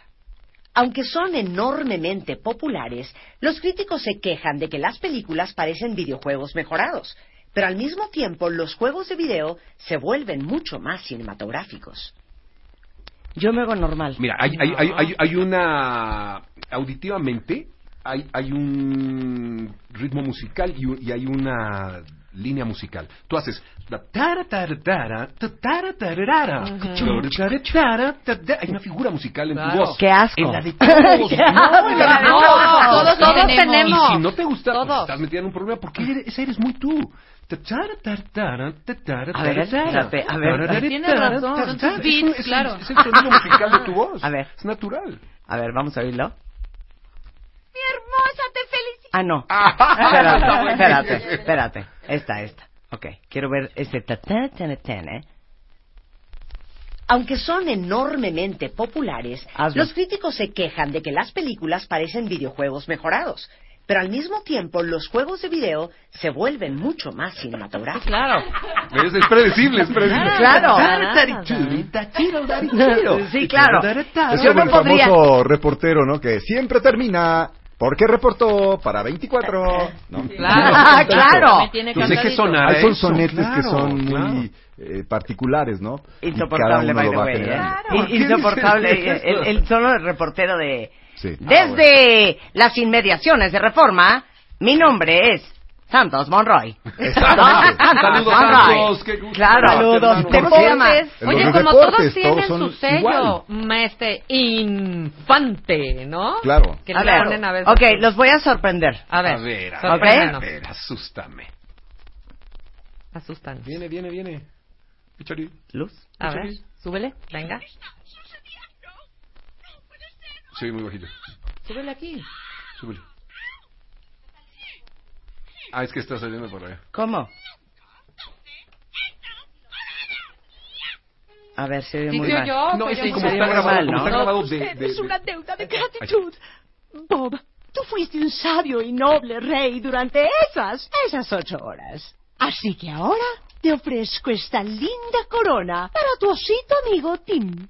Speaker 1: Aunque son enormemente populares, los críticos se quejan de que las películas parecen videojuegos mejorados, pero al mismo tiempo los juegos de video se vuelven mucho más cinematográficos. Yo me hago normal.
Speaker 6: Mira, hay, hay, hay, hay, hay una. Auditivamente, hay, hay un ritmo musical y, un- y hay una línea musical. Tú haces. la tara, tara, tara, ta, tara, tararara, tara, tara, tara, ta, ta. Hay una figura musical en tu
Speaker 1: Claro.
Speaker 6: voz.
Speaker 1: ¡Qué asco!
Speaker 6: En la de todos.
Speaker 1: ¡Qué
Speaker 6: no,
Speaker 1: asco!
Speaker 6: en la de
Speaker 1: No,
Speaker 6: todos.
Speaker 1: todos, todos tenemos.
Speaker 6: Y si no te gusta, pues estás metida en un problema porque eres, esa eres muy tú. Ta, tara, tara, tara, ta, tara,
Speaker 1: A ver,
Speaker 6: tara, tara.
Speaker 1: espérate, a ver.
Speaker 6: Tara, tara,
Speaker 1: Tienes
Speaker 6: tara,
Speaker 1: razón,
Speaker 6: tara,
Speaker 1: son tus
Speaker 6: tara. Es un-
Speaker 1: beats,
Speaker 6: es un-
Speaker 1: claro.
Speaker 6: Es el sonido musical de tu voz.
Speaker 1: A ver.
Speaker 6: Es natural.
Speaker 1: A ver, vamos a oírlo.
Speaker 14: Mi hermosa, te felicito.
Speaker 1: Ah, no.
Speaker 14: está
Speaker 1: Espérate,
Speaker 14: bueno.
Speaker 1: espérate, espérate. Esta, esta. Ok, quiero ver este. ta- ta- ta- ta- ta, ¿eh? Aunque son enormemente populares, los críticos se quejan de que las películas parecen videojuegos mejorados. Pero al mismo tiempo, los juegos de video se vuelven mucho más cinematográficos. Claro.
Speaker 6: Es, es predecible, es predecible.
Speaker 1: Claro. Sí, claro.
Speaker 10: Es
Speaker 1: Yo
Speaker 10: como el
Speaker 1: no podría.
Speaker 10: famoso reportero, ¿no? Que siempre termina porque reportó para 24. ¿no?
Speaker 1: Ah,
Speaker 3: Claro, claro.
Speaker 10: Exacto.
Speaker 3: Me tiene cantadito. Tiene que sonar
Speaker 10: Hay son
Speaker 3: eso,
Speaker 10: sonetes que
Speaker 3: claro,
Speaker 10: son
Speaker 3: claro.
Speaker 10: muy eh, particulares, ¿no? Y cada
Speaker 1: Insoportable,
Speaker 10: uno
Speaker 1: by
Speaker 10: lo
Speaker 1: the
Speaker 10: va
Speaker 1: way, ¿eh?
Speaker 10: generando.
Speaker 1: In- Insoportable. El, el- el solo reportero de.
Speaker 3: Ah,
Speaker 10: Sí.
Speaker 1: Desde las inmediaciones de Reforma, mi nombre es Santos Monroy.
Speaker 3: Exactamente.
Speaker 1: Santos
Speaker 3: Saludos,
Speaker 1: Monroy.
Speaker 3: Santos, qué gusto
Speaker 1: Claro.
Speaker 3: Saludos,
Speaker 1: Te
Speaker 3: por
Speaker 1: puedo
Speaker 3: cierto,
Speaker 1: llamar.
Speaker 3: es- En
Speaker 5: Oye,
Speaker 3: los
Speaker 5: como
Speaker 3: deportes,
Speaker 5: todos tienen
Speaker 3: todos
Speaker 5: su
Speaker 3: son igual.
Speaker 5: sello, ma- este, infante, ¿no?
Speaker 1: Claro.
Speaker 5: Que
Speaker 1: A
Speaker 5: le
Speaker 1: ver,
Speaker 5: ponen a veces.
Speaker 1: ok, los voy a sorprender.
Speaker 5: A
Speaker 6: A
Speaker 5: ver,
Speaker 6: ver, a
Speaker 1: ¿ok?
Speaker 6: ver, a ver, asústame.
Speaker 5: Asustan.
Speaker 6: Viene, viene, viene. Pichori.
Speaker 1: Luz.
Speaker 5: A ver, súbele, venga.
Speaker 6: Sí, muy bajito.
Speaker 5: Súbele aquí.
Speaker 6: Súbele. Ah, es que está saliendo por
Speaker 3: ¿eh?
Speaker 6: allá.
Speaker 1: ¿Cómo? A ver, se oye
Speaker 3: Sí,
Speaker 1: muy
Speaker 3: se
Speaker 1: mal.
Speaker 3: oyó, No, se es que oyó como muy está mal. grabado,
Speaker 1: mal,
Speaker 3: como
Speaker 1: ¿no?
Speaker 3: está grabado
Speaker 24: Usted es una deuda de gratitud. Bob, tú fuiste un sabio y noble rey durante esas, esas ocho horas. Así que ahora te ofrezco esta linda corona para tu osito amigo Tim.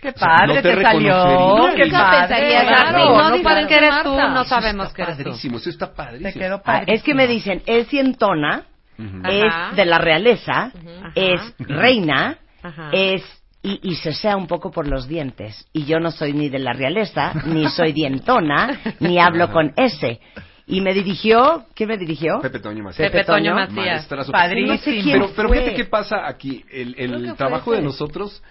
Speaker 9: Qué
Speaker 6: padre
Speaker 9: padre
Speaker 6: no te
Speaker 9: te salió.
Speaker 6: reconocería.
Speaker 9: Qué
Speaker 6: Nunca
Speaker 9: padre.
Speaker 1: pensaría
Speaker 9: Claro,
Speaker 1: así, no
Speaker 9: no
Speaker 1: digas
Speaker 9: parece
Speaker 1: que eres tú,
Speaker 9: Marta.
Speaker 1: no
Speaker 9: Eso está
Speaker 1: sabemos que eres tú.
Speaker 6: Padrísimo, eso está padrísimo.
Speaker 1: Te quedó padrísimo. Ah, es que me dicen, es cientona,
Speaker 6: Ajá.
Speaker 1: es de la realeza, es reina,
Speaker 5: Ajá.
Speaker 1: es y, y se sea un poco por los dientes. Y yo no soy ni de la realeza, ni soy dientona, ni hablo con S. Y me dirigió, ¿qué me dirigió?
Speaker 6: Pepe Toño Macías.
Speaker 1: Pepe Toño
Speaker 6: Maestrazo.
Speaker 1: Macías.
Speaker 6: No sé quién Pero, pero fíjate qué pasa aquí. El, el
Speaker 1: Creo que fue
Speaker 6: trabajo de
Speaker 1: ese.
Speaker 6: nosotros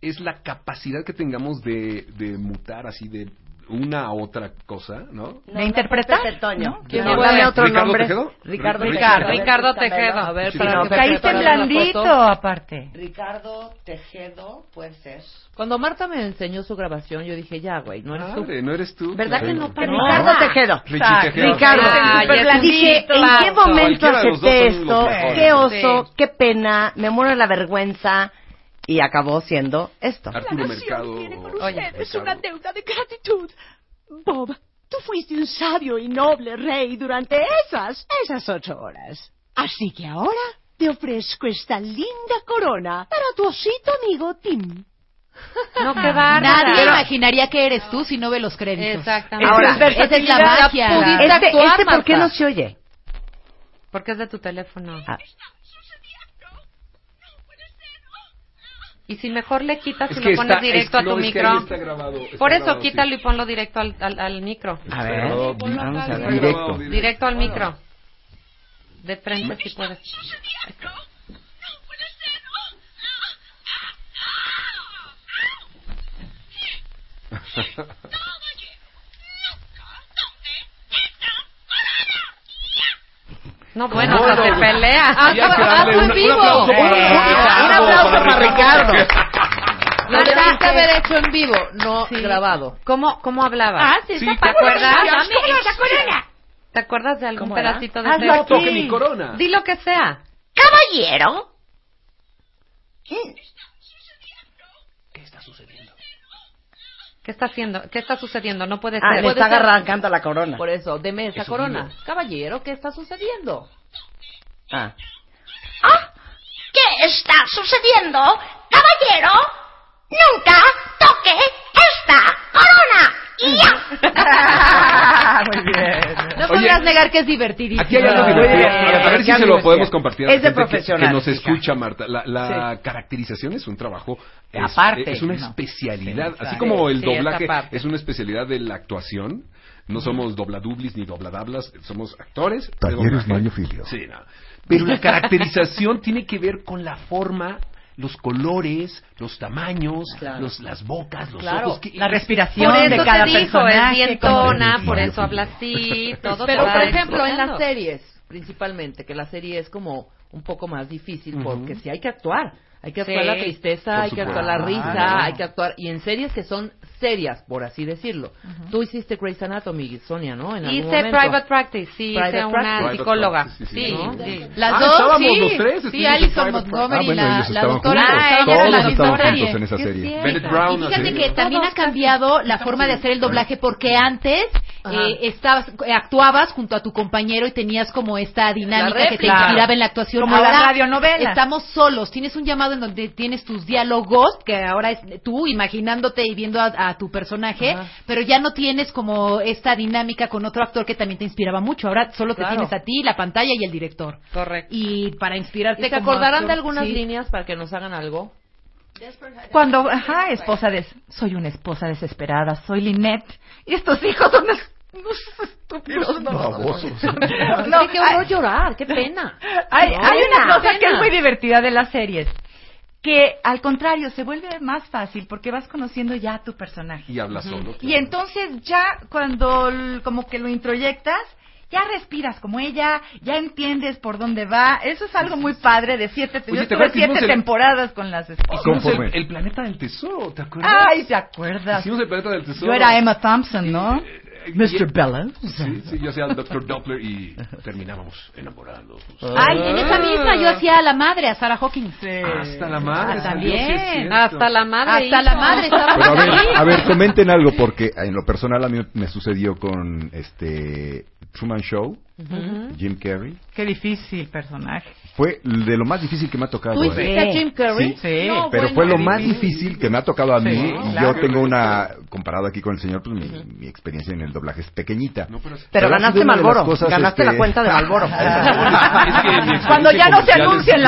Speaker 6: es la capacidad que tengamos de, de mutar así de una a otra cosa, ¿no?
Speaker 1: de interpretar. Pepe Toño.
Speaker 6: ¿Quién
Speaker 1: No,
Speaker 6: fue?
Speaker 1: dame otro
Speaker 6: ¿Ricardo
Speaker 1: nombre.
Speaker 6: Tejedo?
Speaker 1: Ricardo
Speaker 6: Ri-
Speaker 1: Tejedo.
Speaker 5: Ricardo Tejedo.
Speaker 1: A ver,
Speaker 5: Sí,
Speaker 1: para
Speaker 5: no,
Speaker 1: que
Speaker 5: caíste
Speaker 1: prepare la
Speaker 5: blandito,
Speaker 1: foto.
Speaker 5: aparte.
Speaker 1: Ricardo Tejedo, puede ser.
Speaker 4: Cuando Marta me enseñó su grabación, yo dije, ya, güey, no eres tú.
Speaker 6: Madre, no eres tú.
Speaker 4: ¿Verdad que no parece?
Speaker 1: Ricardo Tejedo.
Speaker 4: Richie Tejedo.
Speaker 1: Ricardo.
Speaker 4: Ah,
Speaker 1: Súper
Speaker 4: ya
Speaker 1: blandito. Dije,
Speaker 4: entendí,
Speaker 1: ¿en qué
Speaker 4: claro.
Speaker 1: momento
Speaker 4: Cualquiera de los
Speaker 1: acepté
Speaker 4: dos son los
Speaker 1: esto?
Speaker 4: mejores.
Speaker 1: Qué oso, qué pena, me muero de la vergüenza. Y acabó siendo esto.
Speaker 24: La nación tiene con usted es una deuda de gratitud. Bob, tú
Speaker 1: Tú fuiste un sabio y noble rey durante esas, esas ocho horas. Así que ahora te ofrezco esta linda corona para tu osito amigo Tim.
Speaker 5: No,
Speaker 1: qué bárbara.
Speaker 4: Nadie
Speaker 1: Pero-
Speaker 4: imaginaría que eres tú si no ve los créditos.
Speaker 5: Exactamente.
Speaker 4: Ahora,
Speaker 5: Esa es
Speaker 4: esa es la
Speaker 5: versatilidad.
Speaker 4: magia.
Speaker 5: Pudiste
Speaker 4: Este-
Speaker 5: actuar,
Speaker 4: este, ¿por qué
Speaker 5: Marta?
Speaker 4: no se
Speaker 25: oye?
Speaker 5: Porque es de tu teléfono. Y si mejor le quitas
Speaker 6: Es
Speaker 5: y
Speaker 6: que
Speaker 5: lo pones
Speaker 6: está-
Speaker 5: directo
Speaker 6: es-
Speaker 5: a tu
Speaker 6: no, es que
Speaker 5: micro.
Speaker 6: ahí está grabado, está
Speaker 5: Por eso
Speaker 6: grabado, sí.
Speaker 5: quítalo y ponlo directo al, al- al micro.
Speaker 6: A ver, Pero- vamos a
Speaker 5: Directo.
Speaker 6: ver. Directo.
Speaker 5: Directo al micro. De frente si puedes. No, bueno,
Speaker 26: Bueno,
Speaker 5: hasta se
Speaker 26: güey.
Speaker 5: pelea.
Speaker 26: Había que darle
Speaker 5: hazlo
Speaker 26: una-
Speaker 5: en vivo. Eh,
Speaker 26: un aplauso, un aplauso, un aplauso para Ricardo.
Speaker 4: Lo
Speaker 5: Marta,
Speaker 4: debiste
Speaker 5: eh,
Speaker 4: haber hecho en vivo, no grabado.
Speaker 5: ¿Cómo, cómo hablabas?
Speaker 4: Ah, sí, está
Speaker 5: ¿Te
Speaker 4: padre.
Speaker 5: acuerdas?
Speaker 4: Dame esta
Speaker 5: corona! ¿Te acuerdas de algún
Speaker 4: ¿Cómo era?
Speaker 5: pedacito de
Speaker 4: Hazlo
Speaker 5: ese-
Speaker 4: aquí. No toque mi corona.
Speaker 5: Di lo que sea. ¡Caballero!
Speaker 26: ¿Qué está sucediendo?
Speaker 5: ¿Qué está haciendo? ¿Qué está sucediendo? No puede ser.
Speaker 27: Ah, le
Speaker 5: Puede
Speaker 27: está
Speaker 5: ser.
Speaker 27: arrancando la corona.
Speaker 4: Por eso, deme esa
Speaker 27: Eso
Speaker 4: corona.
Speaker 27: digo.
Speaker 4: Caballero, ¿qué está sucediendo?
Speaker 27: Ah.
Speaker 15: ¿Qué está sucediendo? Caballero, nunca toque esta corona. Y ya.
Speaker 6: Muy bien.
Speaker 4: No
Speaker 6: Oye,
Speaker 4: podrás negar que es divertidísimo.
Speaker 6: Aquí hay algo eh, divertido. A ver si se lo podemos compartir. a la
Speaker 4: Es de
Speaker 6: gente que-
Speaker 4: profesional,
Speaker 6: Que nos
Speaker 4: chica.
Speaker 6: escucha, Marta. La, la caracterización es un trabajo. es-
Speaker 4: Aparte,
Speaker 6: Es una
Speaker 4: ¿no?
Speaker 6: especialidad.
Speaker 4: Sí,
Speaker 6: Así
Speaker 4: claro.
Speaker 6: como
Speaker 4: Sí,
Speaker 6: el
Speaker 4: sí,
Speaker 6: doblaje
Speaker 4: esa parte.
Speaker 6: es una especialidad de la actuación. No somos dobladublis ni dobladablas. Somos actores. de
Speaker 28: Talleres
Speaker 6: doblaje.
Speaker 28: Mario Filio.
Speaker 6: Sí, no. Pero la caracterización tiene que ver con la forma los colores, los tamaños, los- las bocas, los
Speaker 5: Claro,
Speaker 6: ojos. que-
Speaker 5: la
Speaker 6: respiración
Speaker 5: Por eso te dijo, es dientona, por eso habla así, todo te
Speaker 4: Pero,
Speaker 5: va
Speaker 4: por ejemplo, en
Speaker 5: explicando.
Speaker 4: las series, principalmente, que la serie es como un poco más difícil, porque sí hay que actuar. Hay que actuar
Speaker 5: Sí.
Speaker 4: la tristeza,
Speaker 5: Por
Speaker 4: hay que actuar la
Speaker 5: supuesto.
Speaker 4: risa,
Speaker 5: Claro.
Speaker 4: hay que actuar... Y en series que son serias, por así decirlo. Tú hiciste Grey's Anatomy, Sonia, ¿no? En algún
Speaker 5: Hice
Speaker 4: momento.
Speaker 5: private practice, sí, hice
Speaker 4: Private
Speaker 5: una
Speaker 4: practice.
Speaker 5: psicóloga.
Speaker 4: Private
Speaker 5: sí,
Speaker 4: practice, sí,
Speaker 5: sí.
Speaker 4: ¿no?
Speaker 5: Las
Speaker 4: Ah,
Speaker 5: dos,
Speaker 4: estábamos
Speaker 5: sí.
Speaker 4: los tres,
Speaker 5: Sí,
Speaker 4: estuviste
Speaker 5: Allison
Speaker 4: en private
Speaker 5: Montgomery,
Speaker 4: practice. Ah,
Speaker 5: la,
Speaker 4: bueno,
Speaker 5: la
Speaker 4: ellos estaban
Speaker 5: doctora.
Speaker 4: juntos.
Speaker 5: Ah, ella era la
Speaker 4: Todos estaban
Speaker 5: doctora.
Speaker 4: juntos en esa
Speaker 5: Sí,
Speaker 4: serie.
Speaker 5: es
Speaker 6: Bennett
Speaker 5: cierto.
Speaker 6: Brown,
Speaker 5: Y
Speaker 6: así
Speaker 5: fíjate
Speaker 6: es.
Speaker 5: que
Speaker 8: también ha cambiado la forma de hacer el doblaje porque antes eh, estabas eh, actuabas junto a tu compañero y tenías como esta dinámica que te
Speaker 4: réplica.
Speaker 8: inspiraba en la actuación
Speaker 4: Como
Speaker 8: ahora
Speaker 4: las radionovelas.
Speaker 8: estamos solos tienes un llamado en donde tienes tus diálogos que ahora es tú imaginándote y viendo a, a tu personaje pero ya no tienes como esta dinámica con otro actor que también te inspiraba mucho ahora solo
Speaker 4: Claro.
Speaker 8: te tienes a ti la pantalla y el director
Speaker 5: correcto
Speaker 8: y para inspirarte
Speaker 4: ¿Y ¿Se
Speaker 8: como
Speaker 4: acordarán
Speaker 8: actor,
Speaker 4: de algunas
Speaker 8: sí.
Speaker 4: líneas para que nos hagan algo?
Speaker 9: Cuando, ajá, esposa des... Soy una esposa desesperada, soy Linette. Y estos hijos son unos unos estúpidos. No,
Speaker 4: No,
Speaker 9: Sí, qué horror
Speaker 4: llorar, qué pena.
Speaker 9: Hay,
Speaker 4: No,
Speaker 9: hay una
Speaker 4: pena,
Speaker 9: cosa que
Speaker 4: pena.
Speaker 9: es muy divertida de las series, que al contrario se vuelve más fácil porque vas conociendo ya a tu personaje.
Speaker 6: Y habla solo.
Speaker 9: Y entonces ya cuando l- como que lo introyectas, ya respiras como ella, ya entiendes por dónde va. Eso es algo muy padre de siete,
Speaker 6: Oye,
Speaker 9: yo tuve
Speaker 6: ¿te acuerdas que hicimos
Speaker 9: siete
Speaker 6: el-
Speaker 9: temporadas con las esposas.
Speaker 6: Hicimos el, el planeta del tesoro, ¿te acuerdas?
Speaker 9: Ay, ¿te acuerdas?
Speaker 6: Hicimos el planeta del tesoro.
Speaker 9: Yo era Emma Thompson, ¿no? Mr. Bellows.
Speaker 6: Sí, sí, yo hacía al Dr. Doppler y terminábamos enamorados.
Speaker 8: Ay, en esa misma yo hacía a la madre, a Sarah Hawkins.
Speaker 6: Hasta la madre.
Speaker 8: Ah,
Speaker 6: salió, sí es
Speaker 8: también.
Speaker 6: cierto.
Speaker 8: Hasta la madre. Hasta la madre
Speaker 10: Pero a
Speaker 8: estaba
Speaker 10: ver,
Speaker 8: ahí.
Speaker 10: a ver, comenten algo porque en lo personal a mí me sucedió con este Truman Show,
Speaker 9: Ujú.
Speaker 10: Jim Carrey.
Speaker 9: Qué difícil personaje.
Speaker 10: Fue de lo más difícil que me ha tocado.
Speaker 9: ¿Tú
Speaker 10: ¿eh?
Speaker 9: hiciste a Jim Carrey?
Speaker 10: Sí,
Speaker 9: Sí. No,
Speaker 10: pero
Speaker 9: bueno,
Speaker 10: fue lo
Speaker 9: qué
Speaker 10: más
Speaker 9: difícil.
Speaker 10: difícil que me ha tocado a mí.
Speaker 9: Sí,
Speaker 10: y
Speaker 9: claro.
Speaker 10: Yo tengo una, comparado aquí con el señor, pues mi, mi experiencia en el doblaje es pequeñita. pero,
Speaker 27: Pero
Speaker 10: ha sido
Speaker 27: ganaste
Speaker 10: una de las
Speaker 27: Malboro.
Speaker 10: cosas,
Speaker 27: ganaste
Speaker 10: este,
Speaker 27: la cuenta de Malboro.
Speaker 4: Cuando ya no se
Speaker 10: comercial
Speaker 4: anuncia en
Speaker 10: es-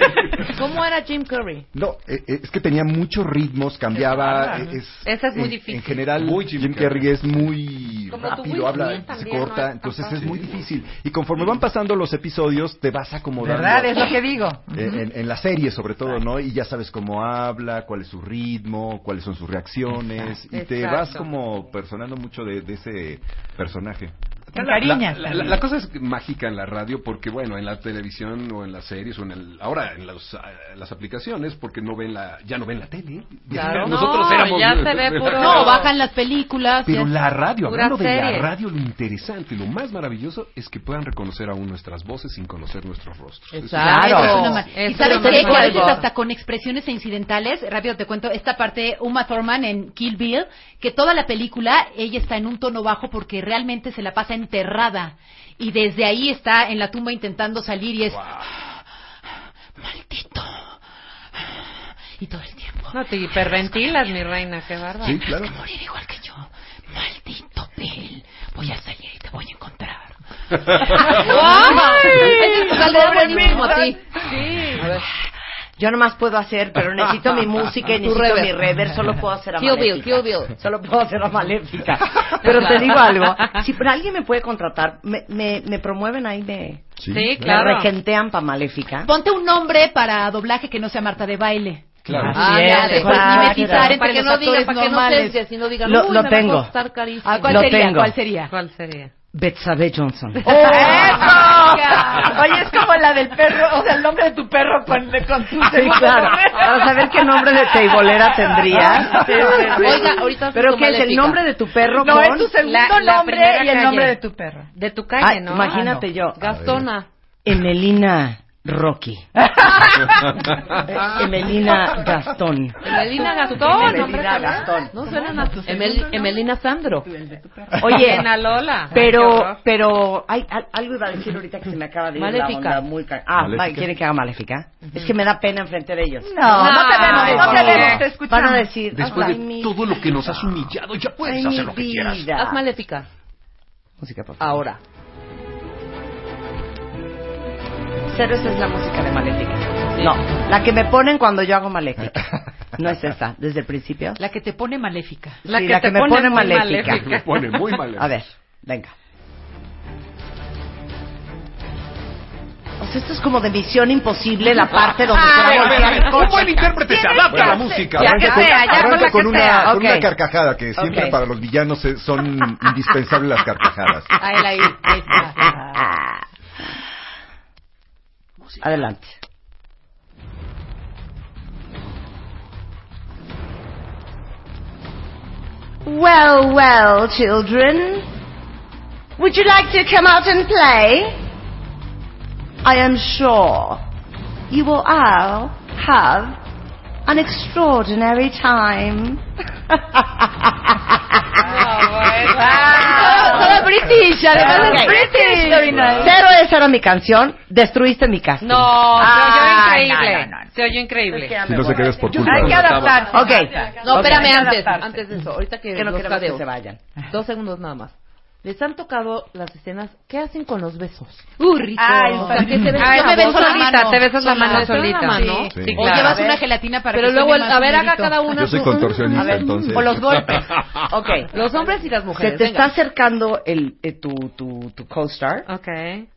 Speaker 4: la tele. ¿Cómo era Jim Curry?
Speaker 10: No, eh, eh, es que tenía muchos ritmos, cambiaba.
Speaker 4: Ajá.
Speaker 10: eh, Es,
Speaker 4: Esa es muy
Speaker 10: en-
Speaker 4: difícil.
Speaker 10: En general, Jim, Carrey, es muy
Speaker 4: Como tu Will
Speaker 10: rápido, habla,
Speaker 4: Smith
Speaker 10: se
Speaker 4: también,
Speaker 10: corta,
Speaker 4: ¿no?
Speaker 10: entonces es muy difícil. Y conforme van pasando los episodios, te vas acomodando.
Speaker 9: ¿Verdad? Es lo que digo.
Speaker 10: Eh, En, en la serie, sobre todo, ¿no? Y ya sabes cómo habla, cuál es su ritmo, cuáles son sus reacciones. Y te
Speaker 9: Exacto.
Speaker 10: vas como personando mucho de, de ese personaje.
Speaker 21: Te
Speaker 6: La-
Speaker 21: encariñas
Speaker 6: La, la-
Speaker 21: también.
Speaker 6: la cosa es mágica en la radio porque, bueno, en la televisión o en las series o en el, ahora en los, ah, las aplicaciones porque no ven la, ya no ven la tele.
Speaker 16: Claro.
Speaker 6: Nosotros
Speaker 16: No,
Speaker 6: éramos...
Speaker 16: ya se ve puro-
Speaker 8: No, bajan las películas.
Speaker 6: Pero
Speaker 8: ya-
Speaker 6: la radio,
Speaker 8: puras
Speaker 6: hablando de la
Speaker 8: series.
Speaker 6: radio, lo interesante y lo más maravilloso es que puedan reconocer aún nuestras voces sin conocer nuestros rostros. Eso es-
Speaker 8: Claro, es una mar- y
Speaker 6: Eso
Speaker 8: sabes
Speaker 6: es
Speaker 8: qué? que a
Speaker 6: maravilloso.
Speaker 8: veces hasta con expresiones e incidentales, rápido te cuento, esta parte Uma Thurman en Kill Bill, que toda la película ella está en un tono bajo porque realmente se la pasa enterrada y desde ahí está en la tumba intentando salir y es maldito y todo el tiempo.
Speaker 5: No te hiperventilas, mi reina, qué bárbaro.
Speaker 8: Sí, claro. Tienes que morir igual que yo. Maldito Bill, voy a salir y te voy a encontrar. pues,
Speaker 1: Ese es
Speaker 8: Pobre
Speaker 1: buenísimo a ti.
Speaker 5: Sí.
Speaker 1: A ver. Yo nomás puedo hacer, pero necesito mi música y
Speaker 5: Tu
Speaker 1: necesito
Speaker 5: reverb.
Speaker 1: mi rever, solo puedo hacer a
Speaker 5: Kill Bill,
Speaker 1: Maléfica. Solo puedo hacer a Maléfica. Pero te digo algo, si por alguien me puede contratar, me, me, me promueven ahí, me,
Speaker 8: Sí,
Speaker 1: me
Speaker 8: claro.
Speaker 1: regentean para Maléfica.
Speaker 8: Ponte un nombre para doblaje que no sea Marta de baile.
Speaker 1: Claro.
Speaker 8: Ah, ya,
Speaker 1: Ándale,
Speaker 8: para
Speaker 1: claro.
Speaker 8: mimetizar entre
Speaker 5: Para que
Speaker 8: los
Speaker 5: no digan,
Speaker 8: actores
Speaker 5: para que no
Speaker 8: normales.
Speaker 5: se- si no digan,
Speaker 1: Lo-
Speaker 5: "Uy,
Speaker 1: lo
Speaker 5: me va a
Speaker 1: tengo.
Speaker 5: costar carísimo".
Speaker 1: Ah, ¿cuál Lo sería? tengo. ¿Cuál
Speaker 8: sería?
Speaker 5: ¿Cuál sería?
Speaker 1: Betsabe Johnson.
Speaker 5: ¡Eso!
Speaker 12: Oye, es como la del perro, o sea, el nombre de tu perro con, con tu
Speaker 1: Sí, claro. Para saber qué nombre de teibolera tendría.
Speaker 12: Sí, sí, sí. Oiga, ahorita soy
Speaker 1: Pero
Speaker 12: tu
Speaker 1: qué es el
Speaker 12: maléfica.
Speaker 1: nombre de tu perro
Speaker 12: No,
Speaker 1: con...
Speaker 12: es tu segundo
Speaker 5: La- la
Speaker 12: nombre
Speaker 5: primera
Speaker 12: y el
Speaker 5: calle.
Speaker 12: nombre de tu perro.
Speaker 5: De tu
Speaker 1: Ay,
Speaker 5: calle, ¿no?
Speaker 1: Imagínate yo.
Speaker 5: Gastona.
Speaker 1: Emelina Rocky. Emelina Gastón.
Speaker 5: Emelina Gastón.
Speaker 1: Emelina
Speaker 5: hombre,
Speaker 1: Gastón.
Speaker 5: No suenan a tu
Speaker 1: Emel-
Speaker 5: Emelina Sandro.
Speaker 1: Oye,
Speaker 5: Elena Lola.
Speaker 1: Pero, pero, hay, al- algo iba a decir ahorita que se me acaba de ir
Speaker 5: Maléfica.
Speaker 1: la onda muy... ca- Ah,
Speaker 12: Maléfica.
Speaker 1: ma- ¿quiere que haga Maléfica? Es que me da pena enfrente de ellos.
Speaker 12: No, no te vemos,
Speaker 1: Ay,
Speaker 12: no te
Speaker 1: por
Speaker 12: vemos,
Speaker 1: favor.
Speaker 12: te escuchamos.
Speaker 1: Van a decir...
Speaker 6: Después
Speaker 1: ay,
Speaker 6: de
Speaker 1: mi
Speaker 6: todo lo que nos has humillado, ya puedes
Speaker 1: Ay,
Speaker 6: hacer
Speaker 1: mi
Speaker 6: lo que quieras.
Speaker 1: vida.
Speaker 5: Haz maléfica.
Speaker 1: Música, por
Speaker 5: Ahora.
Speaker 1: Cero esa es la música de Maléfica. No, la que me ponen cuando yo hago Maléfica. No es esa, desde el principio.
Speaker 8: La que te pone maléfica.
Speaker 1: La que, la que me pone, maléfica.
Speaker 8: Me pone muy maléfica.
Speaker 1: A ver, venga. O sea, esto es como de Misión Imposible, la parte donde
Speaker 10: Ah,
Speaker 1: se va a
Speaker 10: a ver, a
Speaker 1: voltear
Speaker 10: ver,
Speaker 1: el coche.
Speaker 10: un buen intérprete se adapta a la música.
Speaker 1: Ya que
Speaker 10: Arranca con-
Speaker 1: sea, ya con
Speaker 10: arranca
Speaker 1: la
Speaker 10: con
Speaker 1: que
Speaker 10: una,
Speaker 1: sea.
Speaker 10: con una
Speaker 1: Ok.
Speaker 10: carcajada, que siempre
Speaker 1: Ok.
Speaker 10: para los villanos eh, son indispensables las carcajadas.
Speaker 8: Ahí, ahí, ahí está.
Speaker 1: Adelante. Well, well, children. Would you like to come out and play? I am sure you will all have an extraordinary time.
Speaker 8: Todo british, además es
Speaker 1: Ah, Ok.
Speaker 8: british. Very nice.
Speaker 1: Cero de cero mi canción. Destruiste mi casa.
Speaker 5: No,
Speaker 1: Ah,
Speaker 5: se oyó increíble.
Speaker 1: no,
Speaker 5: Se oyó increíble.
Speaker 10: Si no se quedes por culpa.
Speaker 5: Hay que adaptarse.
Speaker 1: Ok.
Speaker 5: No,
Speaker 1: Ok.
Speaker 5: espérame,
Speaker 1: Hay que
Speaker 5: antes,
Speaker 1: adaptarse.
Speaker 5: antes de eso. Ahorita que,
Speaker 1: Que no
Speaker 5: los
Speaker 1: queremos que
Speaker 5: cadeos.
Speaker 1: se vayan.
Speaker 5: Dos segundos nada más. Les han tocado las escenas. ¿Qué hacen con los besos?
Speaker 8: ¡Uh, rico!
Speaker 5: Ay, o sea, que te besan-
Speaker 8: Ay,
Speaker 5: yo me beso
Speaker 8: sola
Speaker 5: solita, te besas la mano
Speaker 8: ¿Te besas
Speaker 5: solita.
Speaker 8: la mano?
Speaker 5: Sí. Sí,
Speaker 8: O
Speaker 5: claro.
Speaker 8: llevas
Speaker 5: A
Speaker 8: una
Speaker 5: ver.
Speaker 8: gelatina para
Speaker 5: Pero
Speaker 8: que
Speaker 5: luego,
Speaker 8: suene más
Speaker 5: a ver, haga
Speaker 8: sonidito.
Speaker 5: cada una
Speaker 10: Yo soy
Speaker 5: su-
Speaker 10: contorsionista,
Speaker 5: A ver,
Speaker 10: entonces.
Speaker 5: O los golpes.
Speaker 1: Ok.
Speaker 5: Los hombres y las
Speaker 1: Se
Speaker 5: mujeres.
Speaker 1: te
Speaker 5: venga.
Speaker 1: está acercando el, eh, tu, tu, tu co-star. Te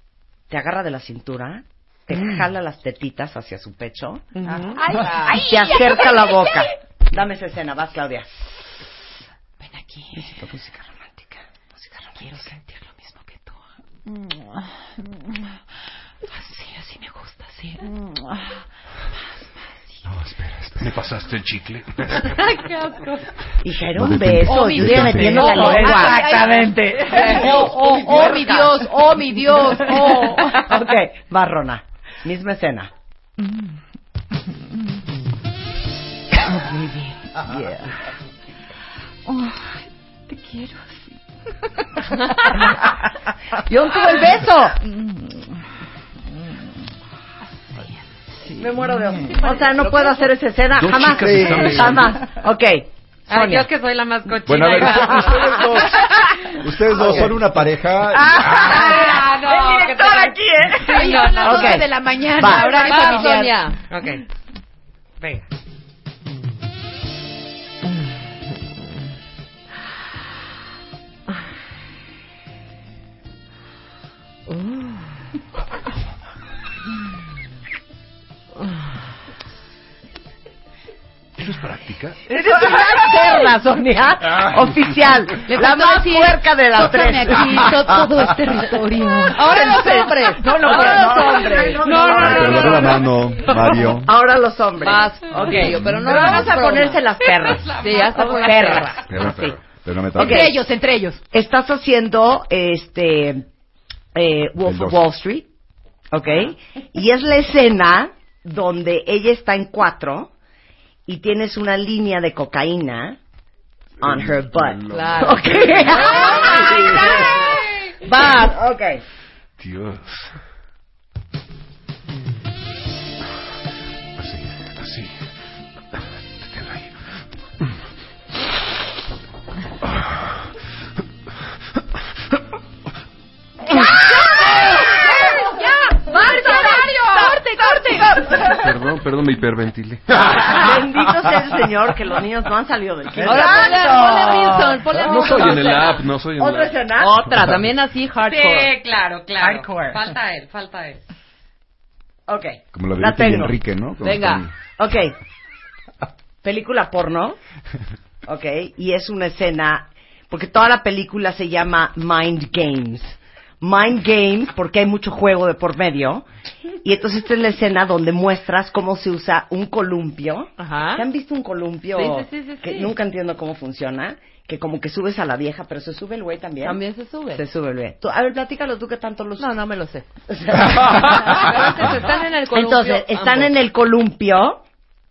Speaker 1: agarra de la cintura, te jala las tetitas hacia su pecho
Speaker 8: Ay, ay,
Speaker 1: y te acerca
Speaker 8: ay,
Speaker 1: la
Speaker 8: ay,
Speaker 1: boca.
Speaker 8: ay.
Speaker 1: Dame esa escena, vas, Claudia. Ven aquí. Necesito música romántica. Música romántica. Quiero sentir lo mismo que tú.
Speaker 8: Así, así me gusta, así.
Speaker 6: No, espera, espera. ¿Me pasaste el chicle?
Speaker 8: Ay, qué asco.
Speaker 1: Hija,
Speaker 6: era un beso, yo
Speaker 1: estoy metiendo la lengua. Exactamente.
Speaker 8: Oh, oh, oh, mi Dios, oh, mi Dios, oh.
Speaker 1: ok, Barrona. Misma escena.
Speaker 8: Oh, baby. Oh,
Speaker 4: Ah.
Speaker 8: te quiero.
Speaker 1: Yo tuve el beso. Me muero de O sea, no puedo hacer esa escena.
Speaker 10: Dos
Speaker 1: Jamás.
Speaker 10: chicas están besando.
Speaker 1: Jamás. Ok.
Speaker 5: Ay,
Speaker 1: Sonia.
Speaker 5: Ah, yo que soy la más cochina.
Speaker 10: Bueno, a ver,
Speaker 5: Iván.
Speaker 10: ustedes Ustedes dos son una pareja.
Speaker 5: Ah, no,
Speaker 8: El director
Speaker 5: que te-
Speaker 8: aquí, ¿eh?
Speaker 5: Sí, no,
Speaker 8: Son las
Speaker 5: no.
Speaker 8: doce
Speaker 5: Ok.
Speaker 8: de la mañana,
Speaker 5: Va,
Speaker 8: horario
Speaker 5: va,
Speaker 8: familiar.
Speaker 5: Sonia. Ok. Venga.
Speaker 8: Te
Speaker 6: ¿Eso es práctica?
Speaker 1: Eres una cerda, Sonia. Oficial. la más puerca de las tres.
Speaker 29: Tócame aquí, to- todo es territorio.
Speaker 1: Ahora los hombres. No, no,
Speaker 29: Ahora
Speaker 1: no,
Speaker 29: los
Speaker 1: no,
Speaker 29: hombres.
Speaker 1: No, no,
Speaker 30: Te
Speaker 1: no, no,
Speaker 30: agarro
Speaker 1: no,
Speaker 30: la
Speaker 1: no.
Speaker 30: mano, Mario.
Speaker 1: Ahora los hombres.
Speaker 4: Vas, ok, yo, pero no
Speaker 1: vamos
Speaker 4: hagamos
Speaker 1: a
Speaker 4: broma.
Speaker 1: ponerse las perras.
Speaker 4: Sí, hasta por
Speaker 1: Vamos,
Speaker 4: las
Speaker 1: perras.
Speaker 30: Pero, pero, pero no me
Speaker 1: Ok.
Speaker 30: tardes.
Speaker 1: entre ellos. Estás haciendo este eh, Wolf of Wall Street, ¿ok? Y es la escena donde ella está en cuatro y tienes una línea de cocaína on her butt.
Speaker 4: Claro.
Speaker 1: Ok. Vas. Ok.
Speaker 6: Dios. Así, así. Tétela ahí.
Speaker 15: ¡Ya! ¡Basta, Mario! ¡Corte, corte!
Speaker 6: Perdón, perdón, me hiperventilé.
Speaker 1: Bendito sea el Señor que los niños no han salido del kinder.
Speaker 4: Ahora ponle- ponle Wilson, ponle
Speaker 6: No soy en el app, no soy en el
Speaker 1: ¿Otra
Speaker 6: app.
Speaker 1: escena?
Speaker 4: Otra, también así hardcore.
Speaker 5: Sí, claro, claro.
Speaker 4: Hardcore.
Speaker 5: Falta él, falta él.
Speaker 1: Ok.
Speaker 30: Como la de
Speaker 1: La
Speaker 30: Betty y
Speaker 1: tengo.
Speaker 30: Enrique, ¿no? Como
Speaker 1: Venga. Ok. Película porno. Ok. Y es una escena. Porque toda la película se llama Mind Games. Mind Games, porque hay mucho juego de por medio. Y entonces esta es la escena donde muestras cómo se usa un columpio. ¿Te han visto un columpio?
Speaker 4: Sí, sí, sí, sí,
Speaker 1: que
Speaker 4: sí.
Speaker 1: nunca entiendo cómo funciona. Que como que subes a la vieja, pero se sube el güey también.
Speaker 4: También se sube.
Speaker 1: Se sube el güey. Tú- a ver, platícalo tú que tanto lo No, no me lo sé.
Speaker 4: están en el columpio,
Speaker 1: Entonces, están
Speaker 4: ambos.
Speaker 1: en el columpio,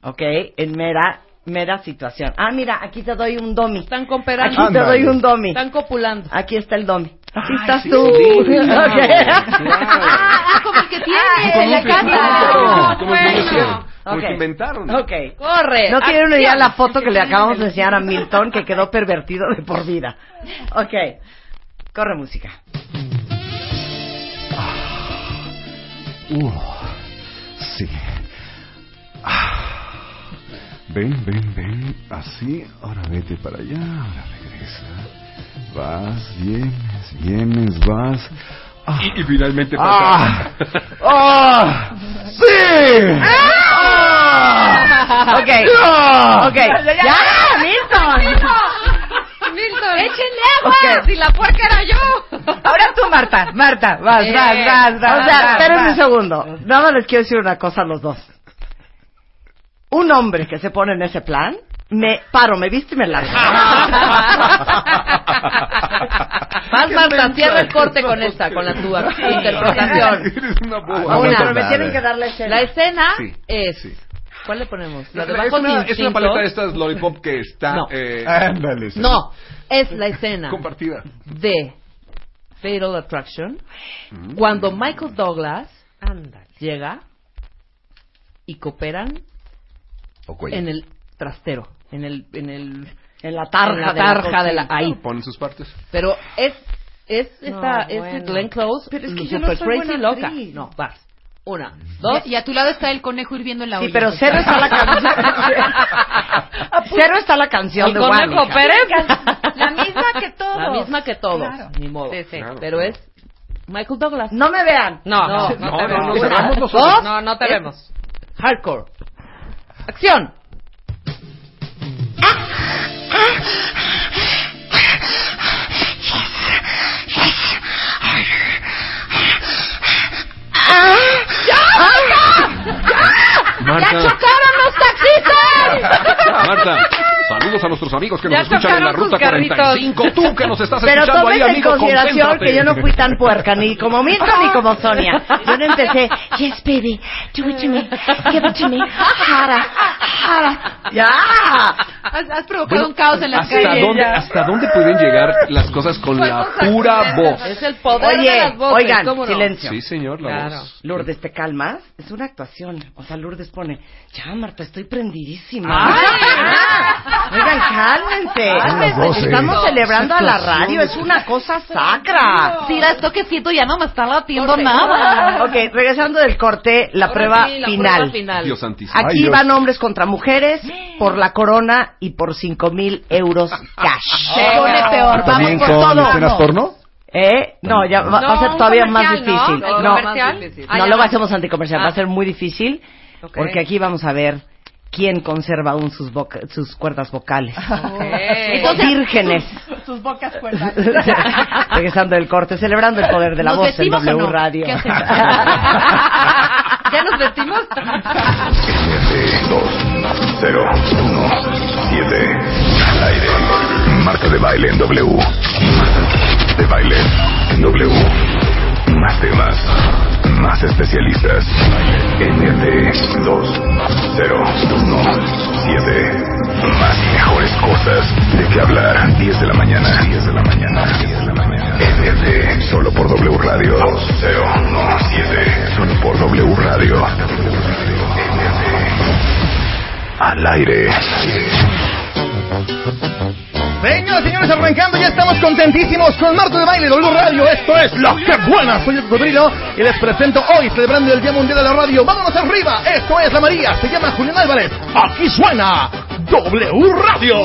Speaker 1: ¿ok? En mera, mera situación. Ah, mira, aquí te doy un domi. Están cooperando. Aquí te
Speaker 4: Ándale.
Speaker 1: doy un domi.
Speaker 4: Están copulando.
Speaker 1: Aquí está el domi. Aquí
Speaker 4: Ay,
Speaker 1: estás
Speaker 4: sí,
Speaker 1: tú.
Speaker 4: sí,
Speaker 1: Ok.
Speaker 4: claro.
Speaker 1: como el que
Speaker 4: tiene en la casa.
Speaker 6: Como el que
Speaker 1: Bueno.
Speaker 6: hicieron, como el que
Speaker 1: Ok.
Speaker 6: inventaron.
Speaker 1: Ok.
Speaker 4: Corre,
Speaker 1: No tienen una idea
Speaker 4: acción.
Speaker 1: la foto que le acabamos de enseñar a Milton que quedó pervertido de por vida. Ok. Corre música.
Speaker 10: Uno. Sí. Ah. Ven, ven, ven. Así. Ahora vete para allá. Ahora regresa. Vas, vienes, vienes, vas.
Speaker 6: Y, y finalmente
Speaker 10: ¡Ah!
Speaker 6: pasa.
Speaker 10: ¡Ah! ¡Sí!
Speaker 5: Ah.
Speaker 1: Ok.
Speaker 10: ¡Ya!
Speaker 1: Ok. Ya, Milton.
Speaker 5: Milton.
Speaker 15: ¡Échenle
Speaker 1: agua!
Speaker 5: Si la puerca era yo.
Speaker 1: Ahora tú, Marta. Marta, vas,
Speaker 5: Eh.
Speaker 1: vas, vas, vas. O sea,
Speaker 5: vas,
Speaker 1: espérenme
Speaker 5: vas.
Speaker 1: un segundo. Nada más les quiero decir una cosa a los dos. Un hombre que se pone en ese plan, me paro, me viste y me largo.
Speaker 4: Ah,
Speaker 1: Ah,
Speaker 4: Más, Marta, cierra el corte con esta, con la tuya, interpretación.
Speaker 6: Eres una
Speaker 1: Ah,
Speaker 6: boba.
Speaker 4: Una,
Speaker 6: Ah, No, no, no, no.
Speaker 4: dar
Speaker 1: la
Speaker 4: escena. La escena
Speaker 6: Sí,
Speaker 4: es... ¿Cuál le ponemos? ¿La de
Speaker 6: Es
Speaker 4: Bajo de
Speaker 6: una, es una
Speaker 4: Instinto?
Speaker 6: paleta de estas lollipop que está...
Speaker 4: No.
Speaker 6: eh,
Speaker 4: No, es la escena
Speaker 6: Compartida.
Speaker 4: de Fatal Attraction
Speaker 6: Mm.
Speaker 4: cuando Michael Douglas llega y cooperan en el trastero, en el en el
Speaker 1: en la tarja de la
Speaker 4: tarja de la,
Speaker 1: cocina.
Speaker 4: ahí.
Speaker 6: Ponen sus partes.
Speaker 4: Pero es es
Speaker 1: No,
Speaker 4: esta es de
Speaker 1: bueno.
Speaker 4: Glenn Close,
Speaker 1: Pero es que
Speaker 4: super
Speaker 1: yo no soy
Speaker 4: crazy
Speaker 1: buena
Speaker 4: loca.
Speaker 1: actriz.
Speaker 4: No, vas. Una, dos.
Speaker 8: Y a tu lado está el conejo hirviendo en la
Speaker 1: Sí,
Speaker 8: olla.
Speaker 1: pero cero está la Cero está la canción
Speaker 4: El
Speaker 1: de
Speaker 4: conejo
Speaker 1: Juan.
Speaker 4: Pérez.
Speaker 8: La misma que todos.
Speaker 4: La misma que todos,
Speaker 8: Claro.
Speaker 4: ni modo.
Speaker 8: Claro.
Speaker 4: Pero es Michael Douglas.
Speaker 1: No me vean.
Speaker 4: No,
Speaker 5: No,
Speaker 4: no,
Speaker 5: no
Speaker 4: te
Speaker 5: te vemos.
Speaker 4: vemos.
Speaker 5: Cerramos
Speaker 4: Una,
Speaker 5: nosotros.
Speaker 4: dos,
Speaker 5: No, no te
Speaker 4: es
Speaker 5: vemos.
Speaker 4: Hardcore. Acción.
Speaker 6: Marta.
Speaker 15: ¡Ya chocaron los taxistas!
Speaker 6: Marta, saludos a nuestros amigos que
Speaker 15: Ya
Speaker 6: nos escuchan en la
Speaker 15: chocaron sus
Speaker 6: ruta
Speaker 15: carritos.
Speaker 6: 45. Tú que nos estás
Speaker 1: Pero
Speaker 6: escuchando ahí,
Speaker 1: tomes en
Speaker 6: amigo,
Speaker 1: consideración
Speaker 6: concéntrate.
Speaker 1: que yo no fui tan puerca, ni como Milton ni como Sonia. Yo no empecé, yes baby, do it to me, give it to me, jara, jara. ¡Ya!
Speaker 8: Has, has provocado
Speaker 6: Bueno,
Speaker 8: un caos en las
Speaker 6: ¿hasta
Speaker 8: calles.
Speaker 6: dónde,
Speaker 8: ya.
Speaker 6: ¿Hasta dónde pueden llegar las cosas con la pura voz?
Speaker 4: Es el poder
Speaker 1: Oye,
Speaker 4: de las voces.
Speaker 1: oigan,
Speaker 4: ¿cómo no?
Speaker 1: silencio.
Speaker 6: Sí, señor, la Claro. voz.
Speaker 1: Lourdes, ¿te calmas? Es una actuación. O sea, Lourdes pone, ya, Marta, estoy prendidísima. Ah, Oigan, cálmense.
Speaker 15: Son
Speaker 8: pues,
Speaker 15: las doce.
Speaker 1: Estamos
Speaker 6: eh,
Speaker 1: celebrando a la radio, es una cosa sacra.
Speaker 8: Sí, da esto que siento ya no me está latiendo
Speaker 1: Corte.
Speaker 8: nada.
Speaker 1: Ok, regresando del corte, la,
Speaker 8: Ahora
Speaker 1: prueba,
Speaker 8: sí, la
Speaker 1: final.
Speaker 8: prueba final.
Speaker 6: Dios santísimo. Ay,
Speaker 1: Aquí
Speaker 6: Dios.
Speaker 1: van hombres contra mujeres por la corona y por cinco mil euros cash.
Speaker 8: Se pone peor.
Speaker 30: ¿También
Speaker 1: Vamos por
Speaker 30: con
Speaker 1: todo.
Speaker 30: escenas porno?
Speaker 1: ¿Eh? No, ya va,
Speaker 8: No,
Speaker 1: va a ser
Speaker 8: un
Speaker 1: todavía más
Speaker 8: comercial, ¿no?
Speaker 1: difícil.
Speaker 8: ¿El
Speaker 1: No,
Speaker 8: comercial?
Speaker 1: no,
Speaker 8: Ah, ya
Speaker 1: luego
Speaker 8: va.
Speaker 1: hacemos anticomercial, va a ser muy difícil porque aquí vamos a ver quién conserva aún sus, boca- sus cuerdas vocales.
Speaker 31: Entonces,
Speaker 1: Vírgenes.
Speaker 31: Sus, sus bocas cuerdas.
Speaker 1: Regresando del corte, celebrando el poder de la
Speaker 31: ¿Nos
Speaker 1: voz en
Speaker 31: vestimos o
Speaker 1: W
Speaker 31: no?
Speaker 1: Radio.
Speaker 31: ¿Qué hacemos?
Speaker 8: ¿Ya nos vestimos?
Speaker 15: Cero, uno, siete. Al aire. Marta de baile en W. Marta de baile en W. Más temas. Más especialistas. NT 2 0 1 7 Más y mejores cosas de que hablar. 10 de la mañana. 10 de la mañana. 10 de la mañana. NT solo por W Radio. 0 1 7 solo por W Radio. Al aire.
Speaker 13: Señoras y señores, arrancando, ya estamos contentísimos con Marta de Baile, W Radio. Esto es La Que Buena. Soy el Cocodrilo y les presento hoy, celebrando el Día Mundial de la Radio. ¡Vámonos arriba! Esto es La María, se llama Julián Álvarez. Aquí suena W Radio.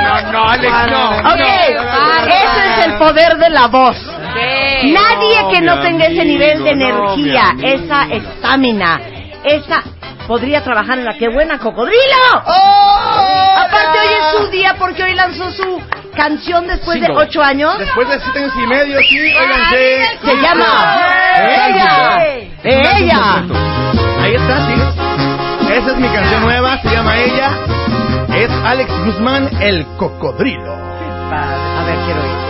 Speaker 32: No, no, Alex, no.
Speaker 13: Ok,
Speaker 32: no.
Speaker 1: Ese es el poder de la voz. Nadie que no
Speaker 32: mi
Speaker 1: tenga ese nivel de
Speaker 32: amigo, no, mi
Speaker 1: energía,
Speaker 32: amigo.
Speaker 1: esa estamina, esa podría trabajar en la que buena cocodrilo. Aparte hoy es su día porque hoy lanzó su canción después
Speaker 13: Single.
Speaker 1: de ocho años.
Speaker 13: Después de siete años y medio, sí, oigan, sí.
Speaker 1: Se llama Ella. Ella.
Speaker 13: Ahí está, sí. Esa es mi canción nueva, se llama Ella. Es Alex Guzmán, el cocodrilo.
Speaker 1: A ver, quiero ir.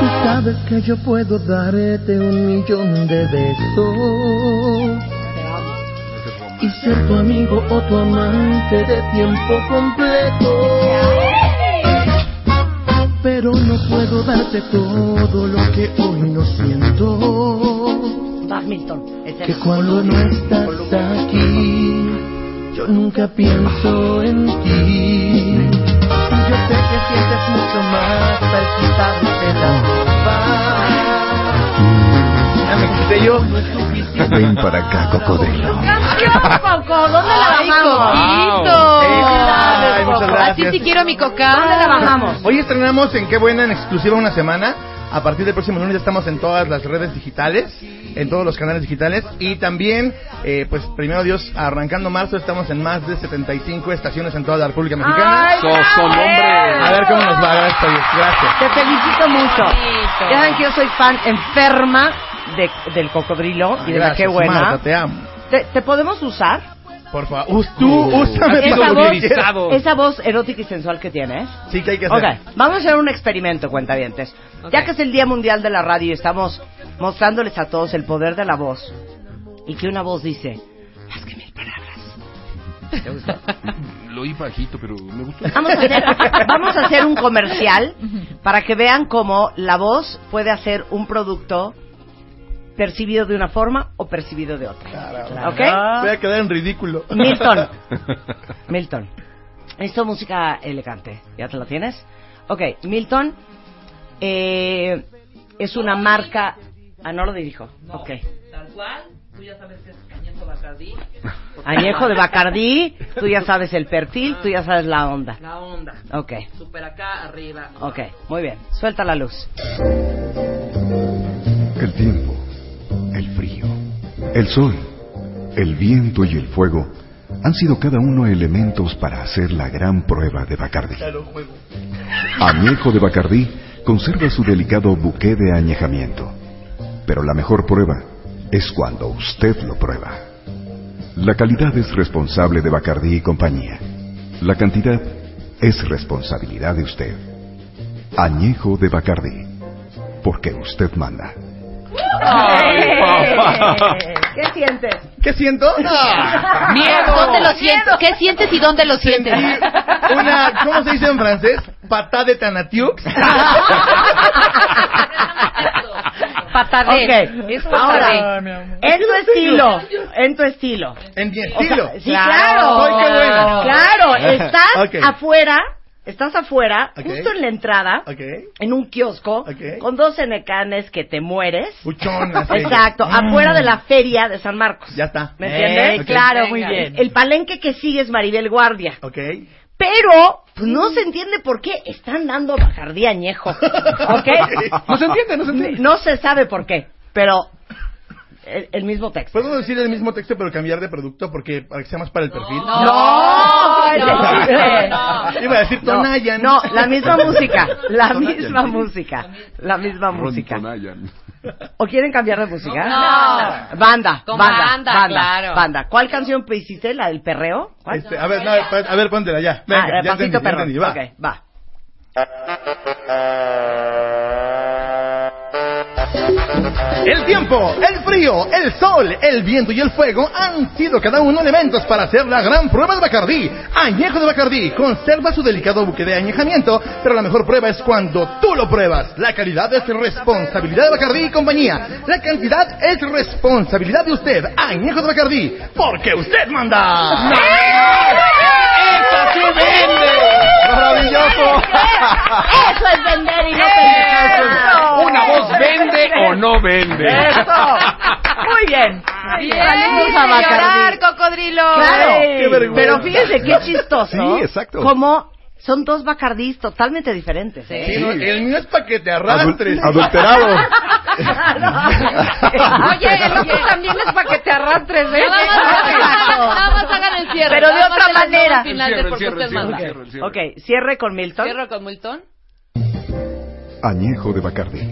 Speaker 13: Tú sabes que yo puedo darte un millón de besos y ser tu amigo o tu amante de tiempo completo. Pero no puedo darte todo lo que hoy no siento.
Speaker 1: Vas, Milton. Es
Speaker 13: Que
Speaker 1: él.
Speaker 13: cuando no estás aquí, yo nunca pienso en ti. Yo sé que sientes mucho más al quitarte la ropa. Ya me quité yo.
Speaker 10: Ven para acá, cocodrilo.
Speaker 8: Coco, ¿dónde la
Speaker 13: Ay,
Speaker 8: bajamos?
Speaker 13: Coquito. Ay,
Speaker 8: Coco.
Speaker 13: muchas gracias.
Speaker 8: Así sí quiero a mi coca. ¿Dónde la bajamos?
Speaker 13: Hoy estrenamos en Qué Buena en exclusiva una semana. A partir del próximo lunes ya estamos en todas las redes digitales, en todos los canales digitales. Y también, eh, pues primero Dios, arrancando marzo estamos en más de 75 estaciones en toda la República Mexicana.
Speaker 32: ¡Ay, So- bravo! son hombres.
Speaker 13: A ver cómo nos va a esto. Gracias.
Speaker 1: Te felicito mucho. Ya saben que yo soy fan enferma de- del cocodrilo y de la
Speaker 13: Gracias,
Speaker 1: que buena.
Speaker 13: Marta, te amo.
Speaker 1: ¿Te, te podemos usar?
Speaker 13: Por favor, us- tú úsame
Speaker 1: esa
Speaker 13: para lo que
Speaker 1: voz,
Speaker 13: quieras.
Speaker 1: esa voz erótica y sensual que tienes.
Speaker 13: Sí, que hay que hacer.
Speaker 1: Ok, vamos a hacer un experimento, cuentavientes. Ya que es el Día Mundial de la Radio y estamos mostrándoles a todos el poder de la voz y que una voz dice,
Speaker 6: Lo oí bajito, pero me gustó.
Speaker 1: Vamos a hacer, vamos a hacer un comercial para que vean cómo la voz puede hacer un producto percibido de una forma o percibido de otra. ¿Ok?
Speaker 13: Voy a quedar en ridículo.
Speaker 1: Milton. Milton. Esto es música elegante. ¿Ya te la tienes? Ok, Milton eh, es una marca... Ah, no lo dirijo. Ok.
Speaker 4: Tal cual, tú ya sabes que es Cañeto Bacardí.
Speaker 1: Añejo de Bacardí, tú ya sabes el perfil, tú ya sabes la onda.
Speaker 4: La onda.
Speaker 1: Ok,
Speaker 4: Super acá, arriba.
Speaker 1: ok, muy bien. Suelta la luz.
Speaker 10: El tiempo, el frío, el sol, el viento y el fuego han sido cada uno elementos para hacer la gran prueba de Bacardi. Añejo de Bacardí conserva su delicado buque de añejamiento, pero la mejor prueba es cuando usted lo prueba. La calidad es responsable de Bacardí y compañía. La cantidad es responsabilidad de usted. Añejo de Bacardí, porque usted manda.
Speaker 8: Eh,
Speaker 1: ¿Qué sientes?
Speaker 13: ¿Qué siento? No.
Speaker 31: Miedo. ¿Dónde lo sientes? ¿Qué sientes y dónde lo sientes?
Speaker 13: Una, ¿cómo se dice en francés? Patá de Tanatiux.
Speaker 1: Patadé.
Speaker 13: Ok.
Speaker 1: Es
Speaker 13: Ahora,
Speaker 1: patadé. En tu estilo. En tu estilo.
Speaker 13: En mi
Speaker 1: O sea,
Speaker 13: estilo.
Speaker 1: sí, claro.
Speaker 13: Ay, qué bueno.
Speaker 1: Claro,
Speaker 13: Ah, Ok.
Speaker 1: estás afuera Estás afuera,
Speaker 33: Ok.
Speaker 1: justo en la entrada, en un kiosco, con dos enecanes que te mueres.
Speaker 33: Buchonas, sí.
Speaker 1: Exacto,
Speaker 33: Mm.
Speaker 1: afuera de la feria de San Marcos.
Speaker 13: Ya está.
Speaker 1: ¿Me entiendes?
Speaker 13: Eh, ok.
Speaker 1: Claro,
Speaker 13: Venga.
Speaker 1: muy bien. El palenque que sigue es Maribel Guardia. Pero, pues no se entiende por qué están dando bacardí añejo. ¿Ok?
Speaker 13: No se entiende, no se entiende.
Speaker 1: No se sabe por qué, pero el, el mismo texto.
Speaker 13: Podemos decir el mismo texto, pero cambiar de producto porque para que sea más para el perfil.
Speaker 1: No, no, no.
Speaker 13: Iba a decir
Speaker 1: No,
Speaker 13: Tonayan.
Speaker 1: No, la misma música, la
Speaker 13: Tonayan,
Speaker 1: misma
Speaker 13: sí.
Speaker 1: música, la misma música.
Speaker 13: Tonayan.
Speaker 1: ¿O quieren cambiar de música?
Speaker 4: No.
Speaker 1: Banda,
Speaker 4: Con
Speaker 1: banda,
Speaker 4: banda,
Speaker 1: banda,
Speaker 4: claro.
Speaker 1: banda. ¿Cuál canción hiciste? ¿La del perreo? ¿Cuál?
Speaker 13: Este, a ver, no, pa- a ver, póntela ya. Venga,
Speaker 1: Ah,
Speaker 13: ya
Speaker 1: Pasito
Speaker 13: entendí, ya
Speaker 1: Perrón.
Speaker 13: entendí, va.
Speaker 1: Ok, va.
Speaker 13: El tiempo, el frío, el sol, el viento y el fuego han sido cada uno elementos para hacer la gran prueba de Bacardí. Añejo de Bacardí conserva su delicado buque de añejamiento, pero la mejor prueba es cuando tú lo pruebas. La calidad es responsabilidad de Bacardí y compañía. La cantidad es responsabilidad de usted. Añejo de Bacardí, porque usted manda.
Speaker 15: ¡Eh! ¡Eso sí vende!
Speaker 13: ¡Maravilloso!
Speaker 1: Eso es vender y no pendejadas.
Speaker 15: Una voz vende o no vende.
Speaker 1: Muy bien.
Speaker 34: Bien,
Speaker 1: Salimos a
Speaker 34: sin
Speaker 1: Bacardí.
Speaker 34: llorar, cocodrilo.
Speaker 1: Claro,
Speaker 34: Ey.
Speaker 1: pero fíjense qué chistoso.
Speaker 13: Sí, exacto.
Speaker 1: Como son dos Bacardís totalmente diferentes. ¿eh?
Speaker 13: Sí, no, el mío es para que te arrastres.
Speaker 1: Adul- adulterado.
Speaker 4: Oye, el otro también es para que te arrastres, ¿eh?
Speaker 1: Nada más-
Speaker 4: Nada más hagan el cierre.
Speaker 1: Pero de
Speaker 4: Nada más
Speaker 1: otra
Speaker 4: el saludo
Speaker 1: manera.
Speaker 4: al final del Porque Usted Manda.
Speaker 1: Ok, cierre con Milton.
Speaker 4: Cierro con Milton.
Speaker 10: Añejo de Bacardi,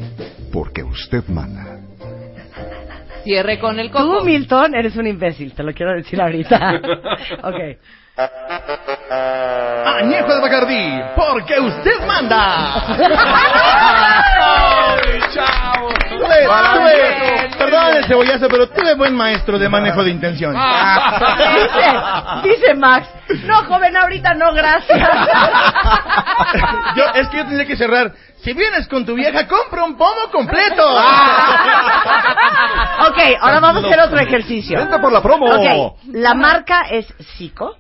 Speaker 10: porque usted manda.
Speaker 4: Cierre con el
Speaker 1: Tú, Milton, eres un imbécil, te lo quiero decir ahorita. ok.
Speaker 13: Añejo de Bacardí, porque usted manda.
Speaker 15: ¡Ay, chao!
Speaker 13: Tuve- tuve- Pues, Perdón el cebollazo, pero tuve buen maestro de manejo de intenciones.
Speaker 1: Dice, dice Max, no, joven, ahorita no, gracias.
Speaker 13: Yo, es que yo tendría que cerrar. Si vienes con tu vieja, compra un pomo completo.
Speaker 1: ok, ahora vamos a hacer otro ejercicio.
Speaker 13: Vente por la promo.
Speaker 1: Ok, la marca es Zico.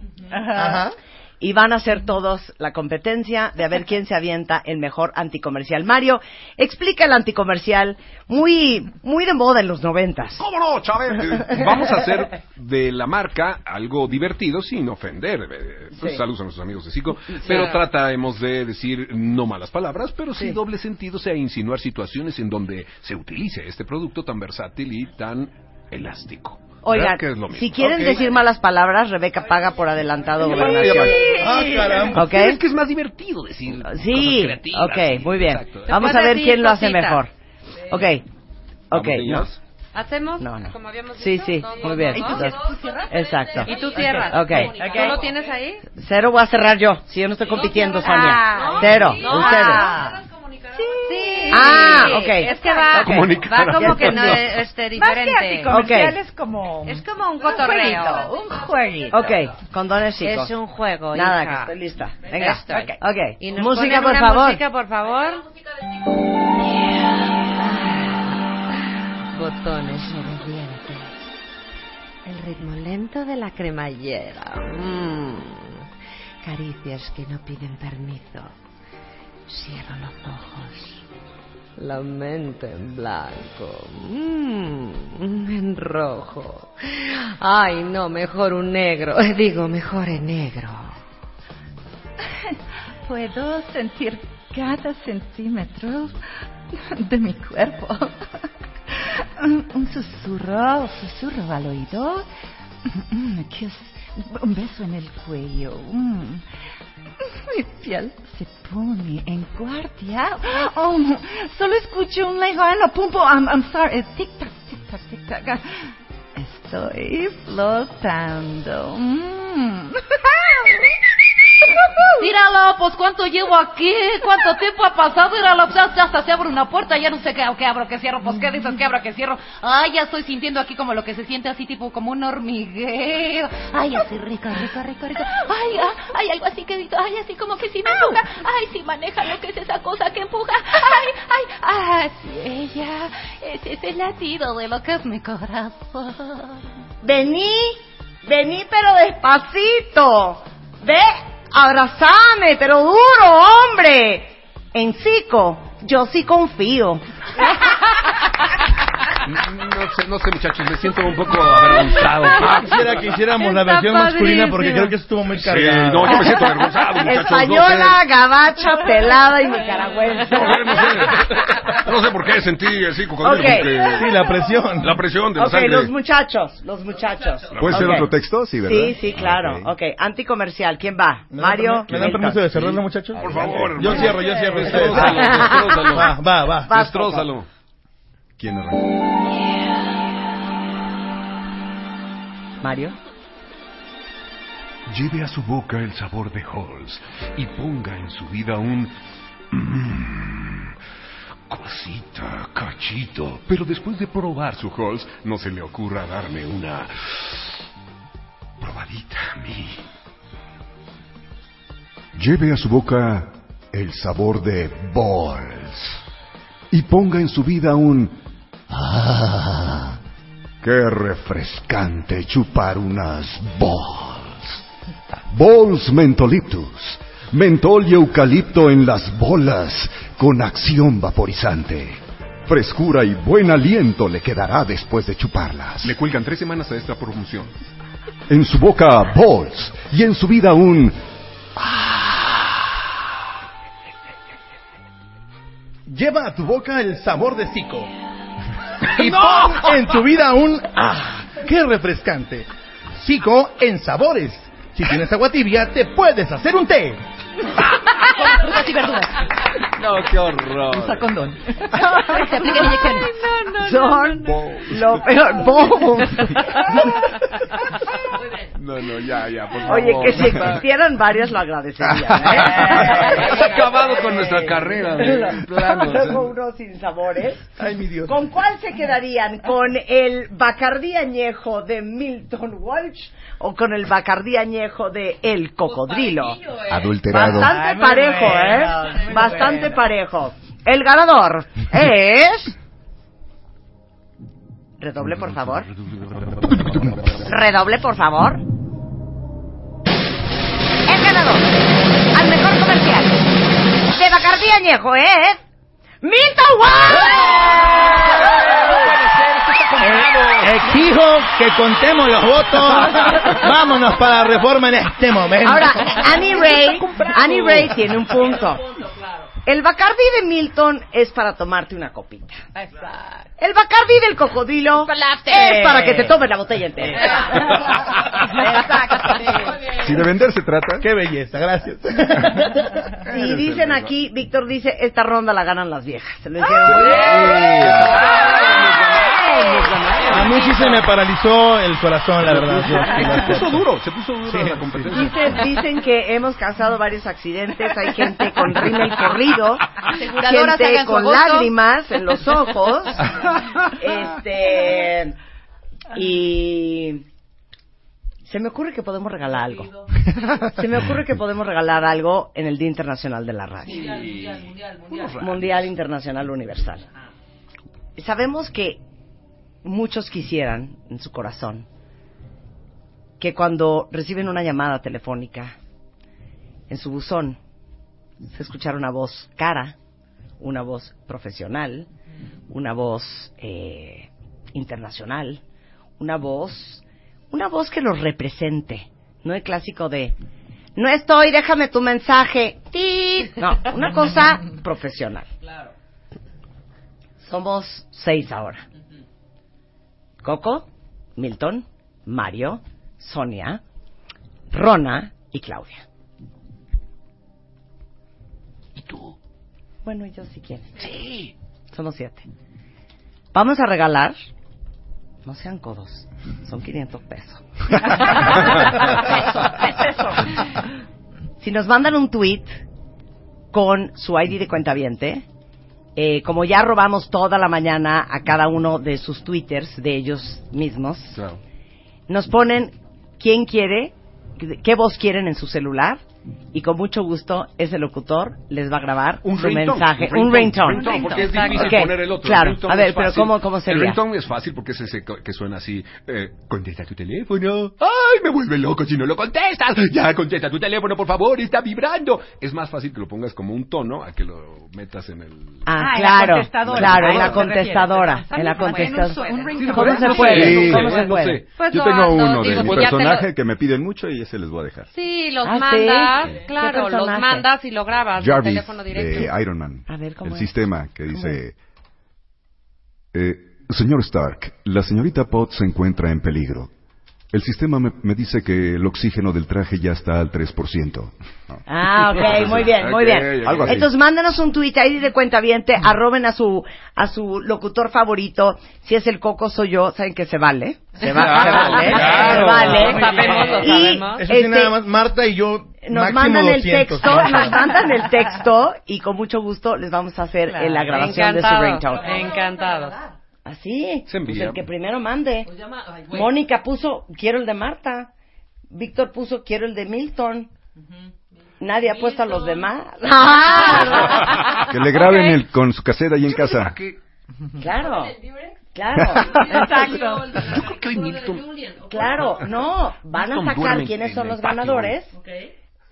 Speaker 1: Y van a hacer todos la competencia de a ver quién se avienta el mejor anticomercial. Mario, explica el anticomercial muy, muy de moda en los noventas.
Speaker 6: ¿Cómo no, Chávez? Vamos a hacer de la marca algo divertido sin ofender. Eh, pues,
Speaker 15: Sí.
Speaker 6: Saludos a nuestros amigos de Cico.
Speaker 15: Sí.
Speaker 6: Pero trataremos de decir no malas palabras, pero sí, doble sentido, o sea, insinuar situaciones en donde se utilice este producto tan versátil y tan elástico.
Speaker 1: Oigan,
Speaker 6: ¿Verdad que es lo mismo?
Speaker 1: si quieren
Speaker 6: Ok.
Speaker 1: decir malas palabras, Rebeca paga por adelantado
Speaker 6: Sí.
Speaker 1: gobernación.
Speaker 6: Ah, caramba.
Speaker 1: ¿Ok?
Speaker 6: Es que es más divertido decir cosas
Speaker 1: Sí,
Speaker 6: creativas.
Speaker 1: ok, muy bien.
Speaker 6: Exacto.
Speaker 1: Vamos a
Speaker 4: Cosas
Speaker 1: ver
Speaker 4: así,
Speaker 1: quién lo hace
Speaker 4: cositas.
Speaker 1: mejor. Ok, ok. no.
Speaker 4: ¿Hacemos?
Speaker 1: No, no.
Speaker 4: Como habíamos
Speaker 1: Sí,
Speaker 4: dicho.
Speaker 1: sí,
Speaker 4: Todos,
Speaker 1: muy bien.
Speaker 4: ¿no?
Speaker 1: Entonces, exacto.
Speaker 4: Y tú cierras.
Speaker 1: Ok.
Speaker 4: ¿Tú lo tienes ahí?
Speaker 1: Cero voy a cerrar yo, si yo no estoy compitiendo, Sonia.
Speaker 4: Ah,
Speaker 1: Cero,
Speaker 4: no.
Speaker 1: ustedes.
Speaker 4: Ah, Sí.
Speaker 1: Ah, ok.
Speaker 4: Es que va,
Speaker 1: Va comunicar.
Speaker 4: va como que no,
Speaker 1: Ya
Speaker 4: eh,
Speaker 1: entendió.
Speaker 4: este,
Speaker 1: Más que
Speaker 4: diferente.
Speaker 1: anticomercial Ok.
Speaker 4: es como... Es como un cotorreo.
Speaker 1: jueguito,
Speaker 4: un jueguito.
Speaker 1: Ok, condones chicos.
Speaker 4: Es un juego,
Speaker 1: Nada,
Speaker 4: hija.
Speaker 1: que estoy lista. Venga,
Speaker 4: Estoy.
Speaker 1: ok. okay.
Speaker 4: Y nos ponen
Speaker 1: música, por
Speaker 4: una
Speaker 1: favor.
Speaker 4: Música, por favor.
Speaker 5: Botones, reviértete. El ritmo lento de la cremallera. Mm. Caricias que no piden permiso. Cierro los ojos. La mente en blanco. Mm, En rojo. Ay, no, mejor un negro. Digo, mejor en negro.
Speaker 9: Puedo sentir cada centímetro de mi cuerpo. Un un susurro, un susurro al oído. Mm, mm, kiss. Un beso en el cuello. Mm. Mi piel se pone en guardia. Oh, no. Solo escucho un lejano pum pum. I'm, I'm sorry. Eh, Tic tac, tic tac, tic tac. Estoy flotando. Mm.
Speaker 8: Mírala, pues cuánto llevo aquí, cuánto tiempo ha pasado, mírala, pues hasta, hasta se abre una puerta, ya no sé qué, qué abro, qué cierro, pues qué dices, qué abro, qué cierro. Ay, ya estoy sintiendo aquí como lo que se siente así, tipo como un hormigueo. Ay, así rico, rico, rico, rico. Ay, ah, ay, algo así que digo, ay, así como que sí me empuja, ay, sí maneja lo que es esa cosa que empuja, ay, ay, ay, sí, ella, ese es el latido de lo que es mi corazón.
Speaker 1: Vení, vení pero despacito. Ve, Abrazame, pero duro, hombre. En Zico, yo sí confío.
Speaker 6: Mm, No sé, no sé, muchachos, me siento un poco avergonzado.
Speaker 13: Ah, Quisiera que hiciéramos la
Speaker 1: Está
Speaker 13: versión masculina porque
Speaker 1: padrísimo.
Speaker 13: creo que estuvo muy
Speaker 6: Sí,
Speaker 13: cargada.
Speaker 6: no, yo me siento avergonzado, muchachos,
Speaker 1: Española, gabacha, pelada y nicaragüense.
Speaker 6: No sé por qué sentí el psico
Speaker 1: Ok. Sí,
Speaker 13: la presión.
Speaker 6: La presión de la
Speaker 1: Ok,
Speaker 6: sangre.
Speaker 1: los muchachos, los muchachos.
Speaker 10: ¿Puede ser
Speaker 1: Ok.
Speaker 10: otro texto? Sí, ¿verdad?
Speaker 1: Sí, sí, claro. Ok, anticomercial. ¿Quién va? Mario.
Speaker 13: ¿Me dan permiso de cerrarlo, muchachos? Por
Speaker 6: favor.
Speaker 13: Yo cierro, yo cierro.
Speaker 6: Destrózalo, destrózalo.
Speaker 13: Va, va, va.
Speaker 1: Vas,
Speaker 6: Destrózalo.
Speaker 10: ¿Quién
Speaker 1: Mario.
Speaker 2: Lleve a su boca el sabor de Halls y ponga en su vida un... mm, cosita, cachito. Pero después de probar su Halls, no se le ocurra darme una... probadita a mí.
Speaker 17: Lleve a su boca el sabor de balls y ponga en su vida un ah, qué refrescante chupar unas balls. Balls mentoliptus, mentol y eucalipto en las bolas con acción vaporizante. Frescura y buen aliento le quedará después de chuparlas.
Speaker 6: Le cuelgan tres semanas a esta promoción.
Speaker 17: En su boca balls y en su vida un
Speaker 13: Lleva a tu boca el sabor de Zico. Y pon en tu vida un ¡ah! ¡Qué refrescante! Zico en sabores. Si tienes agua tibia, te puedes hacer un té.
Speaker 35: Con frutas y verduras.
Speaker 6: No, qué horror.
Speaker 35: Usa condón. Se aplican inyecciones.
Speaker 1: Son lo peor. Boom.
Speaker 6: No, no, ya, ya, por favor.
Speaker 1: Oye, que si existieran varias lo ¿eh? agradecería. ¿eh?
Speaker 6: Has acabado con nuestra carrera de plano.
Speaker 1: Luego unos sin sabores.
Speaker 13: Ay, mi Dios.
Speaker 1: ¿Con cuál se quedarían? ¿Con el Bacardí añejo de Milton Walsh o con el Bacardí añejo de El Cocodrilo?
Speaker 10: Adulterado.
Speaker 1: Bastante parejo, ¿eh? Bastante parejo. El ganador es... Redoble, por favor. Redoble, por favor. El ganador al mejor comercial de Bacardí Añejo es... ¡Milton Walsh!
Speaker 13: Exijo que contemos los votos. Vámonos para la reforma en este momento.
Speaker 1: Ahora, Annie Ray, Annie Ray tiene un punto. El Bacardi de Milton es para tomarte una copita. El Bacardi del cocodrilo es para que te tomes la botella entera.
Speaker 10: Si de vender se trata.
Speaker 13: Qué belleza, gracias.
Speaker 1: Y dicen aquí, Víctor dice, esta ronda la ganan las viejas. Se lo ¡Eh! hicieron muy bien.
Speaker 13: A mí sí se me paralizó el corazón, la verdad.
Speaker 6: Se puso duro, se puso duro la competencia.
Speaker 1: Dicen, dicen que hemos causado varios accidentes. Hay gente con rímel corrido,
Speaker 8: Aseguradoras,
Speaker 1: gente
Speaker 8: hagan su
Speaker 1: con
Speaker 8: agosto.
Speaker 1: lágrimas en los ojos. Este. Y. Se me ocurre que podemos regalar algo. Se me ocurre que podemos regalar algo en el Día Internacional de la Radio. Mundial Internacional Universal. Sabemos que muchos quisieran en su corazón que cuando reciben una llamada telefónica en su buzón se escuchara una voz cara, una voz profesional, una voz eh, internacional, una voz, una voz que los represente, no el clásico de no estoy, déjame tu mensaje. ¡Tit! No, una cosa profesional. Somos seis ahora. Coco, Milton, Mario, Sonia, Rona y Claudia. ¿Y tú? Bueno, yo si quieres. Sí. Somos siete. Vamos a regalar. No sean codos. Son 500 pesos. Si nos mandan un tweet con su ID de cuentaviente, eh, como ya robamos toda la mañana a cada uno de sus twitters de ellos mismos, nos ponen quién quiere, qué voz quieren en su celular y con mucho gusto ese locutor les va a grabar
Speaker 6: Un
Speaker 1: su
Speaker 6: ringtone,
Speaker 1: mensaje, un
Speaker 6: ringtone,
Speaker 1: ringtone.
Speaker 6: ringtone, porque es
Speaker 1: Exacto.
Speaker 6: difícil
Speaker 1: Ok,
Speaker 6: poner el otro. El
Speaker 1: Claro,
Speaker 6: ringtone
Speaker 1: a ver,
Speaker 6: es
Speaker 1: pero
Speaker 6: fácil.
Speaker 1: ¿cómo, cómo
Speaker 6: El
Speaker 1: sería?
Speaker 6: ringtone es fácil porque es ese co- que suena así. Eh, contesta tu teléfono. ¡Ay, me vuelve loco si no lo contestas! ¡Ah! Ya, contesta tu teléfono, por favor, está vibrando. Es más fácil que lo pongas como un tono a que lo metas en el...
Speaker 1: Ah, claro, claro, en la contestadora, en la contestadora. ¿Cómo se puede?
Speaker 10: Sí,
Speaker 1: ¿Cómo
Speaker 10: no
Speaker 1: se
Speaker 10: sé.
Speaker 1: puede?
Speaker 5: Pues
Speaker 10: Yo
Speaker 5: lo
Speaker 10: tengo
Speaker 5: hago,
Speaker 10: uno
Speaker 5: digo,
Speaker 10: de mi
Speaker 5: pues ya te
Speaker 10: personaje
Speaker 5: lo-
Speaker 10: que me piden mucho y ese les voy a dejar.
Speaker 5: Sí, los
Speaker 1: Ah, ¿sí?
Speaker 5: mandas,
Speaker 1: ¿Qué
Speaker 5: claro, los
Speaker 1: personaje?
Speaker 5: mandas y lo grabas por
Speaker 10: Jarvis
Speaker 5: teléfono directo.
Speaker 10: de Iron Man.
Speaker 1: A ver, ¿cómo
Speaker 10: el
Speaker 1: es?
Speaker 10: sistema que dice... eh, señor Stark, la señorita Potts se encuentra en peligro. El sistema me, me dice que el oxígeno del traje ya está al 3%.
Speaker 1: Ah, ok, muy bien, muy bien.
Speaker 10: Ok, algo así.
Speaker 1: Entonces, mándanos un tuit ahí de cuenta viente, arroben a su, a su locutor favorito. Si es el Coco, soy yo. Saben que se vale. Se, va-
Speaker 13: Claro,
Speaker 1: se vale.
Speaker 13: claro.
Speaker 1: se vale.
Speaker 13: Sabemos, lo
Speaker 1: Y,
Speaker 13: sabemos. Eso sí,
Speaker 1: este,
Speaker 13: nada más, Marta y yo,
Speaker 1: Nos
Speaker 13: máximo
Speaker 1: mandan el
Speaker 13: 200,
Speaker 1: texto,
Speaker 13: ¿no?
Speaker 1: nos mandan el texto y con mucho gusto les vamos a hacer eh, la grabación de su
Speaker 5: Encantados,
Speaker 1: ringtone.
Speaker 5: encantados.
Speaker 1: Así,
Speaker 5: Se envía.
Speaker 1: pues el que primero mande.
Speaker 5: güey.
Speaker 1: Mónica puso, quiero el de Marta. Víctor puso, quiero el de Milton. Nadie ha puesto a los demás.
Speaker 10: Ah.
Speaker 5: Ah.
Speaker 10: Que le graben el, con su caseta ahí en casa.
Speaker 1: Claro. Claro.
Speaker 10: Exacto.
Speaker 1: Yo creo que hoy Milton. Claro, no. Van a
Speaker 10: Milton
Speaker 1: sacar
Speaker 10: duerme
Speaker 1: quiénes
Speaker 10: en
Speaker 1: son
Speaker 10: el
Speaker 1: los
Speaker 10: patio.
Speaker 1: ganadores.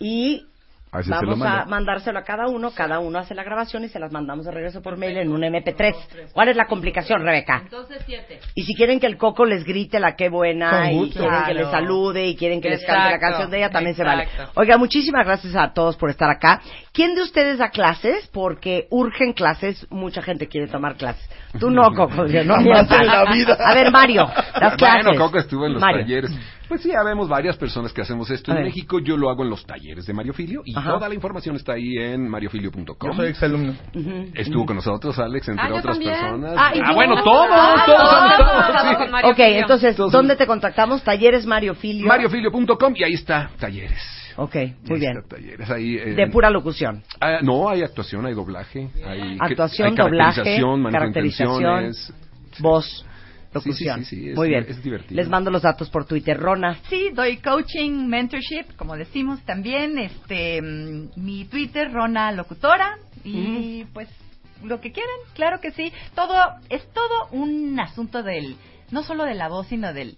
Speaker 1: Y
Speaker 10: A ver si se lo
Speaker 1: vamos a
Speaker 10: manda.
Speaker 1: mandárselo a cada uno. Cada uno hace la grabación y se las mandamos de regreso por mail en un MP3. ¿Cuál es la complicación, Rebeca?
Speaker 35: Entonces, siete.
Speaker 1: Y si quieren que el coco les grite la qué buena,
Speaker 7: Con
Speaker 1: y
Speaker 7: gusto.
Speaker 1: quieren que
Speaker 7: Claro.
Speaker 1: les salude, y quieren que les cante la
Speaker 7: Exacto,
Speaker 1: canción de ella, también se vale.
Speaker 7: exacto.
Speaker 1: Oiga, muchísimas gracias a todos por estar acá. ¿Quién de ustedes da clases? Porque urgen clases, mucha gente quiere tomar clases. Tú no, Coco. yo no
Speaker 6: Jamás en la vida.
Speaker 1: A ver, Mario, las clases.
Speaker 6: Bueno, Coco estuvo en los
Speaker 1: Mario.
Speaker 6: talleres. Pues sí, habemos varias personas que hacemos esto.
Speaker 1: A
Speaker 6: En
Speaker 1: ver.
Speaker 6: México yo lo hago en los talleres de Mario Filio y
Speaker 13: Ajá.
Speaker 6: toda la información está ahí en mariofilio.com.
Speaker 13: Yo soy exalumno.
Speaker 6: Estuvo con nosotros Alex, entre
Speaker 13: Ah, yo
Speaker 6: otras
Speaker 13: también.
Speaker 6: personas.
Speaker 13: Ah, ¿y tú?
Speaker 6: bueno, todos,
Speaker 13: Ah,
Speaker 6: todos,
Speaker 13: todos,
Speaker 6: todos,
Speaker 13: todos,
Speaker 6: todos,
Speaker 13: todos
Speaker 6: sí.
Speaker 13: con Mario
Speaker 1: Ok, entonces, ¿dónde te contactamos? Talleres Mario Filio.
Speaker 6: Mariofilio.com y ahí está, talleres.
Speaker 1: Ok, muy bien.
Speaker 6: Talleres ahí. eh,
Speaker 1: De pura locución.
Speaker 6: Ah, no, hay actuación, hay doblaje, hay,
Speaker 1: Actuación,
Speaker 6: hay
Speaker 1: doblaje,
Speaker 6: caracterización, manejo de
Speaker 1: caracterización,
Speaker 6: intenciones.
Speaker 1: voz,
Speaker 6: locución. Sí, sí, sí, es-
Speaker 1: Muy bien.
Speaker 6: Es divertido.
Speaker 1: Les mando los datos por Twitter. Rona.
Speaker 9: Sí, doy coaching, mentorship, como decimos también, este mm, mi Twitter Rona locutora y pues lo que quieran, claro que sí. Todo es todo un asunto del no solo de la voz, sino del